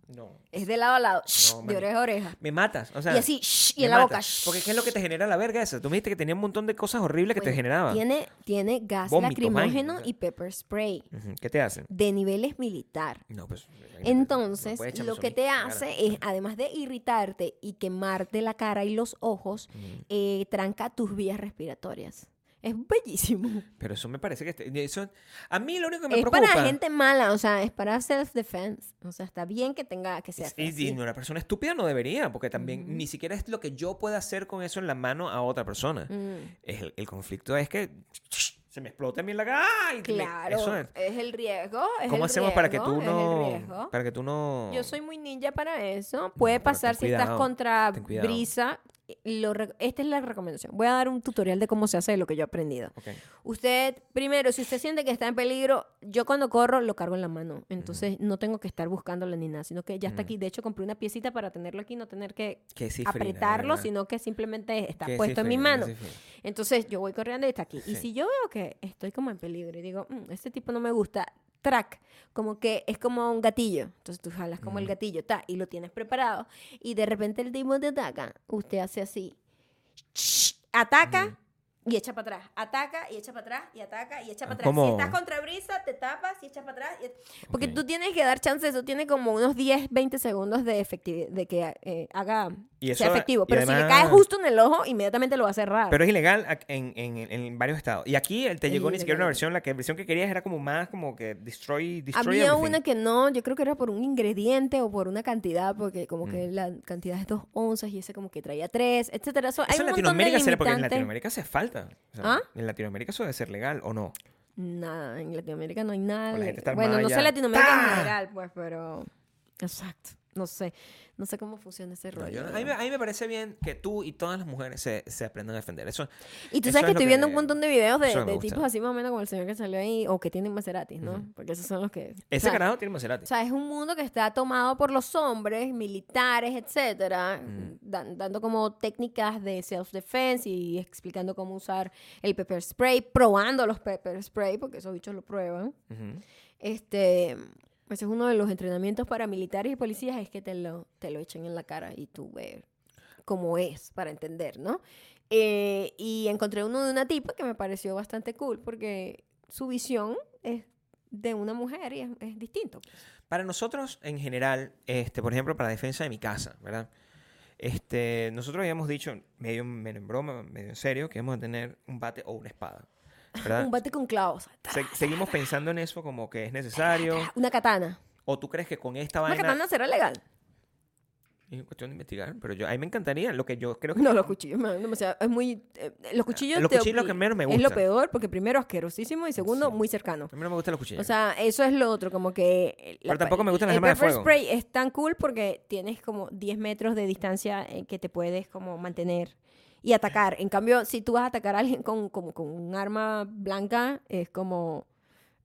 Speaker 2: No.
Speaker 1: Es de lado a lado, shh, de
Speaker 2: manito.
Speaker 1: oreja a oreja.
Speaker 2: Me matas. O sea,
Speaker 1: Y así, shh, y
Speaker 2: me
Speaker 1: en la boca.
Speaker 2: matas.
Speaker 1: shh.
Speaker 2: Porque ¿qué es lo que te genera la verga esa? Tú me dijiste que tenía un montón de cosas horribles que te
Speaker 1: Bueno,
Speaker 2: generaban.
Speaker 1: Tiene, tiene gas
Speaker 2: Vómito,
Speaker 1: lacrimógeno
Speaker 2: vaina, o sea.
Speaker 1: y pepper spray
Speaker 2: Ujú, ¿Qué te hacen?
Speaker 1: de niveles militar.
Speaker 2: No, pues.
Speaker 1: Entonces,
Speaker 2: no puedes echarme
Speaker 1: lo
Speaker 2: eso a
Speaker 1: que
Speaker 2: mí.
Speaker 1: te
Speaker 2: Claro.
Speaker 1: hace es, además de irritarte y quemarte la cara y los ojos,
Speaker 2: Mm,
Speaker 1: eh, tranca tus vías respiratorias. Es bellísimo.
Speaker 2: Pero eso me parece que. este- eso, a mí lo único que me
Speaker 1: Es
Speaker 2: preocupa.
Speaker 1: para gente mala, o sea, es para self-defense. O sea, está bien que tenga que sea.
Speaker 2: es- Y, y una persona estúpida no debería, porque también ni siquiera es lo que yo pueda hacer con eso en la mano a otra persona.
Speaker 1: Mm.
Speaker 2: Es el, el conflicto es que se me explota a mí en la cara. y me-
Speaker 1: Claro,
Speaker 2: eso es.
Speaker 1: es. el riesgo. es
Speaker 2: ¿Cómo
Speaker 1: el
Speaker 2: hacemos para que
Speaker 1: riesgo,
Speaker 2: tú
Speaker 1: es el
Speaker 2: no.
Speaker 1: riesgo.
Speaker 2: Para que tú no.
Speaker 1: Yo soy muy ninja para eso. Puede
Speaker 2: pero ten
Speaker 1: pasar si estás
Speaker 2: cuidado,
Speaker 1: contra
Speaker 2: ten cuidado.
Speaker 1: brisa, lo re- esta es la recomendación. Voy a dar un tutorial de cómo se hace lo que yo he aprendido.
Speaker 2: Ok.
Speaker 1: Usted, primero, si usted siente que está en peligro, yo cuando corro lo cargo en la mano. Entonces no tengo que estar buscándolo ni nada, sino que ya está
Speaker 2: Mm.
Speaker 1: aquí. De hecho, compré una piecita para tenerlo aquí, no tener que
Speaker 2: Qué cifrina,
Speaker 1: apretarlo,
Speaker 2: ¿verdad?
Speaker 1: sino que simplemente está
Speaker 2: Qué
Speaker 1: puesto en mi
Speaker 2: cifrina,
Speaker 1: mano.
Speaker 2: qué cifrina.
Speaker 1: Entonces yo voy corriendo y está aquí. Y
Speaker 2: Sí.
Speaker 1: si yo veo que estoy como en peligro y digo, "Mm, este tipo no me gusta, track, como que es como un gatillo. Entonces tú jalas como el
Speaker 2: Mm.
Speaker 1: gatillo, ta, y lo tienes preparado. Y de repente el tipo te ataca, usted hace así, ataca. Y echa para atrás, ataca y echa para atrás, y ataca y echa para atrás.
Speaker 2: Como-
Speaker 1: Si estás contra brisa, te tapas y echas para atrás. y- Porque
Speaker 2: Ok.
Speaker 1: tú tienes que dar chance, eso tiene como unos 10, 20 segundos de, efectivi- de que eh, haga,
Speaker 2: Y eso-
Speaker 1: sea efectivo.
Speaker 2: y
Speaker 1: Pero si le
Speaker 2: además-
Speaker 1: cae justo en el ojo, inmediatamente lo va a cerrar.
Speaker 2: Pero es ilegal ac- en, en, en- en varios estados. Y aquí eh, te
Speaker 1: Es
Speaker 2: llegó ni siquiera una
Speaker 1: ilegal.
Speaker 2: versión, la que, versión que querías era como más como que destroy, destroy
Speaker 1: Había
Speaker 2: everything.
Speaker 1: una que no, yo creo que era por un ingrediente o por una cantidad, porque como que
Speaker 2: Mm.
Speaker 1: la cantidad es dos onzas y ese como que traía tres, etcétera. Eso, hay
Speaker 2: Eso en
Speaker 1: un montón de
Speaker 2: Latinoamérica será porque en
Speaker 1: limitantes.
Speaker 2: Latinoamérica hace falta. O sea,
Speaker 1: ¿Ah?
Speaker 2: En Latinoamérica eso debe ser legal o no.
Speaker 1: Nada, en Latinoamérica no hay nada.
Speaker 2: O la
Speaker 1: de-
Speaker 2: gente está ¡Ah!
Speaker 1: Bueno,
Speaker 2: armada
Speaker 1: no sé
Speaker 2: ya.
Speaker 1: Latinoamérica en
Speaker 2: ¡Pah!
Speaker 1: general, pues, pero... Exacto, no sé. No sé cómo funciona ese
Speaker 2: No, yo
Speaker 1: rollo.
Speaker 2: no-
Speaker 1: ¿no?
Speaker 2: a, mí, me- a mí me parece bien que tú y todas las mujeres se, se aprendan a defender. Eso,
Speaker 1: Y tú
Speaker 2: eso
Speaker 1: sabes
Speaker 2: es
Speaker 1: que
Speaker 2: lo
Speaker 1: estoy viendo un
Speaker 2: que-
Speaker 1: montón de videos de,
Speaker 2: eso me
Speaker 1: de
Speaker 2: gusta.
Speaker 1: tipos así más o menos como el señor que salió ahí o que tienen Maseratis, ¿no?
Speaker 2: Ujú.
Speaker 1: Porque esos son los que... o
Speaker 2: ese
Speaker 1: sea,
Speaker 2: carajo tiene Maserati.
Speaker 1: O sea, es un mundo que está tomado por los hombres, militares, etcétera,
Speaker 2: Mm.
Speaker 1: dan- dando como técnicas de self-defense y explicando cómo usar el pepper spray, probando los pepper spray, porque esos bichos lo prueban.
Speaker 2: Ujú.
Speaker 1: Este, ese es uno de los entrenamientos para militares y policías, es que te lo, te lo echen en la cara y tú ves cómo es, para entender, ¿no? Eh, y encontré uno de una tipa que me pareció bastante cool, porque su visión es de una mujer y es, es distinto. pues.
Speaker 2: Para nosotros, en general, este, por ejemplo, para defensa de mi casa, ¿verdad? Este, nosotros habíamos dicho, medio, medio en broma, medio en serio, que íbamos a tener un bate o una espada. ¿verdad?
Speaker 1: Un bate con clavos.
Speaker 2: Se- seguimos pensando en eso como que es necesario.
Speaker 1: Una katana.
Speaker 2: ¿O tú crees que con esta
Speaker 1: Una
Speaker 2: vaina...
Speaker 1: katana será legal.
Speaker 2: Es cuestión de investigar, pero yo, a mí me encantaría. Lo que yo creo que...
Speaker 1: No, los cuchillos, man, demasiado- es muy... eh, los cuchillos...
Speaker 2: Los
Speaker 1: te
Speaker 2: cuchillos lo que
Speaker 1: obli-
Speaker 2: menos me
Speaker 1: Es lo
Speaker 2: gusta.
Speaker 1: peor porque primero asquerosísimo y segundo
Speaker 2: Sí.
Speaker 1: muy cercano.
Speaker 2: A mí no me gustan los cuchillos.
Speaker 1: O sea, eso es lo otro, como que... eh, la-
Speaker 2: Pero tampoco me gustan las
Speaker 1: el
Speaker 2: armas de
Speaker 1: pepper
Speaker 2: fuego.
Speaker 1: spray es tan cool porque tienes como 10 metros de distancia en que te puedes como mantener y atacar. En cambio, si tú vas a atacar a alguien con, como con un arma blanca, es como...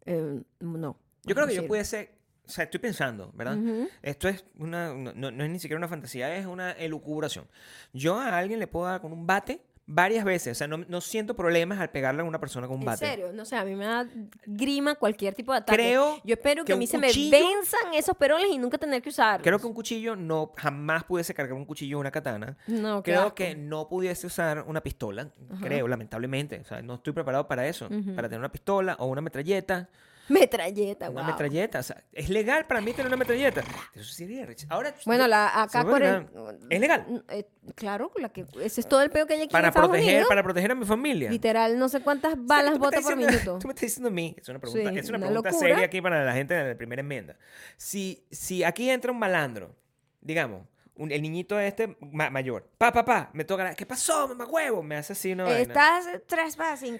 Speaker 1: eh, no.
Speaker 2: yo creo que
Speaker 1: Sirve.
Speaker 2: yo pudiese... O sea, estoy pensando, ¿verdad?
Speaker 1: Ujú.
Speaker 2: Esto es una... No, no- no es ni siquiera una fantasía, es una elucubración. Yo a alguien le puedo dar con un bate varias veces. O sea, no, no siento problemas al pegarle a una persona con un
Speaker 1: En
Speaker 2: bate.
Speaker 1: serio, no sé, a mí me da grima cualquier tipo de ataque.
Speaker 2: Creo
Speaker 1: Yo espero que,
Speaker 2: que
Speaker 1: a mí
Speaker 2: un
Speaker 1: se me
Speaker 2: cuchillo-
Speaker 1: venzan esos peroles y nunca tener que usar.
Speaker 2: Creo que un cuchillo no... Jamás pudiese cargar un cuchillo o una katana.
Speaker 1: No, qué
Speaker 2: Creo
Speaker 1: asco.
Speaker 2: que no pudiese usar una pistola,
Speaker 1: Ajá.
Speaker 2: creo, lamentablemente. O sea, no estoy preparado para eso,
Speaker 1: Ujú. Eh,
Speaker 2: para tener una pistola o una metralleta.
Speaker 1: Metralleta,
Speaker 2: Una
Speaker 1: guau.
Speaker 2: metralleta, o sea, es legal para mí tener una metralleta. Eso sería rech- Ahora,
Speaker 1: Bueno,
Speaker 2: yo-
Speaker 1: la acá
Speaker 2: se vuelve
Speaker 1: cuaren-
Speaker 2: legal. ¿Es legal?
Speaker 1: Eh, claro, la que ese es todo el peo que hay aquí en
Speaker 2: para
Speaker 1: Estados
Speaker 2: proteger,
Speaker 1: Unidos.
Speaker 2: para proteger a mi familia.
Speaker 1: Literal, no sé cuántas
Speaker 2: O sea,
Speaker 1: balas
Speaker 2: tú me
Speaker 1: bota
Speaker 2: estás
Speaker 1: por
Speaker 2: diciendo-
Speaker 1: minuto.
Speaker 2: Tú me estás diciendo a mí, es una pregunta,
Speaker 1: Sí,
Speaker 2: es una
Speaker 1: una
Speaker 2: pregunta
Speaker 1: locura.
Speaker 2: seria aquí para la gente de la primera enmienda. Si, si aquí entra un malandro, digamos, un- el niñito este ma- mayor, pa, pa, pa, me toca la- ¿Qué pasó, mamá huevo? Me hace así una vaina.
Speaker 1: Estás trespassing.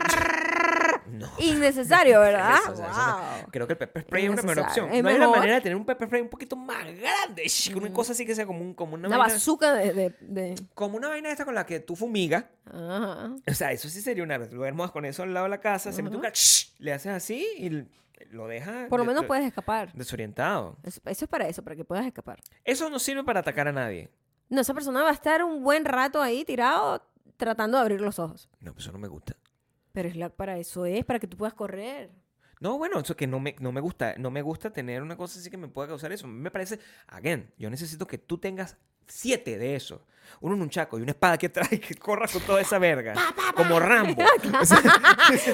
Speaker 1: Trrrr.
Speaker 2: No.
Speaker 1: Innecesario, ¿verdad?
Speaker 2: Eso, o sea, eso
Speaker 1: Guau.
Speaker 2: no- creo que el pepper spray es una mejor
Speaker 1: Innecesario.
Speaker 2: opción.
Speaker 1: Es
Speaker 2: no hay una
Speaker 1: mejor. Mm.
Speaker 2: manera de tener un pepper spray un poquito más grande. shh, Una cosa así que sea como, un, como una,
Speaker 1: Una
Speaker 2: vaina.
Speaker 1: bazooka de, de- de-
Speaker 2: Como una vaina esta con la que tú fumigas.
Speaker 1: Ajá.
Speaker 2: O sea, eso sí sería una. Lo armas con eso al lado de la casa, se mete un ca- shh, le haces así y l- lo dejas.
Speaker 1: Por lo
Speaker 2: de-
Speaker 1: menos
Speaker 2: de-
Speaker 1: puedes escapar.
Speaker 2: Desorientado.
Speaker 1: Eso- eso es para eso, para que puedas escapar.
Speaker 2: Eso no sirve para atacar a nadie.
Speaker 1: No, esa persona va a estar un buen rato ahí tirado tratando de abrir los ojos.
Speaker 2: No, pues eso no me gusta.
Speaker 1: Pero es la- para eso es, para que tú puedas correr.
Speaker 2: No, bueno, eso que no me, no me gusta. No me gusta tener una cosa así que me pueda causar eso. Me parece, again, yo necesito que tú tengas siete de eso. Uno en un chaco y una espada que trae que corra con toda esa verga. Como Rambo. O sea,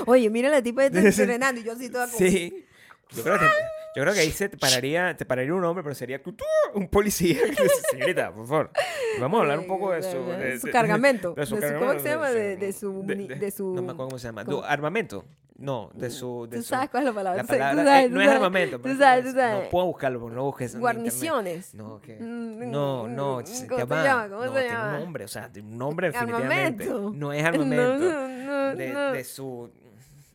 Speaker 1: Oye, mira la tipa de entrenando y yo así toda como...
Speaker 2: sí. Yo creo, que, yo creo que ahí se te pararía, te pararía un hombre, pero sería tú, un policía. que dice, Señorita, por favor. Vamos a hablar un poco de su... de-
Speaker 1: su
Speaker 2: de-
Speaker 1: cargamento.
Speaker 2: de su
Speaker 1: de su- ¿Cómo
Speaker 2: cargamento,
Speaker 1: se llama? De, de
Speaker 2: su-
Speaker 1: su...
Speaker 2: de- de-
Speaker 1: de su-
Speaker 2: No me acuerdo cómo se llama.
Speaker 1: ¿cómo?
Speaker 2: Du- ¿Armamento? No, de su... de
Speaker 1: Tú
Speaker 2: su-
Speaker 1: sabes cuál es la palabra.
Speaker 2: La
Speaker 1: Sí, tú
Speaker 2: palabra
Speaker 1: sabes,
Speaker 2: eh,
Speaker 1: tú
Speaker 2: no es
Speaker 1: sabes.
Speaker 2: armamento. pero
Speaker 1: Tú sabes, tú
Speaker 2: No
Speaker 1: sabes.
Speaker 2: puedo buscarlo, porque no lo busques. en internet.
Speaker 1: Guarniciones.
Speaker 2: No, ¿qué?
Speaker 1: Mm,
Speaker 2: No, no.
Speaker 1: ¿cómo
Speaker 2: se
Speaker 1: se
Speaker 2: llama-
Speaker 1: llama? ¿Cómo
Speaker 2: no,
Speaker 1: se
Speaker 2: tiene
Speaker 1: llama?
Speaker 2: un nombre, o sea, tiene un nombre definitivamente.
Speaker 1: Armamento.
Speaker 2: No es
Speaker 1: No,
Speaker 2: armamento.
Speaker 1: no,
Speaker 2: de,
Speaker 1: no.
Speaker 2: de su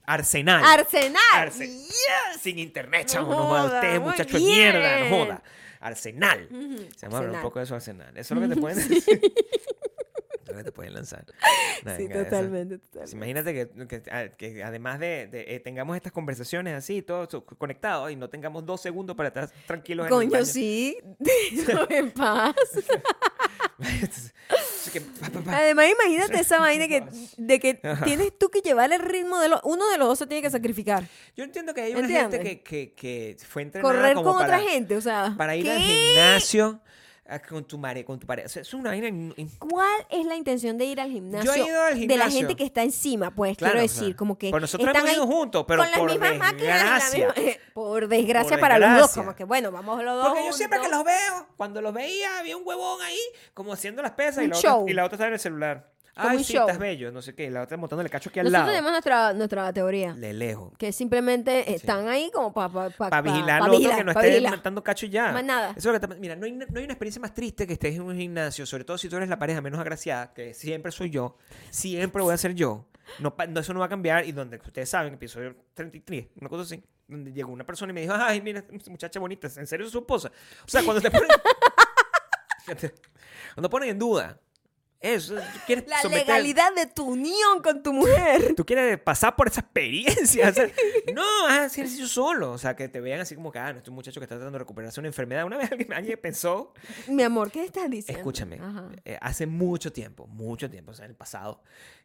Speaker 2: arsenal.
Speaker 1: Arsenal.
Speaker 2: Arse- Sin internet, chamo.
Speaker 1: No
Speaker 2: No, joda,
Speaker 1: joda,
Speaker 2: ustedes,
Speaker 1: muy
Speaker 2: muchachos, de mierda, no
Speaker 1: bien.
Speaker 2: joda. arsenal.
Speaker 1: Ujú,
Speaker 2: Se llama hablar un
Speaker 1: arsenal.
Speaker 2: poco de su arsenal. Eso es lo que te pueden
Speaker 1: Sí,
Speaker 2: Eso es lo que te pueden lanzar. Una
Speaker 1: sí,
Speaker 2: venga de esas.
Speaker 1: totalmente, totalmente.
Speaker 2: Sí, Imagínate que, que- a- que además de, de, eh, tengamos estas conversaciones así, todos so- conectados, y no tengamos dos segundos para estar tranquilos en el
Speaker 1: Coño,
Speaker 2: baño.
Speaker 1: sí, déjame en paz.
Speaker 2: Entonces, así que, pa, pa, pa.
Speaker 1: Además, imagínate esa vaina que, de que
Speaker 2: Ajá.
Speaker 1: tienes tú que llevar el ritmo de los... Uno de los dos se tiene que sacrificar.
Speaker 2: Yo entiendo que hay una gente
Speaker 1: ¿Entiendes?
Speaker 2: que, que, que fue entrenada
Speaker 1: Correr con
Speaker 2: como para,
Speaker 1: otra gente, o sea...
Speaker 2: para ir al
Speaker 1: ¿qué?
Speaker 2: gimnasio ah, con tu mare, con tu pareja. O sea, es una vaina in- in-
Speaker 1: ¿Cuál es la intención de ir al gimnasio,
Speaker 2: ido al
Speaker 1: de la
Speaker 2: gimnasio.
Speaker 1: gente que está encima? Pues
Speaker 2: Claro,
Speaker 1: quiero
Speaker 2: o sea,
Speaker 1: decir, como que
Speaker 2: pues nosotros
Speaker 1: están
Speaker 2: hemos ido
Speaker 1: ahí
Speaker 2: juntos, pero
Speaker 1: con las
Speaker 2: por
Speaker 1: mismas máquinas,
Speaker 2: desgracia.
Speaker 1: la misma- por desgracia
Speaker 2: Por
Speaker 1: para los dos,
Speaker 2: desgracia.
Speaker 1: como que bueno, vamos los dos.
Speaker 2: Porque yo siempre que
Speaker 1: juntos.
Speaker 2: los veo, cuando los veía, había un huevón ahí como haciendo las pesas y
Speaker 1: Un
Speaker 2: la,
Speaker 1: show.
Speaker 2: otra, y la otra estaba en el celular.
Speaker 1: Como
Speaker 2: Ay,
Speaker 1: un
Speaker 2: sí,
Speaker 1: show.
Speaker 2: estás bello, no sé qué. Y la otra montándole cacho aquí al
Speaker 1: Nosotros
Speaker 2: lado.
Speaker 1: tenemos nuestra, nuestra teoría,
Speaker 2: Le lejos.
Speaker 1: que simplemente están ahí como para pa, pa-
Speaker 2: Para
Speaker 1: pa-
Speaker 2: vigilar
Speaker 1: pa
Speaker 2: al otro
Speaker 1: vigilar,
Speaker 2: que no
Speaker 1: pa
Speaker 2: esté
Speaker 1: vigilar.
Speaker 2: montando cacho y ya.
Speaker 1: Más nada.
Speaker 2: Eso es lo que te- Mira, no hay, no hay una experiencia más triste que estés en un gimnasio, sobre todo si tú eres la pareja menos agraciada, que siempre soy yo, siempre voy a ser yo. No, pa- no, eso no va a cambiar. Y donde ustedes saben, episodio 33, una cosa así, donde llegó una persona y me dijo, ay, mira, esta muchacha bonita, ¿en serio es su esposa? O sea, cuando te ponen, Fíjate, cuando ponen en duda, eso, tú quieres
Speaker 1: La
Speaker 2: someter-
Speaker 1: legalidad de tu unión con tu mujer.
Speaker 2: Tú quieres pasar por esa experiencia. o sea, no, haz ese ejercicio solo. O sea, que te vean así como que, ah, no, este muchacho que está tratando de recuperarse de una enfermedad. Una vez alguien, alguien pensó,
Speaker 1: Mi amor, ¿qué estás diciendo?
Speaker 2: escúchame,
Speaker 1: Ajá.
Speaker 2: eh, hace mucho tiempo, mucho tiempo, o sea, en el pasado,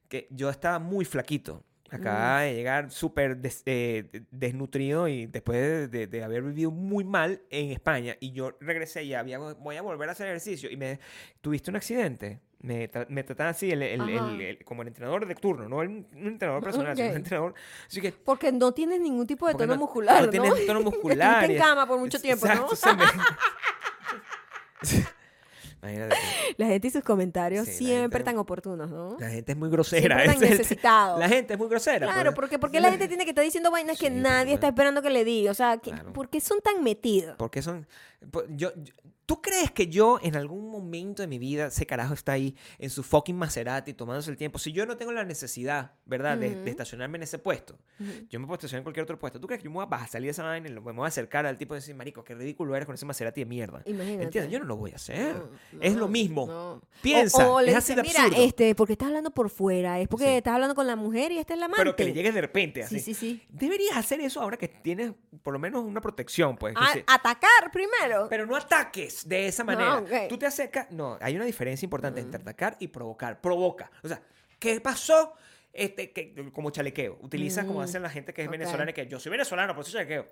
Speaker 2: que yo estaba muy flaquito.
Speaker 1: Mm.
Speaker 2: Acababa de llegar súper des- eh, desnutrido y después de, de- de haber vivido muy mal en España. Y yo regresé y había, voy a volver a hacer ejercicio. Y me, tuviste un accidente. Me, tra- me trataban así, el- el- el-
Speaker 1: Ajá.
Speaker 2: el- como el entrenador de turno, no el, un entrenador personal, sino
Speaker 1: Ok.
Speaker 2: un entrenador. Así que
Speaker 1: Porque no tienes ningún tipo de
Speaker 2: porque
Speaker 1: tono
Speaker 2: no-
Speaker 1: muscular, ¿no?
Speaker 2: No tienes tono muscular.
Speaker 1: Estuviste en
Speaker 2: y-
Speaker 1: cama por mucho tiempo, ¿no?
Speaker 2: Exacto, o sea, me- Imagínate,
Speaker 1: La gente y sus comentarios
Speaker 2: Sí, la
Speaker 1: siempre
Speaker 2: gente-
Speaker 1: tan oportunos, ¿no?
Speaker 2: la gente es muy grosera.
Speaker 1: Siempre tan
Speaker 2: ese es el-
Speaker 1: necesitado.
Speaker 2: La gente es muy grosera.
Speaker 1: Claro,
Speaker 2: pues.
Speaker 1: porque porque la gente tiene que estar diciendo vainas que
Speaker 2: Sí, por
Speaker 1: nadie está
Speaker 2: supuesto.
Speaker 1: esperando que le diga, o sea, que,
Speaker 2: Claro.
Speaker 1: ¿por qué son tan metidos?
Speaker 2: Porque son. po- Yo, yo- ¿Tú crees que yo en algún momento de mi vida, ese carajo está ahí en su fucking Maserati tomándose el tiempo? Si yo no tengo la necesidad, ¿verdad?, de, de
Speaker 1: Ujú.
Speaker 2: estacionarme en ese puesto, yo me puedo estacionar en cualquier otro puesto. ¿Tú crees que yo me voy a bajar, salir de esa vaina y lo- me voy a acercar al tipo y decir, marico, qué ridículo eres con ese Maserati de mierda?
Speaker 1: Imagínate.
Speaker 2: ¿Entiendes? Yo no lo voy a hacer.
Speaker 1: No,
Speaker 2: es
Speaker 1: no,
Speaker 2: lo mismo.
Speaker 1: no. O-
Speaker 2: Piensa,
Speaker 1: o, le
Speaker 2: es así de
Speaker 1: dicen, mira,
Speaker 2: absurdo".
Speaker 1: este, porque estás hablando por fuera, es porque
Speaker 2: Sí.
Speaker 1: estás hablando con la mujer y esta es la amante.
Speaker 2: Pero que le llegues de repente, así.
Speaker 1: sí, sí, sí.
Speaker 2: Deberías hacer eso ahora que tienes por lo menos una protección, pues. que
Speaker 1: A-
Speaker 2: se-
Speaker 1: Atacar primero.
Speaker 2: Pero no ataques de esa manera.
Speaker 1: Ah, No, ok.
Speaker 2: Tú te acercas. No, hay una diferencia importante entre atacar y provocar. Provoca. O sea, ¿qué pasó? Este, que, como chalequeo. Utilizas como
Speaker 1: Mm,
Speaker 2: hacen la gente que es
Speaker 1: ok.
Speaker 2: venezolana, que yo soy venezolano, por eso chalequeo.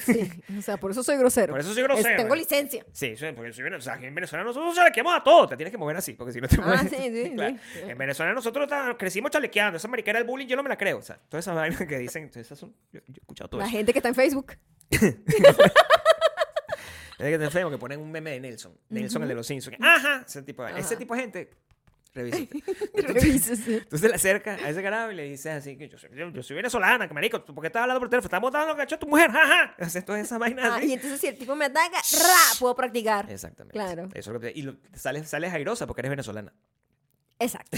Speaker 1: Sí, o sea, por eso soy grosero.
Speaker 2: Por eso soy grosero. ¿eh?
Speaker 1: Es- tengo licencia.
Speaker 2: Sí, soy- porque soy venezolano. O sea, en Venezuela nosotros chalequeamos a todos. Te tienes que mover así, porque si no te
Speaker 1: Ah,
Speaker 2: mueves.
Speaker 1: sí, sí,
Speaker 2: Claro.
Speaker 1: sí.
Speaker 2: En Venezuela nosotros ta- crecimos chalequeando. Esa mariquera del bullying yo no me la creo. O sea, todas esas vainas que dicen. Esas son, yo, yo he escuchado todo
Speaker 1: La
Speaker 2: eso.
Speaker 1: gente que está en Facebook.
Speaker 2: Es que te enfermo que ponen un meme de Nelson. Nelson, el de los Simpsons. Ajá, ese tipo, de-
Speaker 1: Ajá.
Speaker 2: Ese tipo de gente. Revísate.
Speaker 1: Revísese.
Speaker 2: Entonces le acercas a ese carajo y le dices así: que yo soy, yo, yo soy venezolana, que marico, ¿tú ¿por qué estás hablando por teléfono? Estamos dando cacho a tu mujer, jaja. Haces todas esas vainas
Speaker 1: Ah,
Speaker 2: así.
Speaker 1: y entonces si el tipo me ataca, ¡ra! puedo practicar.
Speaker 2: Exactamente.
Speaker 1: Claro.
Speaker 2: Eso es lo que te- y lo- sales, sales airosa porque eres venezolana.
Speaker 1: Exacto.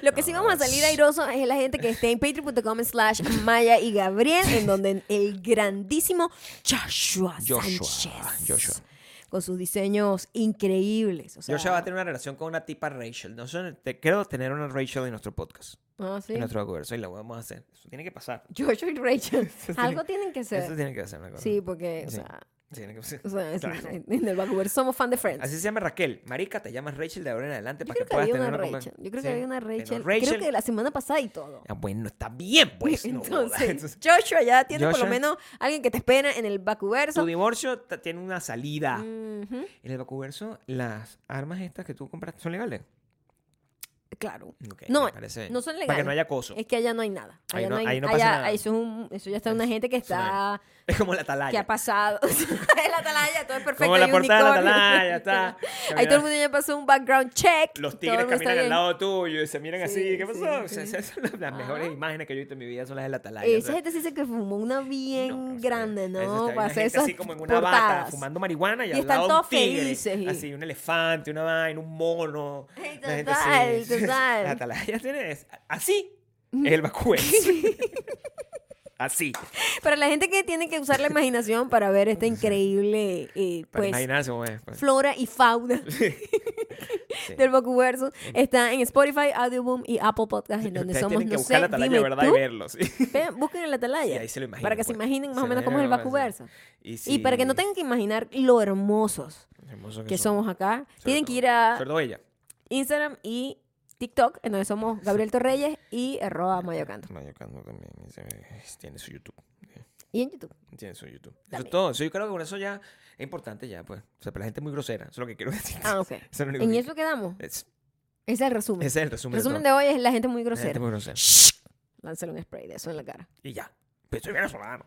Speaker 1: Lo que sí vamos a salir airoso es la gente que esté en patreon.com slash Maya y Gabriel, en donde el grandísimo Joshua,
Speaker 2: Joshua,
Speaker 1: Sánchez.
Speaker 2: Joshua.
Speaker 1: Con sus diseños increíbles. O sea,
Speaker 2: Georgia va a tener una relación con una tipa Rachel. No sé, te, quiero tener una Rachel en nuestro podcast,
Speaker 1: ah, sí.
Speaker 2: en nuestro converso, y la vamos a hacer. Eso tiene que pasar.
Speaker 1: Joshua y Rachel.
Speaker 2: tiene-
Speaker 1: Algo tienen que
Speaker 2: Eso
Speaker 1: ser.
Speaker 2: tiene que hacer una cosa.
Speaker 1: Sí, porque, o
Speaker 2: Sí.
Speaker 1: sea,
Speaker 2: Tiene que ser.
Speaker 1: o sea, es-
Speaker 2: Claro.
Speaker 1: en el Vancouver somos fan de Friends.
Speaker 2: Así se llama Raquel. Marica, te llamas Rachel de ahora en adelante
Speaker 1: Yo
Speaker 2: para que
Speaker 1: creo que
Speaker 2: puedas
Speaker 1: había
Speaker 2: tener
Speaker 1: una
Speaker 2: una
Speaker 1: Rachel. Yo creo que había una Rachel. Creo
Speaker 2: Rachel.
Speaker 1: que la semana pasada y todo.
Speaker 2: Ah, bueno, está bien, pues. no jodas.
Speaker 1: Entonces,
Speaker 2: Entonces,
Speaker 1: Joshua ya tiene por lo
Speaker 2: Joshua.
Speaker 1: menos alguien que te espera en el
Speaker 2: tu
Speaker 1: Bacuverso.
Speaker 2: divorcio ta- tiene una salida.
Speaker 1: Mm. Ujú,
Speaker 2: En el vacuverso, las armas estas que tú compraste son legales.
Speaker 1: Claro.
Speaker 2: Ok,
Speaker 1: No,
Speaker 2: me parece-
Speaker 1: no son
Speaker 2: Para que
Speaker 1: legales. Eh,
Speaker 2: no haya acoso.
Speaker 1: Es que allá no hay nada.
Speaker 2: Ahí
Speaker 1: Allá
Speaker 2: no-
Speaker 1: no hay-
Speaker 2: ahí no
Speaker 1: allá-
Speaker 2: pasa nada.
Speaker 1: Eso, es un- eso ya está una gente que está.
Speaker 2: Es como la
Speaker 1: que ha
Speaker 2: atalaya.
Speaker 1: pasado. en la atalaya, todo es perfecto.
Speaker 2: Como la
Speaker 1: hay
Speaker 2: portada de la
Speaker 1: unicornio.
Speaker 2: atalaya. Está.
Speaker 1: Ahí todo el mundo ya pasó un background check.
Speaker 2: Los
Speaker 1: todo
Speaker 2: tigres
Speaker 1: el mundo está
Speaker 2: caminan al
Speaker 1: bien.
Speaker 2: lado tuyo y se miran
Speaker 1: Sí,
Speaker 2: así. ¿Qué
Speaker 1: sí,
Speaker 2: pasó? O sea,
Speaker 1: sí.
Speaker 2: esas son las las mejores
Speaker 1: Ajá.
Speaker 2: imágenes que yo he visto en mi vida son las de la atalaya. o
Speaker 1: Esa
Speaker 2: sea.
Speaker 1: gente sí dice que fumó una bien
Speaker 2: No, o sea,
Speaker 1: grande,
Speaker 2: eso está
Speaker 1: ¿no?
Speaker 2: bien,
Speaker 1: Para
Speaker 2: la
Speaker 1: hacer
Speaker 2: gente
Speaker 1: esas
Speaker 2: así como en una bata,
Speaker 1: portadas.
Speaker 2: fumando marihuana y,
Speaker 1: Y
Speaker 2: al
Speaker 1: están
Speaker 2: lado
Speaker 1: todos
Speaker 2: un tigre,
Speaker 1: felices y-
Speaker 2: así un elefante, una vaina, un mono.
Speaker 1: Ay,
Speaker 2: la gente
Speaker 1: total,
Speaker 2: así.
Speaker 1: total. Mm.
Speaker 2: La atalaya tiene es- así es el vacuero. Así.
Speaker 1: Para la gente que tiene que usar la imaginación para ver esta increíble eh,
Speaker 2: Para
Speaker 1: pues,
Speaker 2: imaginarse cómo es, pues.
Speaker 1: flora y fauna
Speaker 2: Sí.
Speaker 1: del Bocuverso está en Spotify, Audioboom y Apple Podcast, en donde
Speaker 2: Ustedes
Speaker 1: somos,
Speaker 2: tienen que
Speaker 1: no
Speaker 2: buscar
Speaker 1: sé,
Speaker 2: la atalaya
Speaker 1: dime
Speaker 2: de verdad y
Speaker 1: tú.
Speaker 2: verlos.
Speaker 1: Vean, busquen el atalaya
Speaker 2: Y ahí se lo imaginan,
Speaker 1: para que se
Speaker 2: pues.
Speaker 1: imaginen más
Speaker 2: Se
Speaker 1: o menos
Speaker 2: imaginan
Speaker 1: cómo es el
Speaker 2: cómo es, sí.
Speaker 1: Bacuverso.
Speaker 2: Y,
Speaker 1: Y para que no tengan que imaginar lo hermosos
Speaker 2: Hermoso
Speaker 1: que
Speaker 2: son.
Speaker 1: somos acá,
Speaker 2: Sobre
Speaker 1: tienen que
Speaker 2: todo.
Speaker 1: ir a
Speaker 2: Sobre todo ella.
Speaker 1: Instagram y TikTok, en donde somos Gabriel Torreyes y arroba Mayocanto.
Speaker 2: Mayocando también. ese- Tiene su YouTube.
Speaker 1: Y en YouTube.
Speaker 2: Tiene su YouTube. Eso
Speaker 1: También.
Speaker 2: es todo. Eso yo creo que con eso ya es importante ya, pues. O sea, pero la gente es muy grosera. Eso es lo que quiero decir.
Speaker 1: Ah, ok.
Speaker 2: Eso es lo único
Speaker 1: En
Speaker 2: que-
Speaker 1: eso quedamos.
Speaker 2: Es-
Speaker 1: Ese es el resumen.
Speaker 2: ese es el resumen,
Speaker 1: resumen
Speaker 2: de
Speaker 1: de hoy es la gente muy
Speaker 2: todo. La gente
Speaker 1: grosera.
Speaker 2: es muy grosera.
Speaker 1: Lánzale un spray de eso en la cara.
Speaker 2: Y ya. Pero soy venezolano.